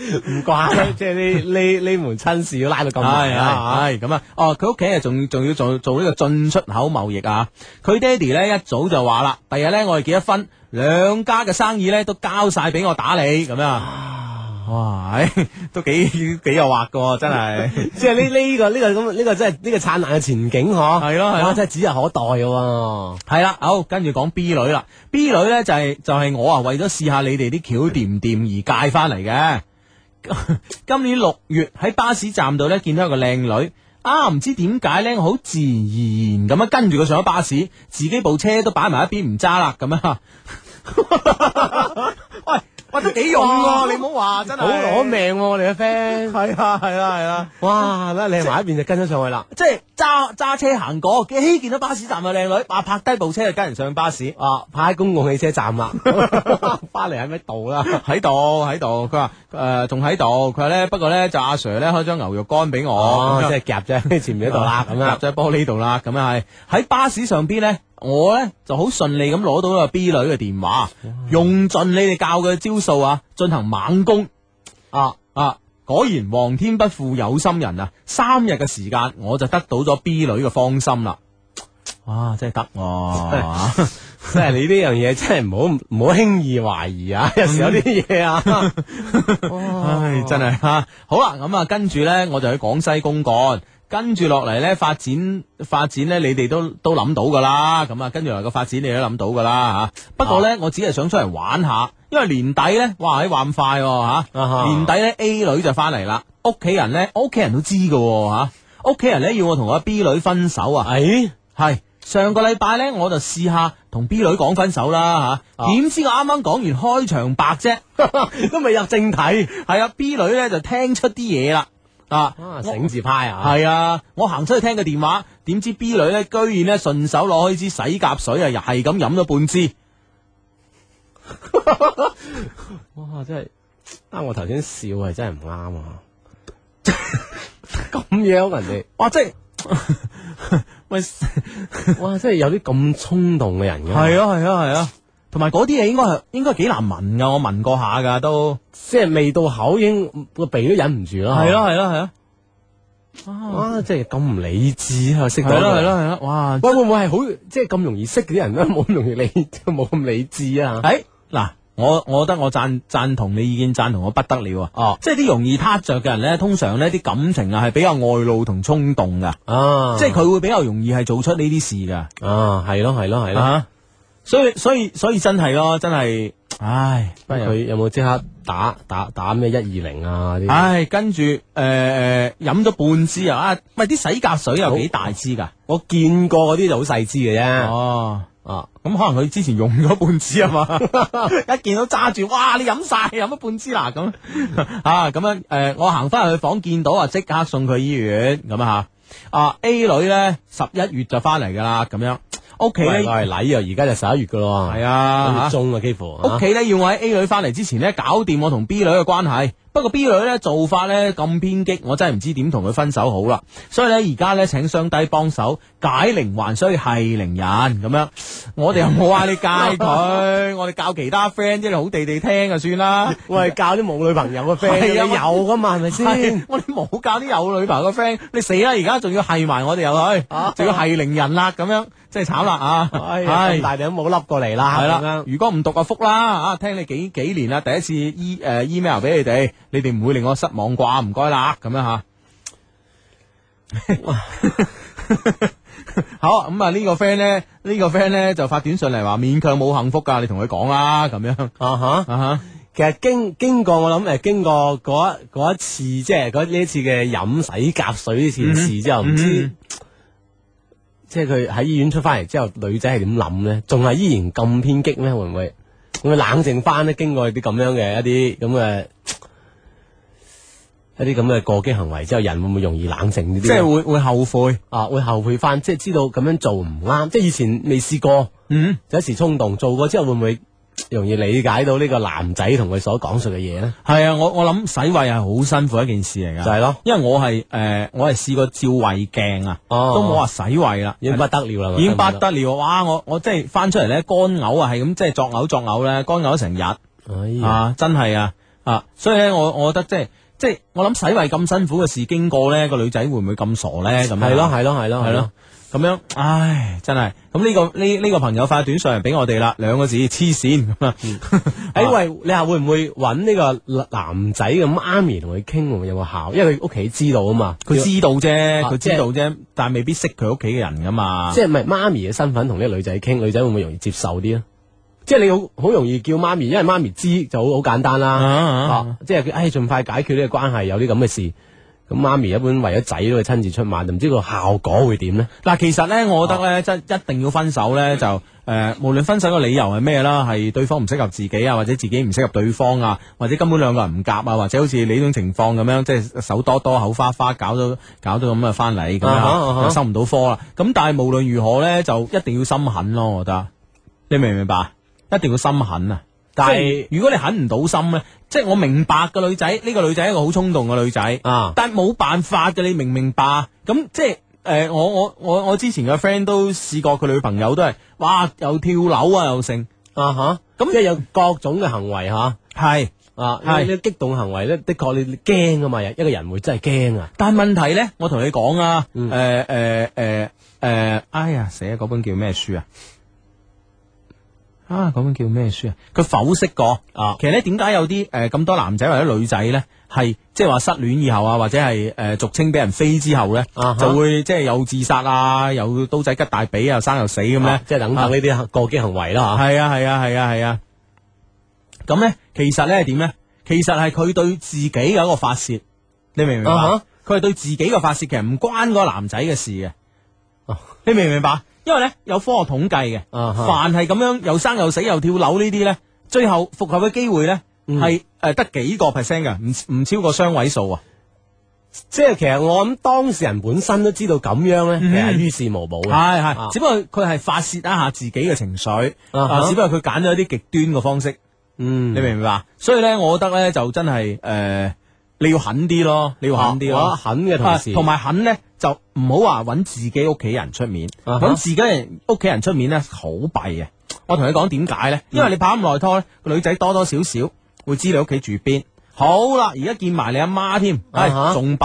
Speaker 3: 唔怪得啊即係呢呢呢門親事要拉到咁埋啊！
Speaker 2: 系系咁啊！哦，佢屋企啊，仲仲要做做呢個進出口貿易啊！佢爹哋咧一早就話啦，第日咧我哋結咗婚，兩家嘅生意咧都交晒俾我打理咁啊！哇，唉都幾幾有惑噶，真係
Speaker 3: 即係呢呢個呢個咁呢個真係呢個燦爛嘅前景嗬，
Speaker 2: 係咯係咯
Speaker 3: 啊哇真係指日可待嘅喎。
Speaker 2: 係啦，好，跟住講 B 女啦，B 女咧就係、就係、我啊，為咗試下你哋啲橋掂唔掂而戒翻嚟嘅。 今年六月喺巴士站度咧見到一個靚女，啊唔知點解咧，我好自然而然咁樣跟住佢上咗巴士，自己部車都擺埋一邊唔揸啦咁 樣。喂，喂都幾勇
Speaker 3: 哇
Speaker 2: 喎！你唔好話真係
Speaker 3: 好攞。命喎、我哋嘅 friend。
Speaker 2: 係啊係啊係啊！
Speaker 3: 哇，得你埋一邊就跟咗上去啦。
Speaker 2: 即係揸揸車行過，咦見到巴士站有靚女，啊拍低部車就跟人上巴士。
Speaker 3: 啊，派喺公共汽車站 啦，翻嚟喺咩度啦？
Speaker 2: 喺度喺度，佢話誒仲喺度，佢話咧不過咧就阿 Sir 咧開張牛肉乾俾我，
Speaker 3: 哦，
Speaker 2: 咁樣
Speaker 3: 即係夾咗喺前面嗰度啦，咁啊
Speaker 2: 搭
Speaker 3: 樣。
Speaker 2: 啊咗玻璃度啦，咁樣啊係喺巴士上邊咧，我咧就好順利咁攞到個 B 女嘅電話，用盡你哋教嘅招數啊，進行猛攻啊啊！果然皇天不負有心人啊！三日嘅時間我就得到咗 B 女嘅芳心啦。哇！真係得喎，
Speaker 3: 即係你呢樣嘢真係唔好唔好輕易懷疑啊！有時有啲嘢啊，
Speaker 2: 唉，真係吓。好啦，咁啊，跟住呢，我就去廣西公幹。跟住落嚟呢，發展發展呢，你哋都都諗到噶啦，咁啊，跟住落嚟個發展你都諗到噶啦吓。不過呢，我只係想出嚟玩下，因為年底呢，哇，喺話咁快喎吓，
Speaker 3: 啊哈
Speaker 2: 年底呢 A 女就翻嚟啦，屋企人呢，我屋企人都知噶吓，屋企人呢，要我同我 B 女分手啊，
Speaker 3: 誒
Speaker 2: 系上個禮拜呢，我就試下同 B 女講分手啦吓，
Speaker 3: 啊
Speaker 2: 點知我啱啱講完開場白啫。
Speaker 3: 都未入正題
Speaker 2: 系啊，B 女咧就聽出啲嘢啦，啊，
Speaker 3: 啊！
Speaker 2: 我
Speaker 3: 醒字派啊，
Speaker 2: 係啊，我行出去聽個電話，點知 B 女咧居然咧順手攞開支洗甲水啊，又係咁飲咗半支，
Speaker 3: 哇！真係啊！我頭先笑係真係唔 啱啊！咁樣人
Speaker 2: 哇！即係 喂，係
Speaker 3: 哋，哇！真係有啲咁衝動嘅人嘅。哦
Speaker 2: 啊係啊係啊，同埋嗰啲嘢應該係應該幾難聞噶，我聞過下噶都。
Speaker 3: 即係未到口已經個鼻都忍唔住啦。
Speaker 2: 係咯係咯係咯，
Speaker 3: 係嘛，啊，即係咁唔理智啊，識
Speaker 2: 係
Speaker 3: 到
Speaker 2: 咯係
Speaker 3: 係
Speaker 2: 咯係咯，哇！
Speaker 3: 喂，會唔會係好即係咁容易識嗰啲人咧？冇咁容 易理，冇咁理智啊？
Speaker 2: 诶，哎嗱，我我觉得我赞赞同你意见，赞同我不得了啊！
Speaker 3: 哦，
Speaker 2: 即系啲容易挞着嘅人咧，通常咧啲感情啊系比较外露同冲动噶，
Speaker 3: 啊，
Speaker 2: 即系佢会比较容易系做出呢啲事噶，
Speaker 3: 啊，係咯係咯係咯。
Speaker 2: 啊！所以所以所以真系咯，真系，唉，哎不如
Speaker 3: 佢有冇即刻打打打咩一二零啊嗰啲？
Speaker 2: 唉，跟住诶诶，饮咗半支啊，啊，喂，啲洗甲水有几大支噶？
Speaker 3: 我見過嗰啲就好細支嘅啫。
Speaker 2: 哦。
Speaker 3: 啊，
Speaker 2: 咁可能佢之前用咗半支啊嘛， 一見到揸住，哇！你飲晒，飲咗半支啦咁 啊，咁樣誒、呃我行翻去房見到啊，即刻送佢醫院咁啊嚇。啊 A 女咧十一月就翻嚟噶啦，咁樣屋企
Speaker 3: 我係我
Speaker 2: 咧
Speaker 3: 係禮啊，而家就十一月噶咯。
Speaker 2: 係
Speaker 3: 一月
Speaker 2: 啊嚇
Speaker 3: 中啊，幾乎
Speaker 2: 屋企咧要我喺 A 女翻嚟之前咧搞掂我同 B 女嘅關係。不過 B 女咧做法咧咁偏激，我真係唔知點同佢分手好啦。所以咧而家咧請雙低幫手解鈴還須係鈴人咁樣。我哋又冇嗌你戒 佢，我哋教其他 friend 啫，你好地地聽就算啦。
Speaker 3: 喂，教啲冇女朋友嘅 friend，
Speaker 2: 係啊
Speaker 3: 你有噶嘛？係 咪
Speaker 2: 係
Speaker 3: 先？
Speaker 2: 我哋冇教啲有女朋友嘅 friend，你死啦！而家仲要係埋我哋入去，仲要係鈴人啦，咁樣真係慘啦啊！
Speaker 3: 啊哎呀
Speaker 2: 唉
Speaker 3: 咁大頂冇笠過嚟啦，
Speaker 2: 系
Speaker 3: 咁
Speaker 2: 啦
Speaker 3: 樣，
Speaker 2: 如果唔讀啊福啦，啊，聽你幾幾年啦，第一次 e 诶、email 俾你哋，你哋唔會令我失望啩？唔該啦，咁樣吓。 好咁啊！呢個 friend 咧，呢個 friend 咧就發短信嚟話勉強冇幸福㗎，你同佢講啦，咁樣
Speaker 3: 啊哈。
Speaker 2: 啊
Speaker 3: 其實經经过我諗诶，經過嗰一嗰一次，即係嗰呢一次嘅飲洗甲水呢
Speaker 2: 嗯
Speaker 3: 件事之後，唔知即係佢喺醫院出翻嚟之後，女仔係點諗咧？仲係依然咁偏激咩？會唔會會唔會冷靜翻咧？經過啲咁樣嘅一啲咁嘅一啲咁嘅過激行為之後，人會唔會容易冷靜呢啲？
Speaker 2: 即係會會後悔。
Speaker 3: 啊，會後悔翻，即係知道咁樣做唔啱，即係以前未試過，
Speaker 2: 嗯，
Speaker 3: 就一時衝動做過之後，會唔會容易理解到呢個男仔同佢所講述嘅嘢咧？
Speaker 2: 係啊，我我諗洗胃係好辛苦一件事嚟㗎，
Speaker 3: 就係咯，
Speaker 2: 因為我係诶、呃我係試過照胃鏡啊，
Speaker 3: 哦
Speaker 2: 都冇話洗胃啦，
Speaker 3: 已經不得了啦，
Speaker 2: 已經不得了，哇！我我即係翻出嚟咧，乾嘔啊，係咁即係作嘔作嘔咧，乾嘔成日
Speaker 3: 哎呀，
Speaker 2: 啊，真係啊啊！所以咧，我我覺得即係即係我諗洗胃咁辛苦嘅事經過咧，個女仔會唔會咁傻咧？咁樣啊
Speaker 3: 係咯，係咯，係咯，
Speaker 2: 係咯
Speaker 3: 係咯，。
Speaker 2: 咁樣，唉，真係咁呢個呢呢個朋友發短信嚟俾我哋啦，兩個字黐線咁啊！
Speaker 3: 哎喂，你話會唔會揾呢個男仔咁媽咪同佢傾，會唔會有冇效？因為佢屋企知道啊嘛，
Speaker 2: 佢知道啫，
Speaker 3: 啊
Speaker 2: 佢
Speaker 3: 即
Speaker 2: 知
Speaker 3: 係
Speaker 2: 道啫，但係未必識佢屋企嘅人噶嘛。
Speaker 3: 即係唔係媽咪嘅身份同呢個女仔傾，女仔會唔會容易接受啲啊？即係你好好容易叫媽咪，因為媽咪知就好好簡單啦。
Speaker 2: 啊啊
Speaker 3: 啊，即係佢，唉，盡快解決呢個關係，有啲咁嘅事。咁媽咪一般為咗仔都會親自出馬，就唔知個效果會點呢？
Speaker 2: 嗱，其實咧，我覺得
Speaker 3: 啊
Speaker 2: 咧，真一定要分手咧，就誒、呃，無論分手嘅理由係咩啦，係對方唔適合自己啊，或者自己唔適合對方啊，或者根本兩個人唔夾啊，或者好似你呢種情況咁樣，即係手多多口花花，搞到搞到咁啊翻嚟咁
Speaker 3: 啊哈啊
Speaker 2: 啊，
Speaker 3: 哈
Speaker 2: 又收唔到科啦。咁但係無論如何咧，就一定要心狠咯，我覺得。你明唔明白？一定要心狠啊！但係如果你狠唔到心咧，即係我明白個女仔，呢、個女仔係一個好衝動嘅女仔。
Speaker 3: 啊，
Speaker 2: 但冇辦法嘅，你明唔明白？咁即係诶、誒我我我我之前嘅 friend 都試過，佢女朋友都係，哇，又跳樓啊，又剩，
Speaker 3: 啊哈，咁即係有各種嘅行為吓，
Speaker 2: 係。
Speaker 3: 啊，
Speaker 2: 係
Speaker 3: 呢啲激動行為咧，的確你你驚啊嘛，一個人會真係驚啊，
Speaker 2: 但問題咧，我同你講啊，
Speaker 3: 嗯
Speaker 2: 诶诶诶诶，哎呀，死啊！嗰本叫咩書啊？啊，嗰本叫咩書啊？佢剖析過
Speaker 3: 啊
Speaker 2: 其實咧，點解有啲诶咁多男仔或者女仔咧，係即係話失戀以後啊，或者係诶俗稱俾人飛之後咧
Speaker 3: 啊哈
Speaker 2: 就會即係有自殺啊，有刀仔吉大髀又生又死咁咧
Speaker 3: 咁咧，啊即係等等呢啲過激行為啦吓，
Speaker 2: 系啊系啊系啊系啊。咁咧、其實咧係點咧？其實係佢對自己嘅一個發泄，你明唔明白？
Speaker 3: 啊
Speaker 2: 佢係對自己嘅發泄，其實唔關嗰個男仔嘅事嘅。你明唔明白？因為咧有科學統計嘅，
Speaker 3: 哦啊哈
Speaker 2: 凡係咁樣又生又死又跳樓呢啲咧，最後復合嘅機會咧
Speaker 3: 嗯
Speaker 2: 係诶呃得幾個 percent 嘅，唔唔超過雙位數啊。
Speaker 3: 即係其實我諗當事人本身都知道咁樣咧，
Speaker 2: 嗯
Speaker 3: 其實係於事無補嘅，
Speaker 2: 係
Speaker 3: 啊
Speaker 2: 係，只不過佢係發泄一下自己嘅情緒，
Speaker 3: 啊哈
Speaker 2: 啊只不過佢揀咗一啲極端嘅方式。
Speaker 3: 嗯
Speaker 2: 你明唔明白？所以咧，我覺得咧就真係誒呃你要狠啲咯，你要狠啲
Speaker 3: 啊
Speaker 2: 咯，
Speaker 3: 狠嘅同時
Speaker 2: 啊同埋狠咧就唔好話揾自己屋企人出面，
Speaker 3: 啊
Speaker 2: 揾、
Speaker 3: 哈
Speaker 2: 自己人屋企人出面咧好弊嘅。我同你講點解
Speaker 3: 嗯
Speaker 2: 咧？因為你拍咁耐拖咧，個女仔多多少少會知你屋企住邊。好啦，而家見埋你阿媽添，唉、
Speaker 3: 啊哈
Speaker 2: 仲弊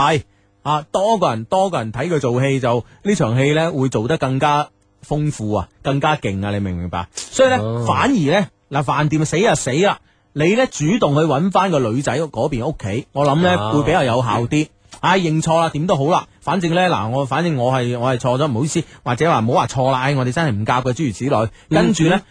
Speaker 2: 啊！多個人多個人睇佢做戲就呢場戲咧會做得更加豐富啊，更加勁啊！你明唔明白？所以咧，
Speaker 3: 哦
Speaker 2: 反而咧嗱，飯店死就死啦。你咧主動去揾翻個女仔嗰邊屋企，我諗咧
Speaker 3: 啊
Speaker 2: 會比較有效啲。唉，認錯啦，點都好啦，反正咧嗱，我反正我係我係錯咗，唔好意思，或者話唔好話錯啦，唉我哋真係唔夾嘅，諸如此類。
Speaker 3: 嗯
Speaker 2: 跟住咧，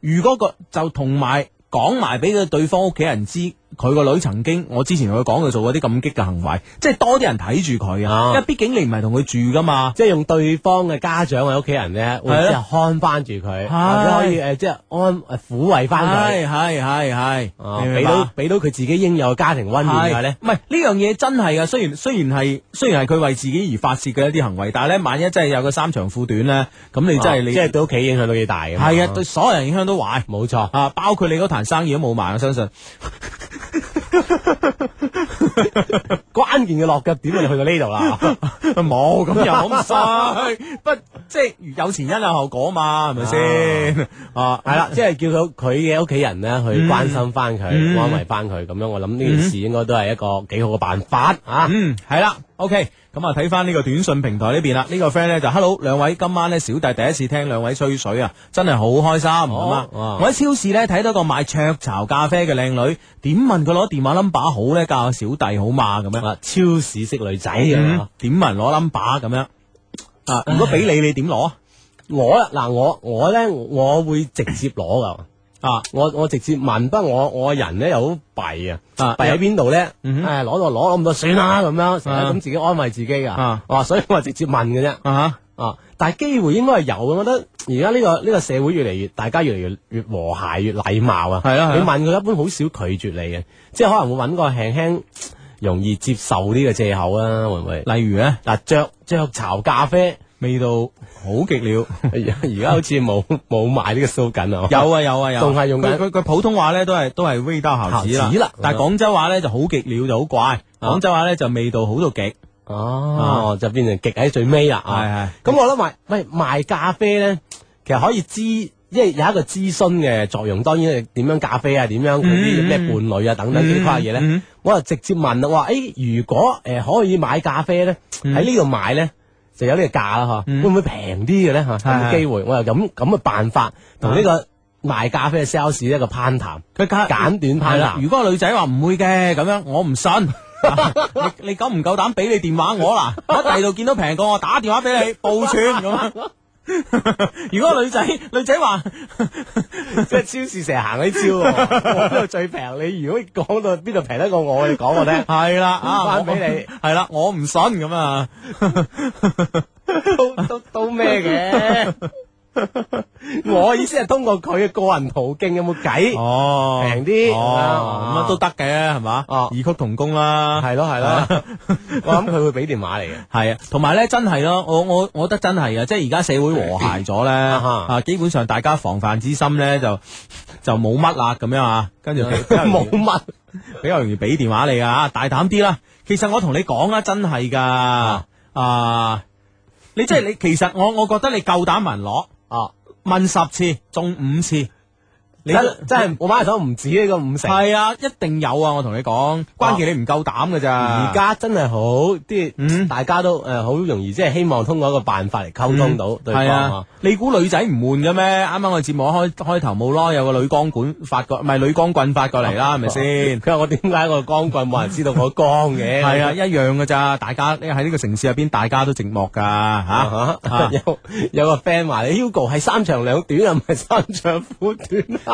Speaker 2: 如果個就同埋講埋俾佢對方屋企人知，佢個女曾經我之前同佢講佢做過啲咁激嘅行為，即係多啲人睇住佢啊，
Speaker 3: 啊
Speaker 2: 因為畢竟你唔係同佢住噶嘛。
Speaker 3: 即係用對方嘅家長或者屋企人咧，會
Speaker 2: 係咯
Speaker 3: 即係看翻住佢，
Speaker 2: 係
Speaker 3: 或者可以誒即係安誒撫慰翻
Speaker 2: 係
Speaker 3: 佢，
Speaker 2: 係係係，
Speaker 3: 啊
Speaker 2: 你明
Speaker 3: 俾
Speaker 2: 白
Speaker 3: 到俾到佢自己應有嘅家庭温暖
Speaker 2: 係
Speaker 3: 嘅咧。
Speaker 2: 唔係呢樣嘢真係噶，雖然雖然係雖然係佢為自己而發泄嘅一啲行為，但係咧，萬一真係有個三長褲短咧，咁你真係
Speaker 3: 啊
Speaker 2: 你
Speaker 3: 即係對屋企影響到幾大嘅。
Speaker 2: 係啊，對所有人影響都壞
Speaker 3: 冇錯。
Speaker 2: 啊，包括你嗰壇生意都冇埋，我相 信
Speaker 3: 關鍵嘅落腳點我哋去到呢度 啦，
Speaker 2: 冇咁又咁衰， 不即係有前因有後果嘛，係咪先啊？
Speaker 3: 係啦，即係叫佢佢嘅屋企人咧去關心翻佢，
Speaker 2: 嗯
Speaker 3: 安慰翻佢，咁樣我諗呢件事應該都係一個幾好嘅辦法啊。
Speaker 2: 嗯，系啦，OK，咁啊睇翻呢個短信平台呢邊啦，呢、個 friend 咧就 Hello，兩位今晚咧小弟第一次聽兩位吹水啊，真係好開心咁啊！
Speaker 3: 哦
Speaker 2: 我喺超市咧睇到個賣雀巢咖啡嘅靚女，點問佢攞電話 number 好咧？教下小弟好嘛咁樣。
Speaker 3: 啊，超市識女仔
Speaker 2: 嗯
Speaker 3: 啊！
Speaker 2: 點問攞 number 咁樣啊？如果俾你，你點攞啊？
Speaker 3: 我啦，嗱我我咧，我會直接攞噶。
Speaker 2: 啊
Speaker 3: 我我直接問，不過我我人咧又好弊啊，
Speaker 2: 啊
Speaker 3: 弊喺邊度咧？
Speaker 2: 嗯哼
Speaker 3: 誒攞就攞，攞唔到算啦咁樣，成日
Speaker 2: 啊
Speaker 3: 咁自己安慰自己噶
Speaker 2: 啊。
Speaker 3: 我話所以我直接問嘅啫。
Speaker 2: 啊
Speaker 3: 啊，但係機會應該係有嘅，我覺得而家呢個呢個社會越嚟越大家越嚟越越和諧越禮貌啊。
Speaker 2: 係啦係啦
Speaker 3: 你問佢一般好少拒絕你嘅，即係可能會揾個輕輕容易接受啲嘅借口啦，會唔會？
Speaker 2: 哈，例如咧
Speaker 3: 嗱，雀雀巢咖啡，
Speaker 2: 味道好極 了。
Speaker 3: 而家而家好似冇冇賣呢個蘇緊啊。
Speaker 2: 有啊有啊有啊，
Speaker 3: 仲係用緊
Speaker 2: 佢佢佢普通話咧都係都係味道姣子
Speaker 3: 姣子
Speaker 2: 啦
Speaker 3: 啦，啊
Speaker 2: 但係廣州話咧就好極了就好怪，廣州話咧就味道好到極，
Speaker 3: 哦，就變成極喺最尾啦。啊
Speaker 2: 啊係係
Speaker 3: 咁我諗賣喂賣咖啡咧，其實可以諮，因為有一個諮詢嘅作用。當然係點樣咖啡啊，點樣嗰啲
Speaker 2: 嗯
Speaker 3: 咩伴侶啊等等呢啲跨嘢咧，
Speaker 2: 嗯
Speaker 3: 我就直接問啦，我話哎誒，如果誒、呃可以買咖啡咧，喺呢度買咧。就有呢個價啦嚇，
Speaker 2: 嗯
Speaker 3: 會唔會平啲嘅咧嚇？有
Speaker 2: 係啊
Speaker 3: 冇機會？我又咁咁嘅辦法同呢個賣咖啡嘅 sales 一個攀談，
Speaker 2: 佢簡
Speaker 3: 簡短
Speaker 2: 啊係
Speaker 3: 攀
Speaker 2: 啦。
Speaker 3: 談
Speaker 2: 如。果個女仔話唔會嘅咁樣，我唔 信。啊你你夠唔夠膽俾你電話我啦？我第二度見到平過我打電話俾你報串咁啊！ 如果個女仔女仔話。
Speaker 3: 即係超市成日行呢招喎，我邊度最平？你如果講到邊度平得過我，你講我聽
Speaker 2: 係啦啊，
Speaker 3: 返
Speaker 2: 我
Speaker 3: 俾
Speaker 2: 係啦，我唔信咁 啊！
Speaker 3: 都都都咩嘅？ 我意思係通過佢嘅個人途徑有冇計？
Speaker 2: 哦，
Speaker 3: 平啲
Speaker 2: 哦，咁
Speaker 3: 啊
Speaker 2: 啊都得嘅係嘛？
Speaker 3: 哦
Speaker 2: 異曲同工啦，
Speaker 3: 係咯係咯，我諗佢會俾電話嚟嘅。
Speaker 2: 系啊，同埋咧真係咯，我我我覺得真係啊，即係而家社會和諧咗咧，
Speaker 3: 嗯哈
Speaker 2: 啊，基本上大家防範之心咧就 就冇乜啦咁樣啊，跟住
Speaker 3: 冇乜
Speaker 2: 比較容易俾電話你啊，大膽啲啦。其實我同你講啊，真係噶啊，你即係你，其實我我覺得你夠膽問人攞，
Speaker 3: 嗯啊！
Speaker 2: 問十次中五次，你
Speaker 3: 真真係我買手唔止呢個五成，
Speaker 2: 係啊，一定有啊！我同你講，關鍵你唔夠膽噶咋。
Speaker 3: 而家真係好
Speaker 2: 啊嗯
Speaker 3: 啲，大家都呃誒好容易，即係希望通過一個辦法嚟溝通到對
Speaker 2: 係
Speaker 3: 方
Speaker 2: 啊
Speaker 3: 啊。，
Speaker 2: 你估女仔唔悶嘅咩？啱啱我節目開開頭冇耐有個鋁光管發過，唔係鋁光棍發過嚟啦，係咪先？
Speaker 3: 佢話我點解我光棍冇人知道我光嘅？
Speaker 2: 係啊，一樣嘅咋，大家喺呢個城市入邊，大家都寂寞噶吓。
Speaker 3: 啊
Speaker 2: 啊
Speaker 3: 哈！ 有有個 friend 話你 Hugo 係三長兩短啊，唔係三長褲短啊！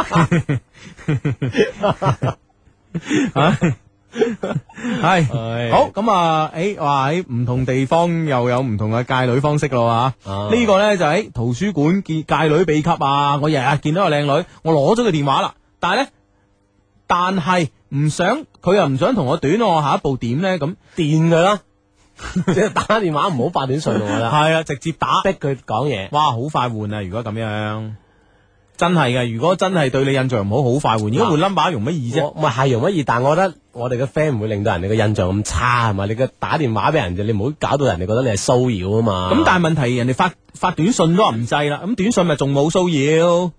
Speaker 2: 係
Speaker 3: 唉
Speaker 2: 好咁啊！誒話喺唔同地方又有唔同嘅戒女方式咯嚇。
Speaker 3: 啊
Speaker 2: 呢個呢就喺圖書館見戒女秘笈啊！我日日見到個靚女，我攞咗佢電話啦，但係呢，但係唔想佢又唔想同我短喎，我下一步點呢？咁
Speaker 3: 電佢啦，即係打電話唔好發短信我啦，
Speaker 2: 係啊，直接打。
Speaker 3: 逼佢講嘢。
Speaker 2: 哇，好快換啊！如果咁樣，真係嘅。如果真係對你印象唔好，好快換。如果換 number 容乜易啫？
Speaker 3: 我唔係係容乜易，但係我覺得我哋嘅 friend 唔會令到人哋嘅印象咁差，係啊咪？你嘅打電話俾人哋，你唔好搞到人哋覺得你係騷擾啊嘛。
Speaker 2: 咁但係問題，人哋發發短信都話唔制啦，咁短信咪仲冇騷擾，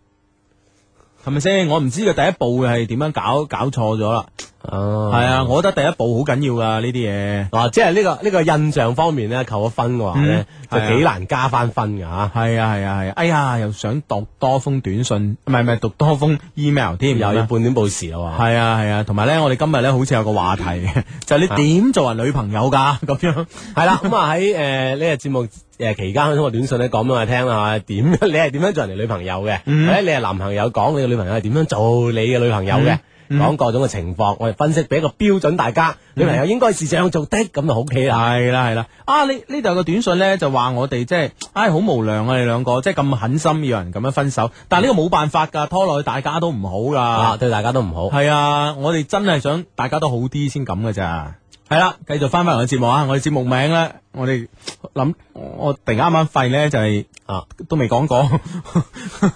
Speaker 2: 係咪先？我唔知佢第一步係點樣搞搞錯咗啦。
Speaker 3: 哦，
Speaker 2: 係啊，我覺得第一步好緊要噶呢啲嘢。
Speaker 3: 嗱，啊即係呢個呢個印象方面咧，扣咗分嘅話咧，就
Speaker 2: 嗯係啊
Speaker 3: 幾難加翻分㗎吓。
Speaker 2: 係啊係啊係啊，哎呀又想讀多封短信，唔係唔係讀多封 email 添，
Speaker 3: 又
Speaker 2: 咁
Speaker 3: 要
Speaker 2: 啊
Speaker 3: 半點報時啦喎。
Speaker 2: 係啊係啊，同埋咧，我哋今日咧好似有個話題嘅，就係你點做人女朋友㗎咁樣。
Speaker 3: 係啦，咁啊喺誒呢個節目誒期間，通過短信咧講俾我聽啦，點你係點樣做人哋女朋友嘅？
Speaker 2: 嗯
Speaker 3: 或者你係男朋友講你嘅女朋友係點樣做你嘅女朋友嘅？
Speaker 2: 嗯
Speaker 3: 講各種嘅情況，我哋分析俾一個標準大家，女朋友應該是這樣做的，咁就 OK 啦。
Speaker 2: 嗯係啦係啦，啊呢呢度有個短信咧就話我哋即係，唉好無良啊你兩個，即係咁狠心要人咁樣分手，但係呢個冇辦法㗎，拖落去大家都唔好
Speaker 3: 啊，
Speaker 2: 㗎。
Speaker 3: 對大家都唔好。
Speaker 2: 係啊，我哋真係想大家都好啲先咁㗎咋。係啦，繼續翻翻我嘅節目啊！我哋節目名咧，我哋諗我突然啱啱廢咧就係、
Speaker 3: 啊，
Speaker 2: 都未講過，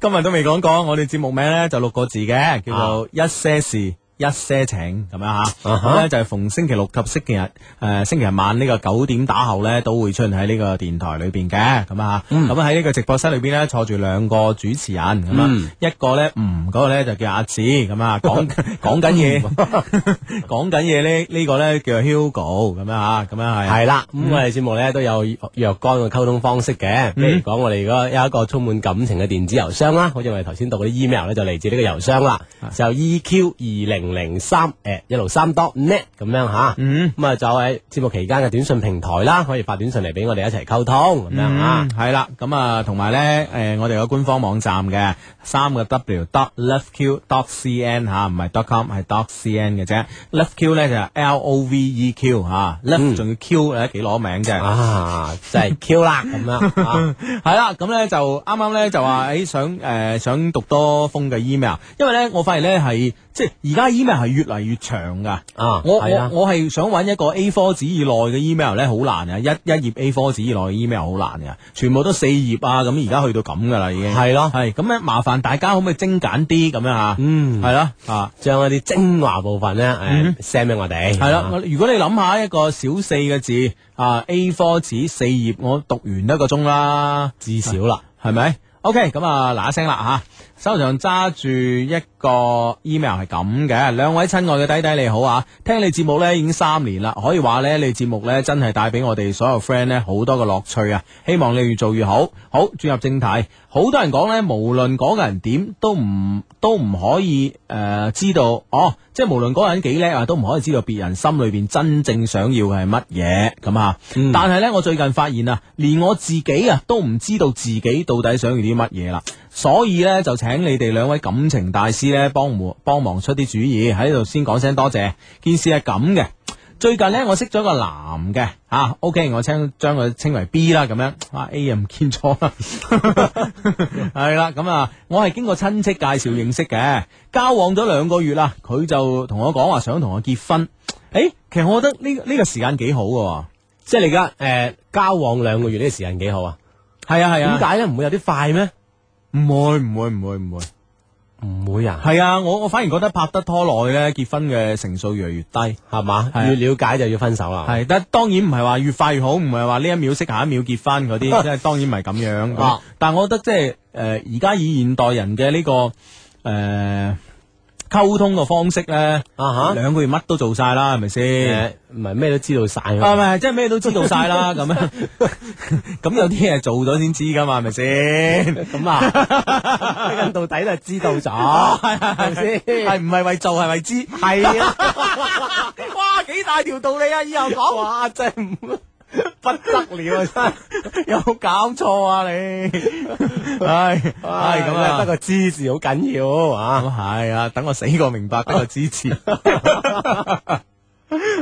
Speaker 2: 今日都未講過。我哋節目名咧就六個
Speaker 3: 啊
Speaker 2: 字嘅，叫做一些事。一些情咁樣吓，
Speaker 3: 啊哈
Speaker 2: 咁咧、就係逢星期六及星期日，誒、呃星期日晚呢個九點打後咧都會出現喺呢個電台裏邊嘅，咁啊，
Speaker 3: 嗯
Speaker 2: 咁喺呢個直播室裏邊咧坐住兩個主持人，咁啊，
Speaker 3: 嗯
Speaker 2: 一個咧吳嗰個咧就叫阿紫，咁啊 講講緊嘢，
Speaker 3: 嗯
Speaker 2: 講緊嘢呢呢個咧叫 Hugo，咁樣吓，咁樣係
Speaker 3: 係啦，啊咁我哋節目咧都有若干嘅溝通方式嘅，
Speaker 2: 嗯
Speaker 3: 譬如講我哋如果有一個充滿感情嘅電子郵箱啦，好似我哋頭先讀嗰啲 email 咧就嚟自呢個郵箱啦，
Speaker 2: 啊
Speaker 3: 就 EQ 二零零三誒一六三 dot net 咁樣吓，
Speaker 2: 嗯
Speaker 3: 咁啊就喺節目期間嘅短信平台啦，可以發短信嚟俾我哋一齊溝通咁樣啊
Speaker 2: 嗯，，系啦，咁啊，同埋咧，诶，我哋有官方網站嘅，三個 W dot loveq dot cn 吓，唔係 dot com 係 dot cn 嘅啫。loveq 咧就係 L O V E Q 吓，love 仲要 Q 咧幾攞名啫。
Speaker 3: 嗯啊真係 Q 啦咁樣啊，
Speaker 2: 係啦，咁咧就啱啱咧就話誒想誒想讀多封嘅 email，因為咧我發現咧係即係而家 email 係越嚟越長噶。
Speaker 3: 啊
Speaker 2: 我
Speaker 3: 係
Speaker 2: 我
Speaker 3: 啊
Speaker 2: 我係想揾一個 A4 紙以內嘅 email 咧，好難啊！一一頁 A4 紙以內嘅 email 好難嘅，全部都四頁啊！咁而家去到咁噶啦，已經
Speaker 3: 係咯
Speaker 2: 係咁咧，麻煩大家可唔可以精簡啲咁樣啊？
Speaker 3: 嗯
Speaker 2: 係咯啊。
Speaker 3: 將一啲精華部分咧誒 send 俾我哋，
Speaker 2: 嗯系啦，我如果你諗下一個小四嘅字啊，A4 紙四頁，我讀完一個鐘啦，
Speaker 3: 至少啦。
Speaker 2: 系咪？OK，咁啊嗱一聲啦吓，手上揸住一個 email 係咁嘅，兩位親愛嘅弟弟你好啊，聽你節目呢已經三年啦，可以話呢，你節目呢真係帶俾我哋所有 friend 呢好多嘅樂趣啊！希望你越做越好。好，轉入正題，好多人講呢，無論嗰個人點都唔都唔可以诶、呃知道哦，即係無論嗰個人幾叻啊，都唔可以知道別人心裏边真正想要嘅係乜嘢咁啊。但係呢，我最近發現啊，連我自己啊都唔知道自己到底想要啲乜嘢啦。所以呢，就請你哋兩位感情大師呢幫忙幫忙出啲主意，喺度先講聲多謝。件事係咁嘅。最近呢，我識咗個男嘅啊，OK，我稱將佢稱為 B 啦，咁樣啊 A 又唔見咗啦， 係啦，咁啊，我係經過親戚介紹認識嘅，交往咗兩個月啦，佢就同我講話想同我結婚，誒，其實我覺得呢、呢個時間幾好嘅喎，
Speaker 3: 即係你而家诶交往兩個月呢個時間幾好啊？
Speaker 2: 係啊係
Speaker 3: 點
Speaker 2: 啊，
Speaker 3: 解咧？唔會有啲快咩？
Speaker 2: 唔會唔會唔會唔會，
Speaker 3: 唔會啊，
Speaker 2: 係啊，我我反而覺得拍得拖耐呢，結婚嘅成數越嚟越低。
Speaker 3: 係嘛？
Speaker 2: 係啊
Speaker 3: 越了解就要分手啦。
Speaker 2: 系，但當然唔係話越快越好，唔係話呢一秒識下一秒結婚 嗰啲，即係當然唔係咁樣。咁
Speaker 3: 啊
Speaker 2: 但我覺得即係诶，而、家以現代人嘅呢、個个诶沟、通嘅方式咧，
Speaker 3: 啊
Speaker 2: 兩個月乜都做晒啦，係咪先？
Speaker 3: 诶，唔係咩都知道晒
Speaker 2: 啊，
Speaker 3: 啊
Speaker 2: 唔係，即係咩都知道晒 啦，咁啊樣咁有啲嘢做咗先知噶嘛，係咪先？
Speaker 3: 咁啊，追根到底都係知道 咗，係咪先？
Speaker 2: 哦係唔係為做係為知？
Speaker 3: 係啊，
Speaker 2: 哇，幾大條道理啊！以後講
Speaker 3: 哇，真係唔不得了啊！
Speaker 2: 有冇搞錯啊你？唉，係
Speaker 3: 真係，
Speaker 2: 咁啊，
Speaker 3: 得個知字好緊要啊！
Speaker 2: 咁系啊，等我死過明白，得個支 持。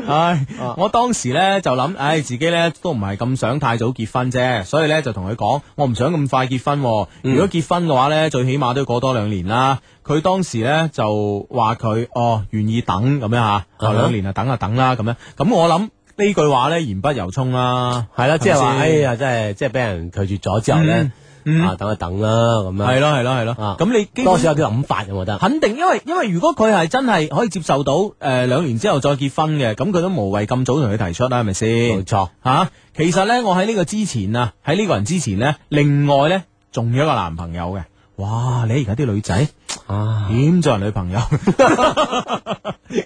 Speaker 2: 唉，
Speaker 3: 啊
Speaker 2: 我當時呢就諗，唉，自己呢都唔係咁想太早結婚啫，所以呢就同佢講，我唔想咁快結婚喎、
Speaker 3: 嗯
Speaker 2: 如果結婚嘅話呢，最起碼都要過多兩年啦。佢當時呢就話佢哦願意等咁樣吓，
Speaker 3: 哈
Speaker 2: 哦兩年啊等啊等啦咁樣。咁我諗呢句話呢言不由衷啦，
Speaker 3: 係啦，即係話，
Speaker 2: 係咪
Speaker 3: 哎
Speaker 2: 先
Speaker 3: 呀，真係即係俾人拒絕咗之後咧
Speaker 2: 嗯，
Speaker 3: 啊等一等啦咁樣。
Speaker 2: 系咯系咯系咯
Speaker 3: 啊，
Speaker 2: 咁你基
Speaker 3: 多
Speaker 2: 本
Speaker 3: 少有啲諗法，我覺得。
Speaker 2: 肯定，因為因为如果佢係真係可以接受到诶两、年之後再結婚嘅，咁佢都無謂咁早同佢提出啦，係咪先？
Speaker 3: 冇錯
Speaker 2: 吓、其實呢，我喺呢個之前啊，喺呢個人之前呢，另外呢，仲有一個男朋友嘅。哇！你而家啲女仔
Speaker 3: 啊，
Speaker 2: 點做人女朋友？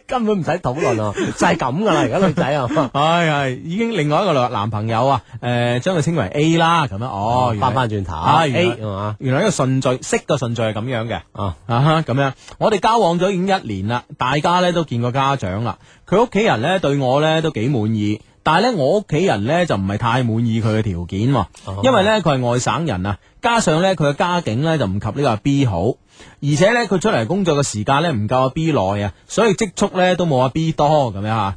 Speaker 3: 根本唔使討論啊， 就係咁噶啦，而家女仔啊，
Speaker 2: 唉、係已經另外一個男男朋友啊，诶、將佢稱為 A 啦，咁樣 哦，原來
Speaker 3: 翻翻轉頭
Speaker 2: 啊原來
Speaker 3: A 係嘛
Speaker 2: 原來呢個順序，識嘅順序係咁樣嘅。
Speaker 3: 啊，
Speaker 2: 啊哈，咁样，我哋交往咗已經一年啦，大家咧都見過家長啦，佢屋企人咧對我咧都幾滿意，但係咧我屋企人咧就唔係太滿意佢嘅條件喎，因為咧佢係外省人啊，加上咧佢嘅家境咧就唔及呢個阿 B 好，而且咧佢出嚟工作嘅時間咧唔夠阿 B 耐啊，所以積蓄咧都冇阿 B 多咁樣吓。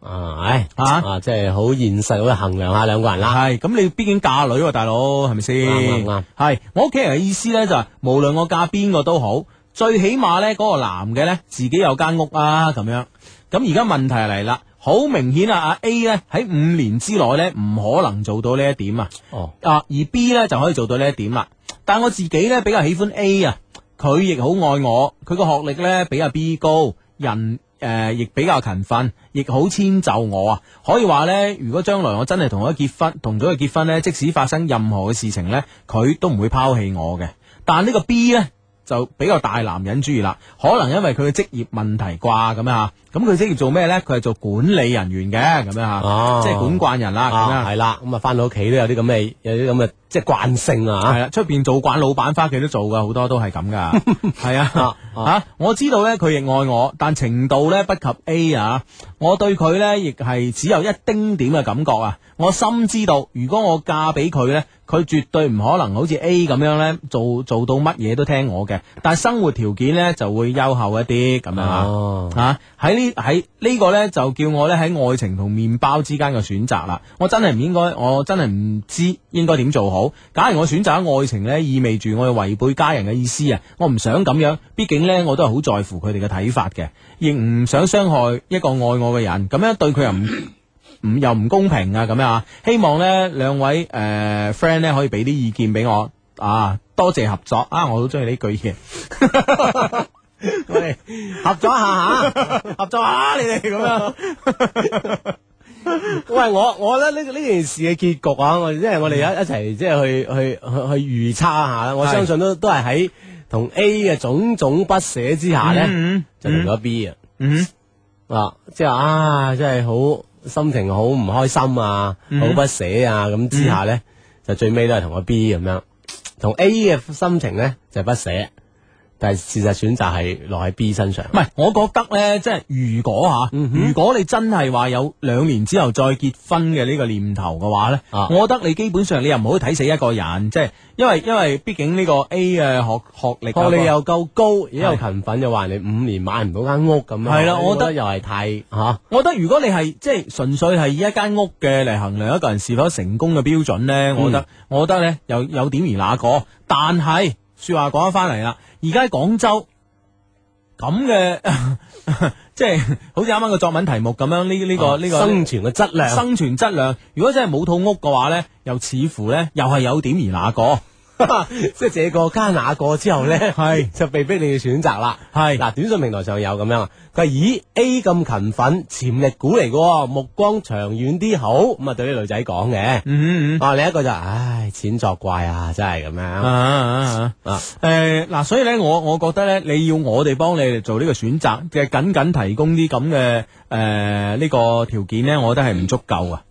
Speaker 3: 啊，唉，
Speaker 2: 啊
Speaker 3: 啊，即係好現實，好衡量下兩個人啦。
Speaker 2: 系，咁你畢竟嫁女喎，大佬係咪先？
Speaker 3: 啱啱啱
Speaker 2: 係我屋企人嘅意思咧，就係無論我嫁邊個都好，最起碼咧嗰個男嘅咧自己有間屋啊，咁樣。咁而家問題嚟啦，好明顯啊，阿 A 咧喺五年之內咧唔可能做到呢一點啊。
Speaker 3: 哦，
Speaker 2: 啊，而 B 咧就可以做到呢一點啦。但我自己咧比較喜歡 A 啊，佢亦好愛我，佢個學歷咧比阿 B 高，人誒亦、比較勤奮，亦好遷就我啊。可以話咧，如果將來我真係同佢結婚，同咗佢結婚咧，即使發生任何嘅事情咧，佢都唔會拋棄我嘅。但呢個 B 咧。就比較大男人主義啦，可能因為佢嘅職業問題啩咁樣嚇，咁佢職業做咩咧？佢係做管理人員嘅咁樣嚇，
Speaker 3: 哦
Speaker 2: 即係管慣人啦咁樣。
Speaker 3: 啊，係啦，咁啊，翻到屋企都有啲咁嘅，有啲咁嘅，即係慣性啊
Speaker 2: 系。啦，出边做慣老闆，翻屋企都做噶，好多都係咁噶。係啊，吓我知道咧，佢亦愛我，但程度咧不及 A 啊。我對佢咧亦係只有一丁點嘅感覺啊。我深知道，如果我嫁俾佢咧，佢絕對唔可能好似 A 咁樣咧，做做到乜嘢都聽我嘅。但生活條件咧就會優厚一啲咁樣啊。
Speaker 3: 哦，
Speaker 2: 啊！喺呢喺呢個呢，就叫我呢喺愛情同麵包之間嘅選擇啦。我真係唔應該，我真係唔知應該點做好。假如我選擇愛情呢，意味住我要違背家人嘅意思啊！我唔想咁樣，畢竟呢，我都係好在乎佢哋嘅睇法嘅，亦唔想傷害一個愛我嘅人。咁樣對佢又唔。唔又唔公平啊咁樣啊！希望呢兩位誒 friend 呢可以俾啲意見俾我啊！多謝合作啊！我好中意呢句嘢。我哋合作一下吓， 合作下你哋咁 樣。
Speaker 3: 喂，我我覺得呢呢件事嘅結局啊，我哋即係我哋
Speaker 2: 嗯
Speaker 3: 一一齊即係去去去去預測一下啦。我
Speaker 2: 係
Speaker 3: 相信都都係喺同 A 嘅種種不捨之下咧
Speaker 2: 嗯，
Speaker 3: 就同咗 B 啊。
Speaker 2: 嗯
Speaker 3: 啊，即係啊，真係好心情好唔開心啊，
Speaker 2: 嗯
Speaker 3: 好不捨啊，咁之下咧就最尾都係同個 B 咁樣，同 A 嘅心情咧就係不捨，但係事實選擇係落喺 B 身上
Speaker 2: 唔。係，我覺得咧，即係如果吓，如果你真係話有兩年之後再結婚嘅呢個念頭嘅話咧，
Speaker 3: 啊
Speaker 2: 我覺得你基本上你又唔好睇死一個人，即係因為因為畢竟呢個 A 嘅學學歷啊，
Speaker 3: 學歷哦又夠高，亦又
Speaker 2: 係
Speaker 3: 勤奮，又話人哋五年買唔到間屋咁樣。
Speaker 2: 係啦我覺得
Speaker 3: 又係太嚇。
Speaker 2: 我覺得如果你係即係純粹係以一間屋嘅嚟衡量一個人是否成功嘅標準
Speaker 3: 嗯
Speaker 2: 呢，我覺得我覺得呢有有點而那個，但係説話講翻嚟啦，而家喺廣州咁嘅， 即係好似啱啱個作文題目咁樣，呢呢個呢個
Speaker 3: 啊哦生存嘅質量，
Speaker 2: 生存質量，如果真係冇套屋嘅話呢，又似乎呢又係有點而那個。
Speaker 3: 即係這個加那個之 後咧，
Speaker 2: 係
Speaker 3: 就被逼你要選擇啦。
Speaker 2: 係
Speaker 3: 嗱，短信平台上有咁樣啊，佢話咦 A 咁勤奮，潛力股嚟嘅喎，目光長遠啲好，咁啊對啲女仔講嘅。
Speaker 2: 嗯嗯
Speaker 3: 啊，另一個就唉錢作怪啊，真係咁樣
Speaker 2: 啊啊啊
Speaker 3: 啊！
Speaker 2: 诶，嗱、所以咧，我我觉得咧，你要我哋幫你哋做呢個選擇，嘅僅僅提供啲咁嘅诶呢個條件咧，我覺得係唔足夠啊！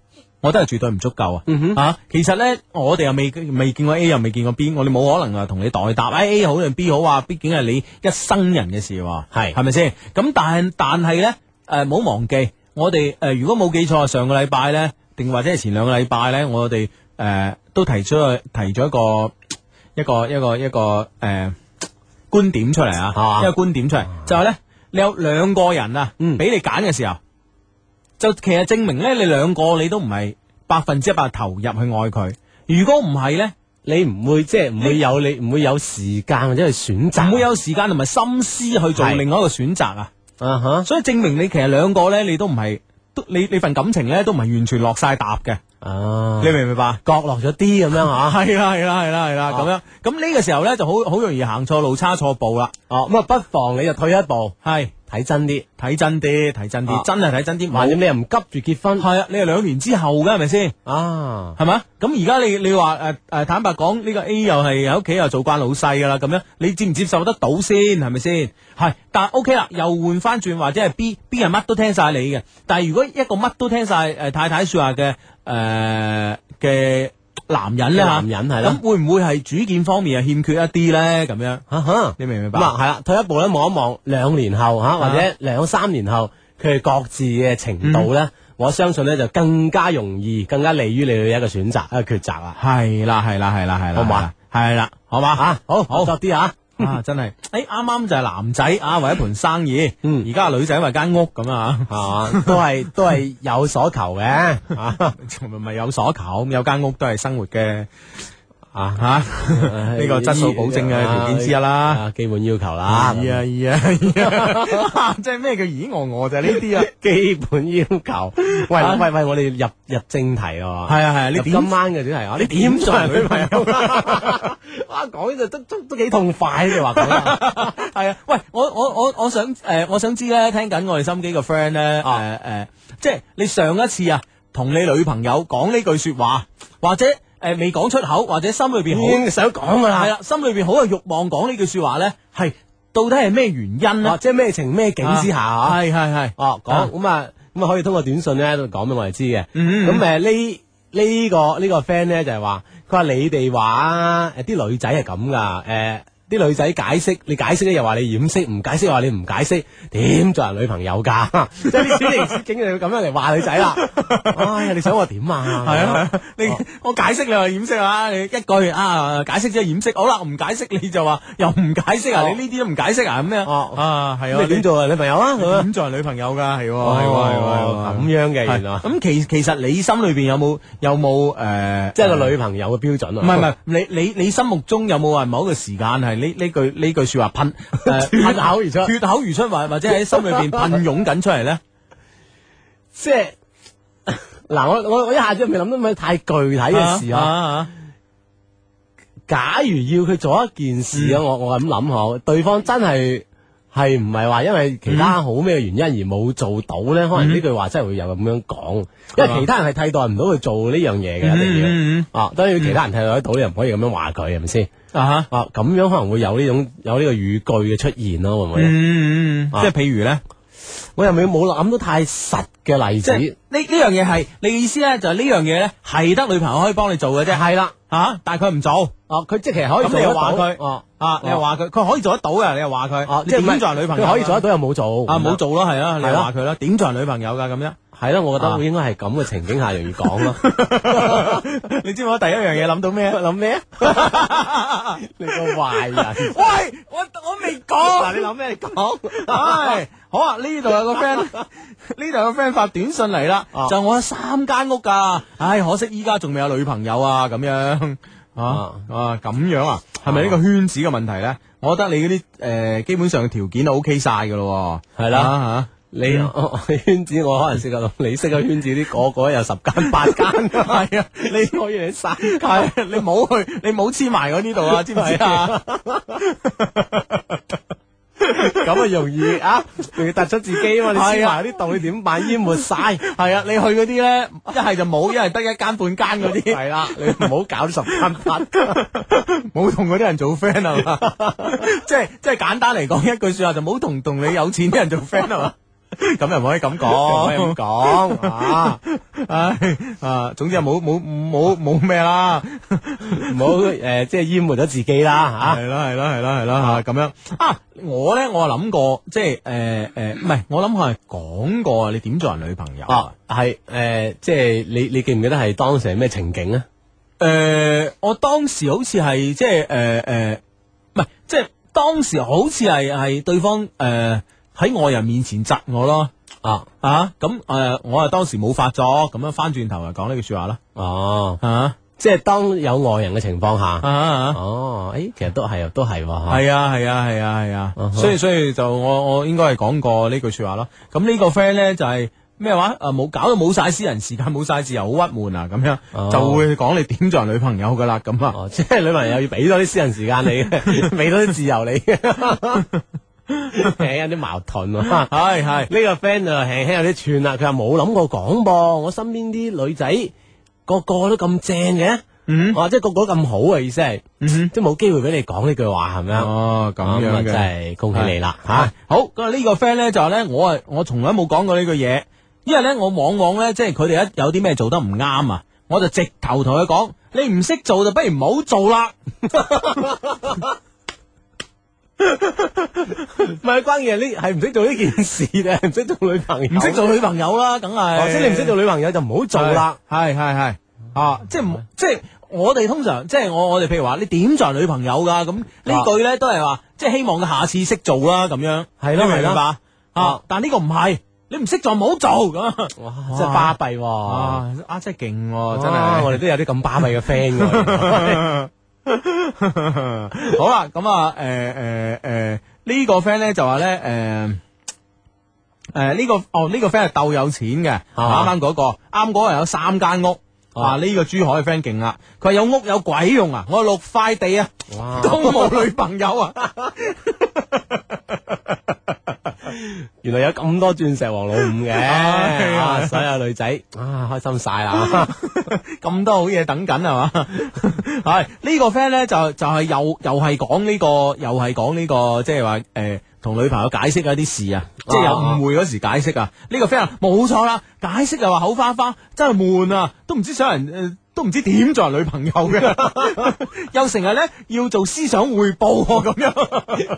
Speaker 2: 我覺得係絕對唔足夠
Speaker 3: 嗯
Speaker 2: 啊！啊，其實咧，我哋又未未見過 A，又未見過 B，我哋冇可能啊同你代答，哎 A 好定 B 好啊？畢竟係你一生人嘅事喎、
Speaker 3: 係
Speaker 2: 係咪先？咁但但係咧，诶唔好忘記，我哋诶、呃如果冇記錯，上個禮拜咧，定或者係前兩個禮拜咧，我哋诶、呃都提出咗提咗一個。一個一個一個诶、呃、觀點出嚟
Speaker 3: 係嘛
Speaker 2: 啊，一個觀點出嚟就係咧，你有兩個人啊，
Speaker 3: 嗯
Speaker 2: 俾你揀嘅時候，就其實證明咧，你兩個你都唔係百分之一百投入去愛佢。如果唔係咧，
Speaker 3: 你唔會即係唔會有你唔會有時間或者去選擇，
Speaker 2: 唔會有時間同埋心思去做
Speaker 3: 係
Speaker 2: 另外一個選擇啊。
Speaker 3: 啊哈
Speaker 2: 所以證明你其實兩個咧，你都唔係，都你你份感情咧都唔係完全落晒搭嘅。
Speaker 3: 啊，
Speaker 2: 你明唔明白？
Speaker 3: 角落咗啲咁 样吓。
Speaker 2: 系啦系啦系啦系啦，咁样咁呢个时候咧就好好容易行错路、差错步啦。
Speaker 3: 哦，咁啊，不妨你就退一步，
Speaker 2: 系
Speaker 3: 睇真啲。
Speaker 2: 睇真啲，睇真
Speaker 3: 啊
Speaker 2: 啲，真系睇真啲。
Speaker 3: 橫掂你又唔急住結婚
Speaker 2: 系啊，你系两年之后噶，系咪先？
Speaker 3: 啊，
Speaker 2: 系咪啊？咁而家你你话诶诶，坦白講，呢、個 A 又係喺屋企又做慣老細噶啦，咁樣你接唔接受得到先？係咪先？係，但係 OK 啦，又換翻轉或者係 B，B 係乜都聽晒你嘅，但係如果一個乜都聽晒诶太太说話嘅诶嘅男人咧吓，
Speaker 3: 男人係啦
Speaker 2: 咁會唔會係主見方面係欠缺一啲咧？咁樣
Speaker 3: 啊哈，
Speaker 2: 你明唔明白？
Speaker 3: 咁啊係啦，退一步咧望一望兩年後吓，或者兩三年後佢哋各自嘅程度咧，我相信咧就更加容易，更加利於你嘅一個選擇一個抉擇啦。
Speaker 2: 係啦，係啦，係啦，係啦，
Speaker 3: 好唔好啊？
Speaker 2: 係 啦，好嘛
Speaker 3: 啊，好，好作啲吓。
Speaker 2: 啊，真係，诶，啱啱就係男仔啊，為一盤生意，
Speaker 3: 嗯
Speaker 2: 而家係女仔為間屋咁啊。
Speaker 3: 系嘛，都係都係有所求嘅，啊
Speaker 2: 唔咪有所求，咁有間屋都係生活嘅
Speaker 3: 啊
Speaker 2: 吓，呢個質素保證嘅條件之一啦。
Speaker 3: 啊基本要求啦，
Speaker 2: 咦啊咦啊咦啊！ 即係咩叫咦我我就係呢啲啊。
Speaker 3: 基本要求。
Speaker 2: 啊
Speaker 3: 喂喂喂，我哋入入正題咯，
Speaker 2: 係啊係啊，你
Speaker 3: 入
Speaker 2: 點
Speaker 3: 今晚嘅主題啊，你
Speaker 2: 點
Speaker 3: 點
Speaker 2: 做
Speaker 3: 做
Speaker 2: 人
Speaker 3: 人
Speaker 2: 女
Speaker 3: 女
Speaker 2: 朋
Speaker 3: 朋
Speaker 2: 友
Speaker 3: 友？ 哇，講呢度都都都幾痛快，你話講
Speaker 2: 係啊？喂，我我我我想诶，我想知咧，聽緊我哋心機嘅 friend 咧，
Speaker 3: 啊
Speaker 2: 诶诶，即係你上一次啊，同你女朋友講呢句说話，或者诶未講出口，或者心裏边
Speaker 3: 已
Speaker 2: 好啊
Speaker 3: 經想講噶
Speaker 2: 係
Speaker 3: 啦，
Speaker 2: 啦，心裏边好有慾望講呢句说話咧，係到底係咩原因
Speaker 3: 啊
Speaker 2: 咧？
Speaker 3: 即係咩情咩景之下啊，
Speaker 2: 係係係，
Speaker 3: 哦
Speaker 2: 啊
Speaker 3: 講咁啊咁啊可以通過短信咧講俾我哋知嘅，
Speaker 2: 嗯
Speaker 3: 咁誒呢？呢個呢個 friend 咧就係話，佢話你哋話誒啲女仔係咁噶，誒啲女仔解釋你解釋咧又話你掩飾，唔解釋又話你唔解釋，點做人女朋友㗎？ 即係呢啲情景就要咁樣嚟話女 仔啦。哎呀，你想我點啊？
Speaker 2: 系啊，你我解釋你話掩飾啊，你一句啊解釋即係掩飾，好啦，唔解釋你就話又唔解釋啊，
Speaker 3: 哦
Speaker 2: 你呢啲都唔解釋啊咁樣
Speaker 3: 哦
Speaker 2: 啊，係
Speaker 3: 咁
Speaker 2: 啊，
Speaker 3: 你點
Speaker 2: 你
Speaker 3: 做啊女朋友啊？咁樣
Speaker 2: 點做人女朋友㗎？係喎，係
Speaker 3: 哦
Speaker 2: 喎，係喎，係喎
Speaker 3: 咁樣嘅
Speaker 2: 係
Speaker 3: 原來，
Speaker 2: 咁其其實你心裏邊有冇有冇誒，
Speaker 3: 即係個女朋友嘅標準啊。
Speaker 2: 唔係唔 係，你你你心目中有冇話某一個時間係呢呢句呢句説 話噴誒
Speaker 3: 脫口而出
Speaker 2: 脫口而出或或者喺心裏邊噴湧緊出嚟咧？
Speaker 3: 即係嗱，我我我一下子未諗到咩太具體嘅事啊。
Speaker 2: 啊！
Speaker 3: 假如要佢做一件事啊，我我咁諗下，對方真係係唔係話因為其他好咩原因而冇做到咧？可能呢句話真係會有咁樣講，因為其他人係替代唔到佢做呢樣嘢嘅，一定
Speaker 2: 嗯嗯
Speaker 3: 要啊。當然其他人替代得到，你又唔可以咁樣話佢，係咪先
Speaker 2: 嗯啊哈
Speaker 3: 啊？咁樣可能會有呢種有呢個語句嘅出現咯，會唔會？
Speaker 2: 嗯嗯嗯，
Speaker 3: 啊
Speaker 2: 即係譬如咧。
Speaker 3: 我又未冇諗到太實嘅例
Speaker 2: 即係
Speaker 3: 子，
Speaker 2: 呢呢樣嘢係你嘅意思咧，就係呢樣嘢咧係得女朋友可以幫你做嘅啫。係啦，吓，但係佢唔做
Speaker 3: 哦，佢即係其實可以
Speaker 2: 咁
Speaker 3: 做
Speaker 2: 你又
Speaker 3: 得
Speaker 2: 話
Speaker 3: 到
Speaker 2: 佢
Speaker 3: 哦
Speaker 2: 啊，你又話佢，佢可以做得到嘅，你又話佢，
Speaker 3: 哦，
Speaker 2: 你
Speaker 3: 即係
Speaker 2: 點做人女朋友
Speaker 3: 佢
Speaker 2: 啊？
Speaker 3: 可以做得到又冇做
Speaker 2: 啊，冇做咯，係啊，你
Speaker 3: 係
Speaker 2: 又
Speaker 3: 啦
Speaker 2: 話佢啦，點做人女朋友㗎咁 樣？
Speaker 3: 係咯，我覺
Speaker 2: 啊
Speaker 3: 得應該係咁嘅情景下容易講咯。
Speaker 2: 你知唔知我第一樣嘢諗到咩？諗咩？
Speaker 3: 你個壞人，
Speaker 2: 喂，我我未講。嗱，你諗咩？你講。唉，好啊！呢度有個 friend，呢度有個 friend 發短信嚟啦，
Speaker 3: 啊
Speaker 2: 就我有三間屋㗎，唉，可惜依家仲未有女朋友啊，咁樣啊啊咁樣啊，係咪呢個圈子嘅問題咧？我覺得你嗰啲诶，基本上嘅條件都 OK 晒㗎咯喎，
Speaker 3: 係啦
Speaker 2: 啊
Speaker 3: 你我我圈子我可能識得到，你識嘅圈子啲個個有十間八間，
Speaker 2: 係啊，
Speaker 3: 你我以為你三間，
Speaker 2: 係你冇去，你冇黐埋我呢度啊，知唔知啊？
Speaker 3: 咁啊容易啊，容易突出自己啊嘛，你黐
Speaker 2: 係啊
Speaker 3: 埋啲道你點辦？淹沒晒，
Speaker 2: 係啊，你去嗰啲咧，一係就冇，一係得一間半間嗰啲。
Speaker 3: 係啦，你唔好搞十間八間，
Speaker 2: 冇同嗰啲人做 friend 係嘛？ 即係即係簡單嚟講一句説話就冇同同你有錢啲人做 friend 係 嘛？咁又唔可以咁
Speaker 3: 唔可以咁
Speaker 2: 講，
Speaker 3: 講啊，
Speaker 2: 唉啊，總之係冇冇冇冇咩啦，
Speaker 3: 唔好誒即係淹沒咗自己啦啊
Speaker 2: 係啦係啦係啦係啦啊嚇咁樣啊！我咧我諗過，即係誒誒，唔係我諗我係講過你點做人女朋友啊
Speaker 3: 嚇。哦，係誒，即係你你記唔記得係當時係咩情景啊？
Speaker 2: 誒、我當時好似係即係誒誒，呃唔、係即係當時好似係係對方誒喺、外人面前窒我咯。
Speaker 3: 啊，
Speaker 2: 啊，咁誒、呃我啊當時冇發作，咁樣翻轉頭嚟啊講呢句説話啦，
Speaker 3: 哦，
Speaker 2: 啊
Speaker 3: 即係當有外人嘅情況下，
Speaker 2: 啊
Speaker 3: 哦，誒，其實都係都係喎，嚇
Speaker 2: 係啊係啊係啊係啊
Speaker 3: 嗯，哼
Speaker 2: 所以所以就我我應該係講過呢句説話咯。咁呢個 friend 咧就係、咩咩話？诶，冇搞到冇晒私人時間，冇晒自由，好鬱悶啊！咁樣、
Speaker 3: 哦
Speaker 2: 就會講你點做人女朋友噶啦，咁啊。
Speaker 3: 哦，即系女朋友要俾多啲私人時間 你，俾多啲自由你， 誒有啲矛盾啊。
Speaker 2: 係係
Speaker 3: 呢個 friend 啊，輕輕有啲串啦，佢話冇諗過講噃，我身邊啲女仔個個都咁正嘅，
Speaker 2: 嗯
Speaker 3: 哇，即係個個都咁好啊，意思係，
Speaker 2: 嗯
Speaker 3: 即係冇機會俾你講呢句話，係咪啊？
Speaker 2: 哦，咁
Speaker 3: 咁啊
Speaker 2: 樣
Speaker 3: 真
Speaker 2: 嘅。
Speaker 3: 係恭喜你啦
Speaker 2: 吓、
Speaker 3: 吓！
Speaker 2: 好咁啊！呢個 friend 咧就話咧，我啊我從來冇講過呢句嘢，因為咧我往往咧即係佢哋一有啲咩做得唔啱啊，我就直頭同佢講，你唔識做就不如唔好做啦。
Speaker 3: 唔係關鍵係呢，係唔識做呢件事咧，唔識做女朋友，
Speaker 2: 唔識做女朋友啦，梗係。
Speaker 3: 哦，即係你唔識做女朋友就唔好做啦。，
Speaker 2: 係係係啊！即係唔即係我哋通常即係我我哋譬如話你點做人女朋友㗎咁呢句咧都係話即係希望佢下次識做啦咁樣，
Speaker 3: 係
Speaker 2: 你明
Speaker 3: 咯
Speaker 2: 唔明
Speaker 3: 係咯
Speaker 2: 白啊
Speaker 3: 啊！
Speaker 2: 但呢個唔係，你唔識做唔好做咁
Speaker 3: 哇，真係巴閉喎！
Speaker 2: 啊！啊真係勁喎，真
Speaker 3: 真係，
Speaker 2: 係
Speaker 3: 我哋都有啲咁巴閉嘅 friend 嘅。
Speaker 2: 好啦，咁啊，诶诶诶，誒呢個 friend 咧就話咧，诶。诶，呢、個哦呢、個 friend 係鬥有錢嘅，
Speaker 3: 啊
Speaker 2: 啱啱嗰個，啱嗰個有三間屋，啊呢、個珠海嘅 friend 勁啦，佢話有屋有鬼用啊，我有六塊地啊，
Speaker 3: 哇
Speaker 2: 都冇女朋友啊，
Speaker 3: 原來有咁多鑽石王老五 嘅，
Speaker 2: 係啊
Speaker 3: 啊所有女仔啊，開心晒 啦！
Speaker 2: 咁多好嘢等緊係嘛？ 係呢個 friend 咧就就係又又係講呢個，又係講呢個，即係話誒同女朋友解釋一啲事啊，即係有誤會嗰時解釋啊。呢個 friend 啊冇錯啦，解釋又話口花花，真係悶啊，都唔知想人誒。呃都唔知點做人女朋友嘅， 又成日咧要做思想匯報喎咁樣，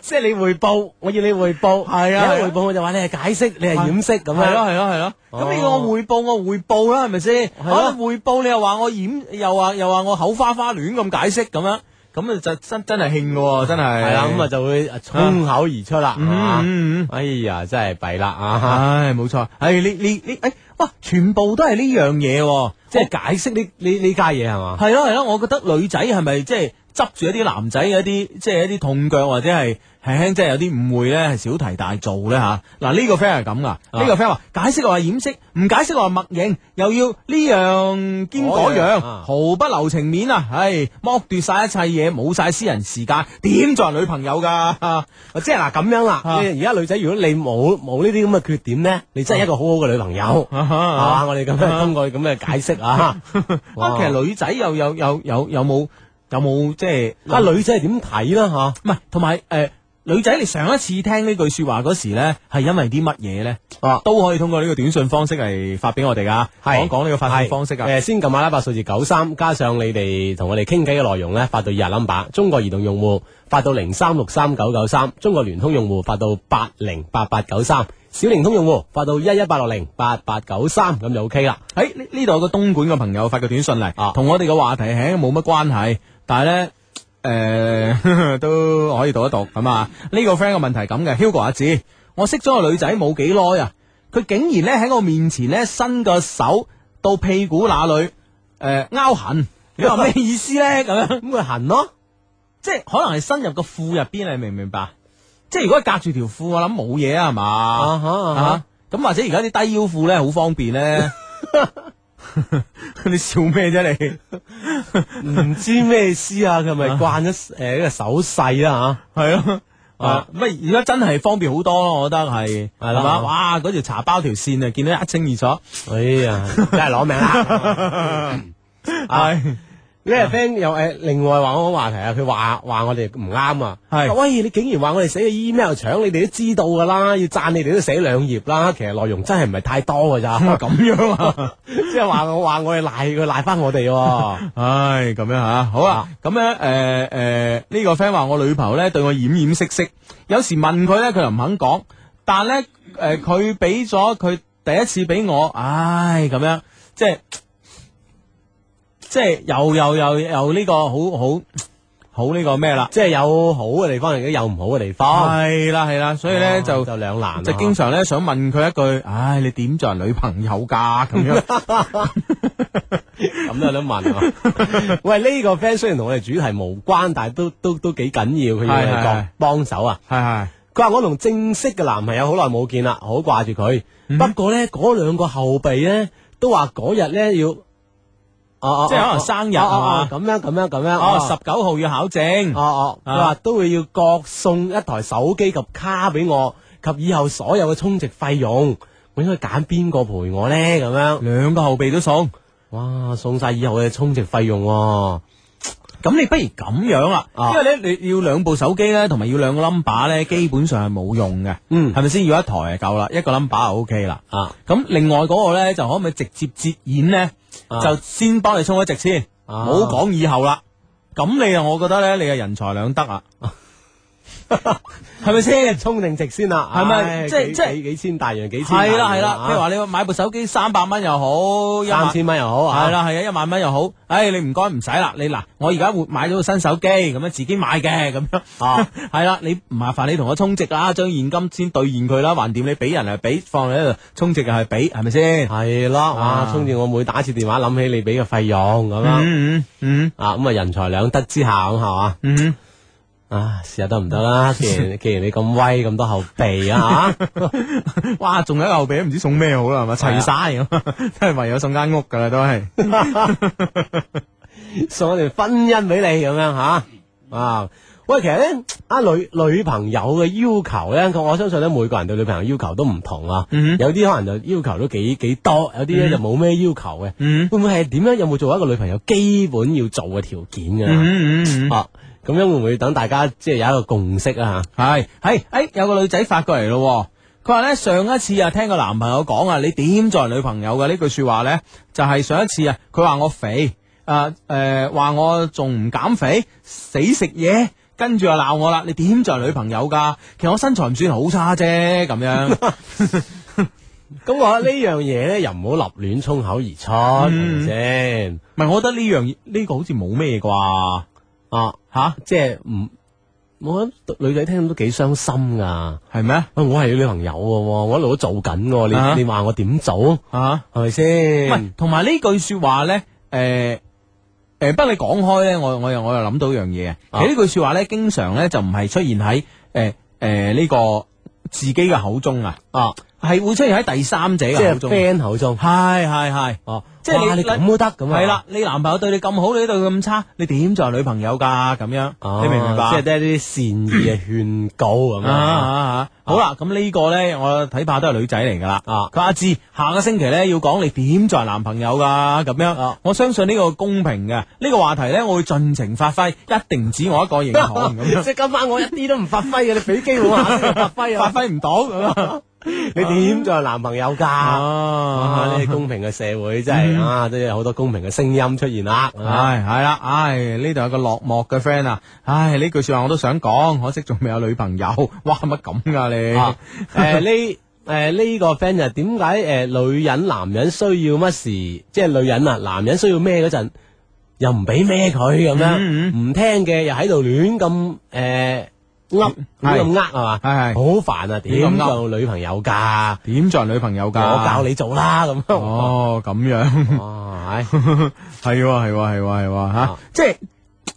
Speaker 3: 即係你匯報，我要你匯報，
Speaker 2: 係啊
Speaker 3: 你一匯報我就話你係解釋，你係掩飾咁
Speaker 2: 係咯
Speaker 3: 樣。
Speaker 2: 係咯係咯，咁你
Speaker 3: 哦
Speaker 2: 要我匯報我匯報啊啦，係咪先？我
Speaker 3: 咯
Speaker 2: 匯報你又話我掩，又話又話我口花花亂咁解釋咁樣，咁啊就真真係興嘅喎，真係。
Speaker 3: 係啦，咁啊就會衝口而出啦，係
Speaker 2: 嗯，
Speaker 3: 嘛
Speaker 2: 嗯嗯
Speaker 3: 哎呀，真係弊啦啊！
Speaker 2: 唉，冇錯，唉呢呢呢，唉哇，全部都係呢樣嘢喎，
Speaker 3: 即係解釋呢呢呢家嘢係嘛？
Speaker 2: 係咯係咯，我覺得女仔係咪即係執住一啲男仔嘅一啲即係一啲痛腳或者係輕輕即係有啲誤會咧，係小題大做咧吓。嗱呢個 friend 係咁噶，
Speaker 3: 啊
Speaker 2: 呢個 friend 話解釋話掩飾，唔解釋話默認，又要呢樣兼嗰
Speaker 3: 嗰
Speaker 2: 樣，
Speaker 3: 樣
Speaker 2: 毫
Speaker 3: 啊
Speaker 2: 不留情面啊！唉，剝奪晒一切嘢，冇晒私人時間，點做人女朋友㗎？
Speaker 3: 啊 即係嗱咁樣啦，
Speaker 2: 啊
Speaker 3: 你而家女仔如果你冇冇呢啲咁嘅缺點咧，你真係一個好好嘅女朋友。啊！我哋咁樣通過咁嘅解釋啊，
Speaker 2: 啊，
Speaker 3: 哇
Speaker 2: 其實女仔又有有有有冇有冇即係
Speaker 3: 啊女仔係點睇啦吓？
Speaker 2: 唔係，同埋诶，女仔你上一次聽呢句说話嗰時咧，係因為啲乜嘢咧？
Speaker 3: 哦
Speaker 2: 都可以通過呢個短信方式嚟發俾我哋噶，講
Speaker 3: 係
Speaker 2: 講呢個發信方式啊。
Speaker 3: 诶，誒先撳阿拉伯數字九三，加上你哋同我哋傾偈嘅內容咧，發到廿 number。中國移動用戶發到零三六三九九三，中國聯通用戶發到八零八八九三，小靈通用戶發到一一八六零八八九三，咁就 OK 啦。
Speaker 2: 喺呢呢度有個東莞嘅朋友發個短信嚟，
Speaker 3: 啊
Speaker 2: 同我哋嘅話題係冇乜關係，但係咧。诶、呃 都可以讀一讀咁啊！呢、個 friend 嘅問題係咁嘅，Hugo 阿志，我識咗個女仔冇幾耐啊，佢竟然咧喺我面前咧伸個手到屁股那裏诶勾痕，你話咩意思咧？咁樣
Speaker 3: 咁佢痕咯，
Speaker 2: 即係可能係伸入個褲入邊，你明唔明白？即係如果係隔住條褲，我諗冇嘢啊，係嘛？
Speaker 3: 啊哈啊哈
Speaker 2: 啊咁或者而家啲低腰褲咧，好方便 咧。你笑咩啫你？
Speaker 3: 唔知咩意思啊？佢咪慣咗呃诶呢個手啊勢啦
Speaker 2: 係咯。啊，乜而家真係方便好多咯，我覺得係
Speaker 3: 係啦
Speaker 2: 嘛，哇，嗰條茶包條線啊，見到一清二楚，
Speaker 3: 吓？哎呀，真係攞命啦！
Speaker 2: 係
Speaker 3: 呢個 friend 又誒，呃另外話我個話題啊，佢話話我哋唔啱啊，
Speaker 2: 係
Speaker 3: 喂，你竟然話我哋寫嘅 email 搶，你哋都知道㗎啦，要讚你哋都寫兩頁啦，其實內容真係唔係太多㗎 咋，
Speaker 2: 咁樣啊。
Speaker 3: 即係話我話我哋賴佢賴翻我哋喎，
Speaker 2: 唉，咁樣吓，好啊，咁咧，诶、诶，呢、個 friend 話我女朋友咧對我掩掩色色，有時問佢咧佢又唔肯講，但咧诶佢俾咗佢第一次俾我，唉，咁樣即係 即係又又又又呢、個好好好呢個咩啦，
Speaker 3: 即係有好嘅地方，亦都有唔好嘅地方，
Speaker 2: 係啦係啦，所以咧
Speaker 3: 啊
Speaker 2: 就。
Speaker 3: 就兩哦難啦，
Speaker 2: 就經常咧想問佢一句，唉，你點做人女朋友㗎？咁 樣
Speaker 3: 咁都有得 問啊。喂，呢個 friend 雖然同我哋主題無關，但係都都都幾緊要，佢要
Speaker 2: 係係
Speaker 3: 嚟講幫手啊。
Speaker 2: 係係
Speaker 3: 佢話我同正式嘅男朋友好耐冇見啦，好掛住佢。
Speaker 2: 嗯
Speaker 3: 不過咧，嗰兩個後備咧都話嗰日咧要，哦哦，
Speaker 2: 即係
Speaker 3: 哦
Speaker 2: 可能
Speaker 3: 哦
Speaker 2: 生日
Speaker 3: 哦
Speaker 2: 係嘛
Speaker 3: 哦哦咁樣咁樣咁啊樣，
Speaker 2: 哦，十九號要考證。
Speaker 3: 哦哦，
Speaker 2: 啊
Speaker 3: 佢話都會要各送一台手機及卡俾我，及以後所有嘅充值費用。我應該揀邊個陪我咧？咁樣，
Speaker 2: 兩個後備都送，
Speaker 3: 哇，送晒以後嘅充值費用喎、
Speaker 2: 咁你不如咁樣啦，
Speaker 3: 啊
Speaker 2: 因為咧你要兩部手機咧，同埋要兩個 number 咧，基本上係冇用嘅，
Speaker 3: 嗯
Speaker 2: 係咪先？要一台就夠啦，一個 number 就 OK 啦。
Speaker 3: 啊
Speaker 2: 咁另外嗰個咧就可唔可以直接接演咧？
Speaker 3: 啊
Speaker 2: 就先幫你充一直先，唔
Speaker 3: 啊
Speaker 2: 好講以後啦。咁你啊，我覺得咧，你啊人才兩得 啊，係咪先？
Speaker 3: 充定值先啦，
Speaker 2: 係咪
Speaker 3: 唉
Speaker 2: 即係
Speaker 3: 幾
Speaker 2: 即係
Speaker 3: 幾幾千大洋，幾啊千
Speaker 2: 係啦係啦，譬
Speaker 3: 譬
Speaker 2: 如
Speaker 3: 如
Speaker 2: 話你買部手機三百蚊又好，一萬
Speaker 3: 三千蚊又好，
Speaker 2: 系，啦，系啊，一萬蚊又好，唉、你唔該唔使啦，你嗱，我而家換買咗個新手機，咁樣自己買嘅，咁樣，
Speaker 3: 啊，
Speaker 2: 係啦，你唔麻煩你同我充值啦，將現金先兌現佢啦，還掂你俾人係俾，放喺度充值又係俾，係咪先？
Speaker 3: 係咯，
Speaker 2: 啊
Speaker 3: 哇，充住我每打一次電話諗起你俾嘅費用咁樣，
Speaker 2: 嗯嗯
Speaker 3: 啊，咁啊人財兩得之下咁係嘛，
Speaker 2: 嗯嗯，
Speaker 3: 啊，試下得唔得 啦？既然既然你咁威咁多後備啊嚇。
Speaker 2: 哇，仲有一個後備唔知送咩好啦，係啊咪？齊晒咁， 都係唯有送間屋噶啦，都係。
Speaker 3: 送我哋婚姻俾你咁樣吓啊！喂，其實咧，啊女女朋友嘅要求咧，咁我相信咧，每個人對女朋友要求都唔同啊。
Speaker 2: 嗯
Speaker 3: 有啲可能就要求都幾幾多，有啲咧就冇咩要求嘅。
Speaker 2: 嗯
Speaker 3: 會唔會係點樣？有冇做一個女朋友基本要做嘅條件嘅？
Speaker 2: 嗯嗯嗯，
Speaker 3: 啊，咁樣會唔會等大家即係有一個共識啊？
Speaker 2: 係係，诶，有個女仔發過嚟咯喎。佢話咧上一次啊，聽個男朋友講啊，你點做人女朋友嘅呢句说話咧，就係上一次啊，佢話我肥，啊诶話我仲唔減肥，死食嘢，跟住又鬧我啦，你點做人女朋友㗎？其實我身材唔算好差啫，咁 樣
Speaker 3: 咁我覺得呢樣嘢咧，又唔好立亂衝口而出，係咪先？
Speaker 2: 唔係，我覺得呢樣嘢嗯呢個好似冇咩啩
Speaker 3: 啊，
Speaker 2: 吓，
Speaker 3: 即係唔，我覺得女仔聽都幾傷心㗎。
Speaker 2: 係咩
Speaker 3: 喂，我係你女朋友嘅喎，我一路都做緊嘅
Speaker 2: 啊
Speaker 3: 喎，你你話我點做
Speaker 2: 啊？
Speaker 3: 係
Speaker 2: 唔
Speaker 3: 咪
Speaker 2: 係
Speaker 3: 先？
Speaker 2: 同埋呢句说話咧，诶、诶，不過你講開咧，我我又我又諗到一樣嘢啊。其
Speaker 3: 啊
Speaker 2: 實呢句说話咧，經常咧就唔係出現喺诶诶呢個自己嘅口中啊，
Speaker 3: 啊，
Speaker 2: 係會出現喺第三者
Speaker 3: 即
Speaker 2: 嘅
Speaker 3: 係
Speaker 2: 口中。
Speaker 3: friend 口中
Speaker 2: 係係係，
Speaker 3: 哦，
Speaker 2: 即係
Speaker 3: 哇
Speaker 2: 你
Speaker 3: 你咁都得咁啊？
Speaker 2: 係啦，你男朋友對你咁好，你對佢咁差，你點做女朋友㗎？咁樣，
Speaker 3: 哦，
Speaker 2: 你明唔明白？
Speaker 3: 即係都係一啲善意嘅勸告咁
Speaker 2: 啊
Speaker 3: 啊。
Speaker 2: 啊啊！好啦，咁呢個咧，我睇怕都係女仔嚟噶啦。
Speaker 3: 啊
Speaker 2: 佢話阿志下個星期咧要講你點做人男朋友噶咁樣。
Speaker 3: 啊
Speaker 2: 我相信呢個公平嘅，呢、個話題咧我會盡情發揮，一定唔止我一個認 同咁樣，
Speaker 3: 係今晚我一啲都唔發揮嘅，你俾機會我下次發揮
Speaker 2: 發！揮唔到 咁啊！
Speaker 3: 你點做男朋友㗎？啊！呢啲公平嘅社會真係啊，都有好多公平嘅聲音出現啦。啊
Speaker 2: 唉，系啦，唉，呢度有個落寞嘅 friend 啊，唉，呢句说話我都想講，可惜仲未有女朋友，哇，乜咁噶你？
Speaker 3: 啊，诶呢诶呢個 friend 就點解诶女人男人需要乜時，即係女人啊男人需要咩嗰陣，又唔俾咩佢咁樣，
Speaker 2: 嗯
Speaker 3: 唔聽嘅又喺度亂咁诶噏亂咁呃係嘛，
Speaker 2: 係係
Speaker 3: 好煩啊！
Speaker 2: 亂咁
Speaker 3: 點
Speaker 2: 噏
Speaker 3: 做女朋友㗎？
Speaker 2: 點做人女朋友
Speaker 3: 我
Speaker 2: 噶？
Speaker 3: 教你做啦咁。
Speaker 2: 哦，咁樣。
Speaker 3: 哇，唉
Speaker 2: 系喎，系喎，系喎，系喎，吓
Speaker 3: 啊，
Speaker 2: 即系，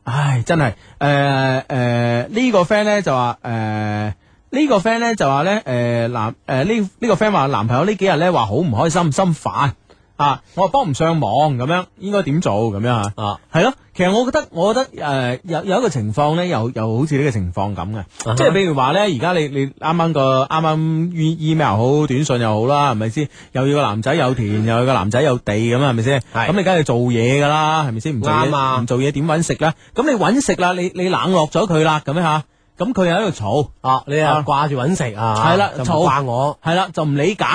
Speaker 2: 唉，真系，诶诶，呢個 friend 咧就話，诶，呢個 friend 咧就話咧，诶男，诶呢呢個 friend 話男朋友呢幾日咧話好唔開心，心煩啊，我話幫唔上忙咁樣，應該點做咁樣吓？
Speaker 3: 啊
Speaker 2: 係咯，其實我覺得，我覺得，诶有有一個情況咧，又又好似呢個情況咁嘅。
Speaker 3: 啊哈
Speaker 2: 即係譬如話咧，而家你你啱啱個啱啱 e- email 好短信又好啦，係咪先？又要個男仔有
Speaker 3: 嗯
Speaker 2: 田，又要個男仔有地咁啊，係咪先？
Speaker 3: 係
Speaker 2: 咁你梗係做嘢㗎啦，係咪先？唔做
Speaker 3: 啱啊
Speaker 2: 嘢唔做嘢點揾食咧？咁你揾食啦，你你冷落咗佢啦，咁樣吓，咁佢又喺度嘈，
Speaker 3: 啊你
Speaker 2: 啊
Speaker 3: 啊掛住揾食啊，
Speaker 2: 係啦
Speaker 3: 就唔
Speaker 2: 嘈
Speaker 3: 掛我。啊
Speaker 2: 係啦，就唔理解。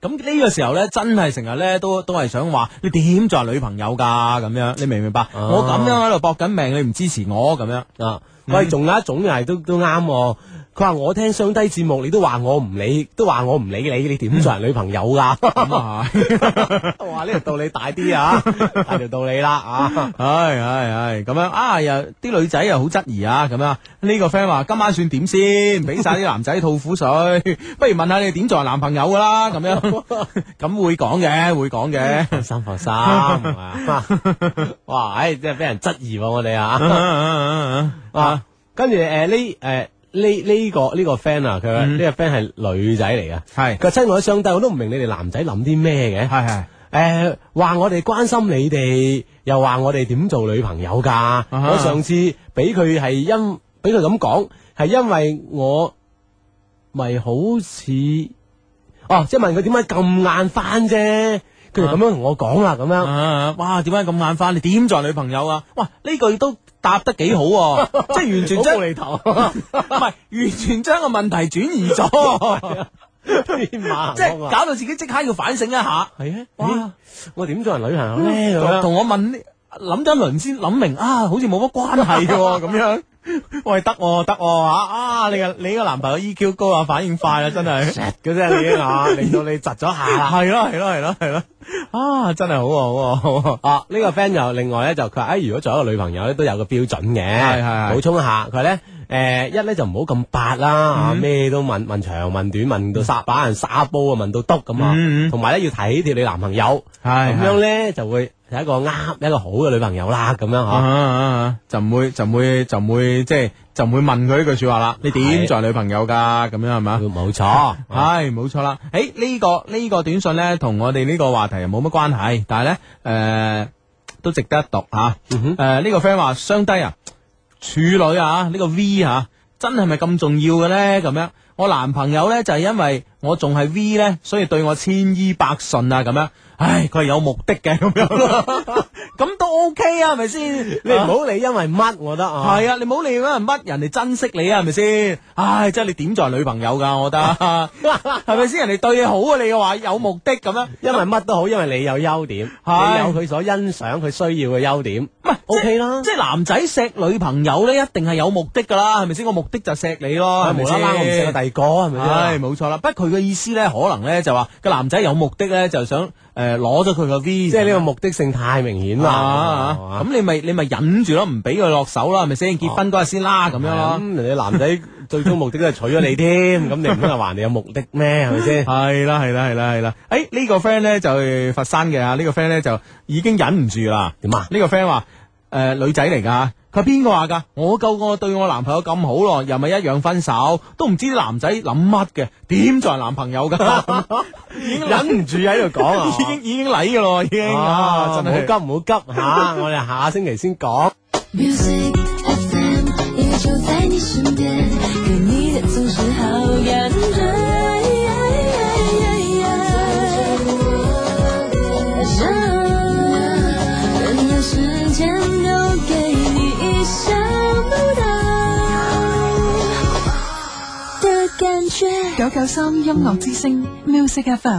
Speaker 2: 咁呢個時候咧，真係成日咧都都係想話你點做女朋友㗎咁樣，你明唔明白？我咁樣喺度搏緊命，你唔支持我咁樣。
Speaker 3: 啊！喂，仲有一種又係都都啱喎。佢話我聽雙低節目，你都話我唔理，都話我唔理你，你點做人女朋友㗎？
Speaker 2: 咁啊係
Speaker 3: 哇！呢條道理大啲啊， 大條道理啦啊！
Speaker 2: 唉唉唉，咁樣啊，又啲女仔又好質疑啊，咁樣呢、個 friend 話今晚算點先，俾晒啲男仔吐苦水， 不如問下你點做男朋友噶啦，咁 樣咁會講嘅，會講嘅。
Speaker 3: 放心放 心，啊哇！唉，真係俾人質疑喎，我哋啊
Speaker 2: 啊
Speaker 3: 啊！跟住誒呢誒。呢呢個呢個 friend 啊，佢話
Speaker 2: 嗯
Speaker 3: 呢個 friend 係女仔嚟嘅，
Speaker 2: 係
Speaker 3: 佢話親愛相低，我都唔明你哋男仔諗啲咩嘅。
Speaker 2: 係係
Speaker 3: 诶，呃话、我哋關心你哋，又話我哋點做女朋友㗎。
Speaker 2: 啊哈
Speaker 3: 我上次俾佢係因俾佢咁講，係因為我咪好似哦，即係問佢點解咁晏翻啫。佢就咁樣同我講啦，咁樣。
Speaker 2: 啊！哇，點解咁眼翻？你點做女朋友啊？哇，呢句都答得幾好、喎，即係完全將
Speaker 3: 好無厘
Speaker 2: 頭，唔 係完全將個問題轉移咗，
Speaker 3: 天馬
Speaker 2: 即係搞到自己即刻要反省一下。
Speaker 3: 系啊！
Speaker 2: 哇嗯
Speaker 3: 哇，我點做人旅行咧？咁
Speaker 2: 同
Speaker 3: 樣
Speaker 2: 同我問呢諗咗一輪先諗明啊，好似冇乜關係嘅 喎咁樣。喂，得喎得喎嚇啊！你個你個男朋友 EQ 高啊，反應快啊，真 係。
Speaker 3: 嗰啫，你啊，令到你窒咗下啦。
Speaker 2: 係咯係咯係咯係咯，啊真係好喎好喎好喎。
Speaker 3: 啊！呢、個 friend 就另外咧就佢話：，誒，如果做一個女朋友咧，都有個標準嘅。
Speaker 2: 係係係
Speaker 3: 補充一下，佢咧誒一咧就唔好咁白啦，啊咩都問問長問短，問到沙把人沙煲啊，問到篤咁啊
Speaker 2: 嗯嗯。
Speaker 3: 同埋咧要體貼你男朋友，
Speaker 2: 係
Speaker 3: 咁
Speaker 2: 係
Speaker 3: 樣咧就會係一個啱一個好嘅女朋友啦。咁樣
Speaker 2: 啊
Speaker 3: 嚇，
Speaker 2: 啊就唔會就唔會就唔會即係就唔會問佢呢句说話啦。你點做女朋友㗎？咁樣係嘛？
Speaker 3: 冇錯。啊
Speaker 2: 唉，冇錯啦。诶，呢個呢個短信咧，同我哋呢個話題冇乜關係，但係咧诶都值得一讀吓。
Speaker 3: 嗯哼
Speaker 2: 诶，呢個 friend 話相低啊，處女啊，呢個 V 啊，真係咪咁重要嘅咧？咁樣我男朋友咧就係因為我仲係 V 咧，所以對我千依百順啊，咁樣。唉，佢係有目的嘅咁樣， 咁都 OK 啊，係咪先？
Speaker 3: 你唔好理因為乜，我覺得 啊。
Speaker 2: 系啊，你唔好理乜人乜人哋珍惜你啊，系咪先？唉，真系你点做人女朋友噶？我觉得系咪先？人哋對你好啊，你又話有目的咁樣，
Speaker 3: 因為乜都好，因為你有優點，你
Speaker 2: 係
Speaker 3: 有佢所欣賞、佢需要嘅優點，唔 OK 啦。
Speaker 2: 即係男仔錫女朋友咧，一定係有目的噶啦，係咪先？個目的就錫你咯，啊係咪
Speaker 3: 啊無啦
Speaker 2: 先？
Speaker 3: 啦，我唔識個第二個，係咪先？
Speaker 2: 唉，冇錯啦。不過佢嘅意思咧，可能咧就話個男仔有目的咧，就想诶攞咗佢個 V，即
Speaker 3: 即係呢個目的性太明顯啦，
Speaker 2: 啊，咁你咪你咪忍住咯，唔俾佢落手啦，係咪先？結婚嗰日先啦，咁樣
Speaker 3: 咁樣
Speaker 2: 咯
Speaker 3: 咯。。咁人哋 男仔最終目的都係娶咗你添，咁你唔通係話你有目的咩？係咪先？
Speaker 2: 系啦，系啦，系啦，系啦。诶，呢個 friend 咧就係佛山嘅啊，呢個 friend 咧就已經忍唔住啦。
Speaker 3: 點 啊？
Speaker 2: 呢個 friend 話诶女仔嚟㗎，佢邊個話㗎？我夠我對我男朋友咁好咯，又咪一樣分手，都唔知啲男仔諗乜嘅，點做人男朋 友㗎？ 已經！
Speaker 3: 忍唔住喺度講啊
Speaker 2: 已經已經禮㗎咯，已經
Speaker 3: 啊，
Speaker 2: 啊，
Speaker 3: 真
Speaker 2: 真係
Speaker 3: 係唔好急，唔好急吓，我哋下星期先講。
Speaker 1: Music FM 也就在你身边，给你的总是好感觉。任由时间留给你意想不到的感觉。
Speaker 5: 九九三音樂之聲 Music FM。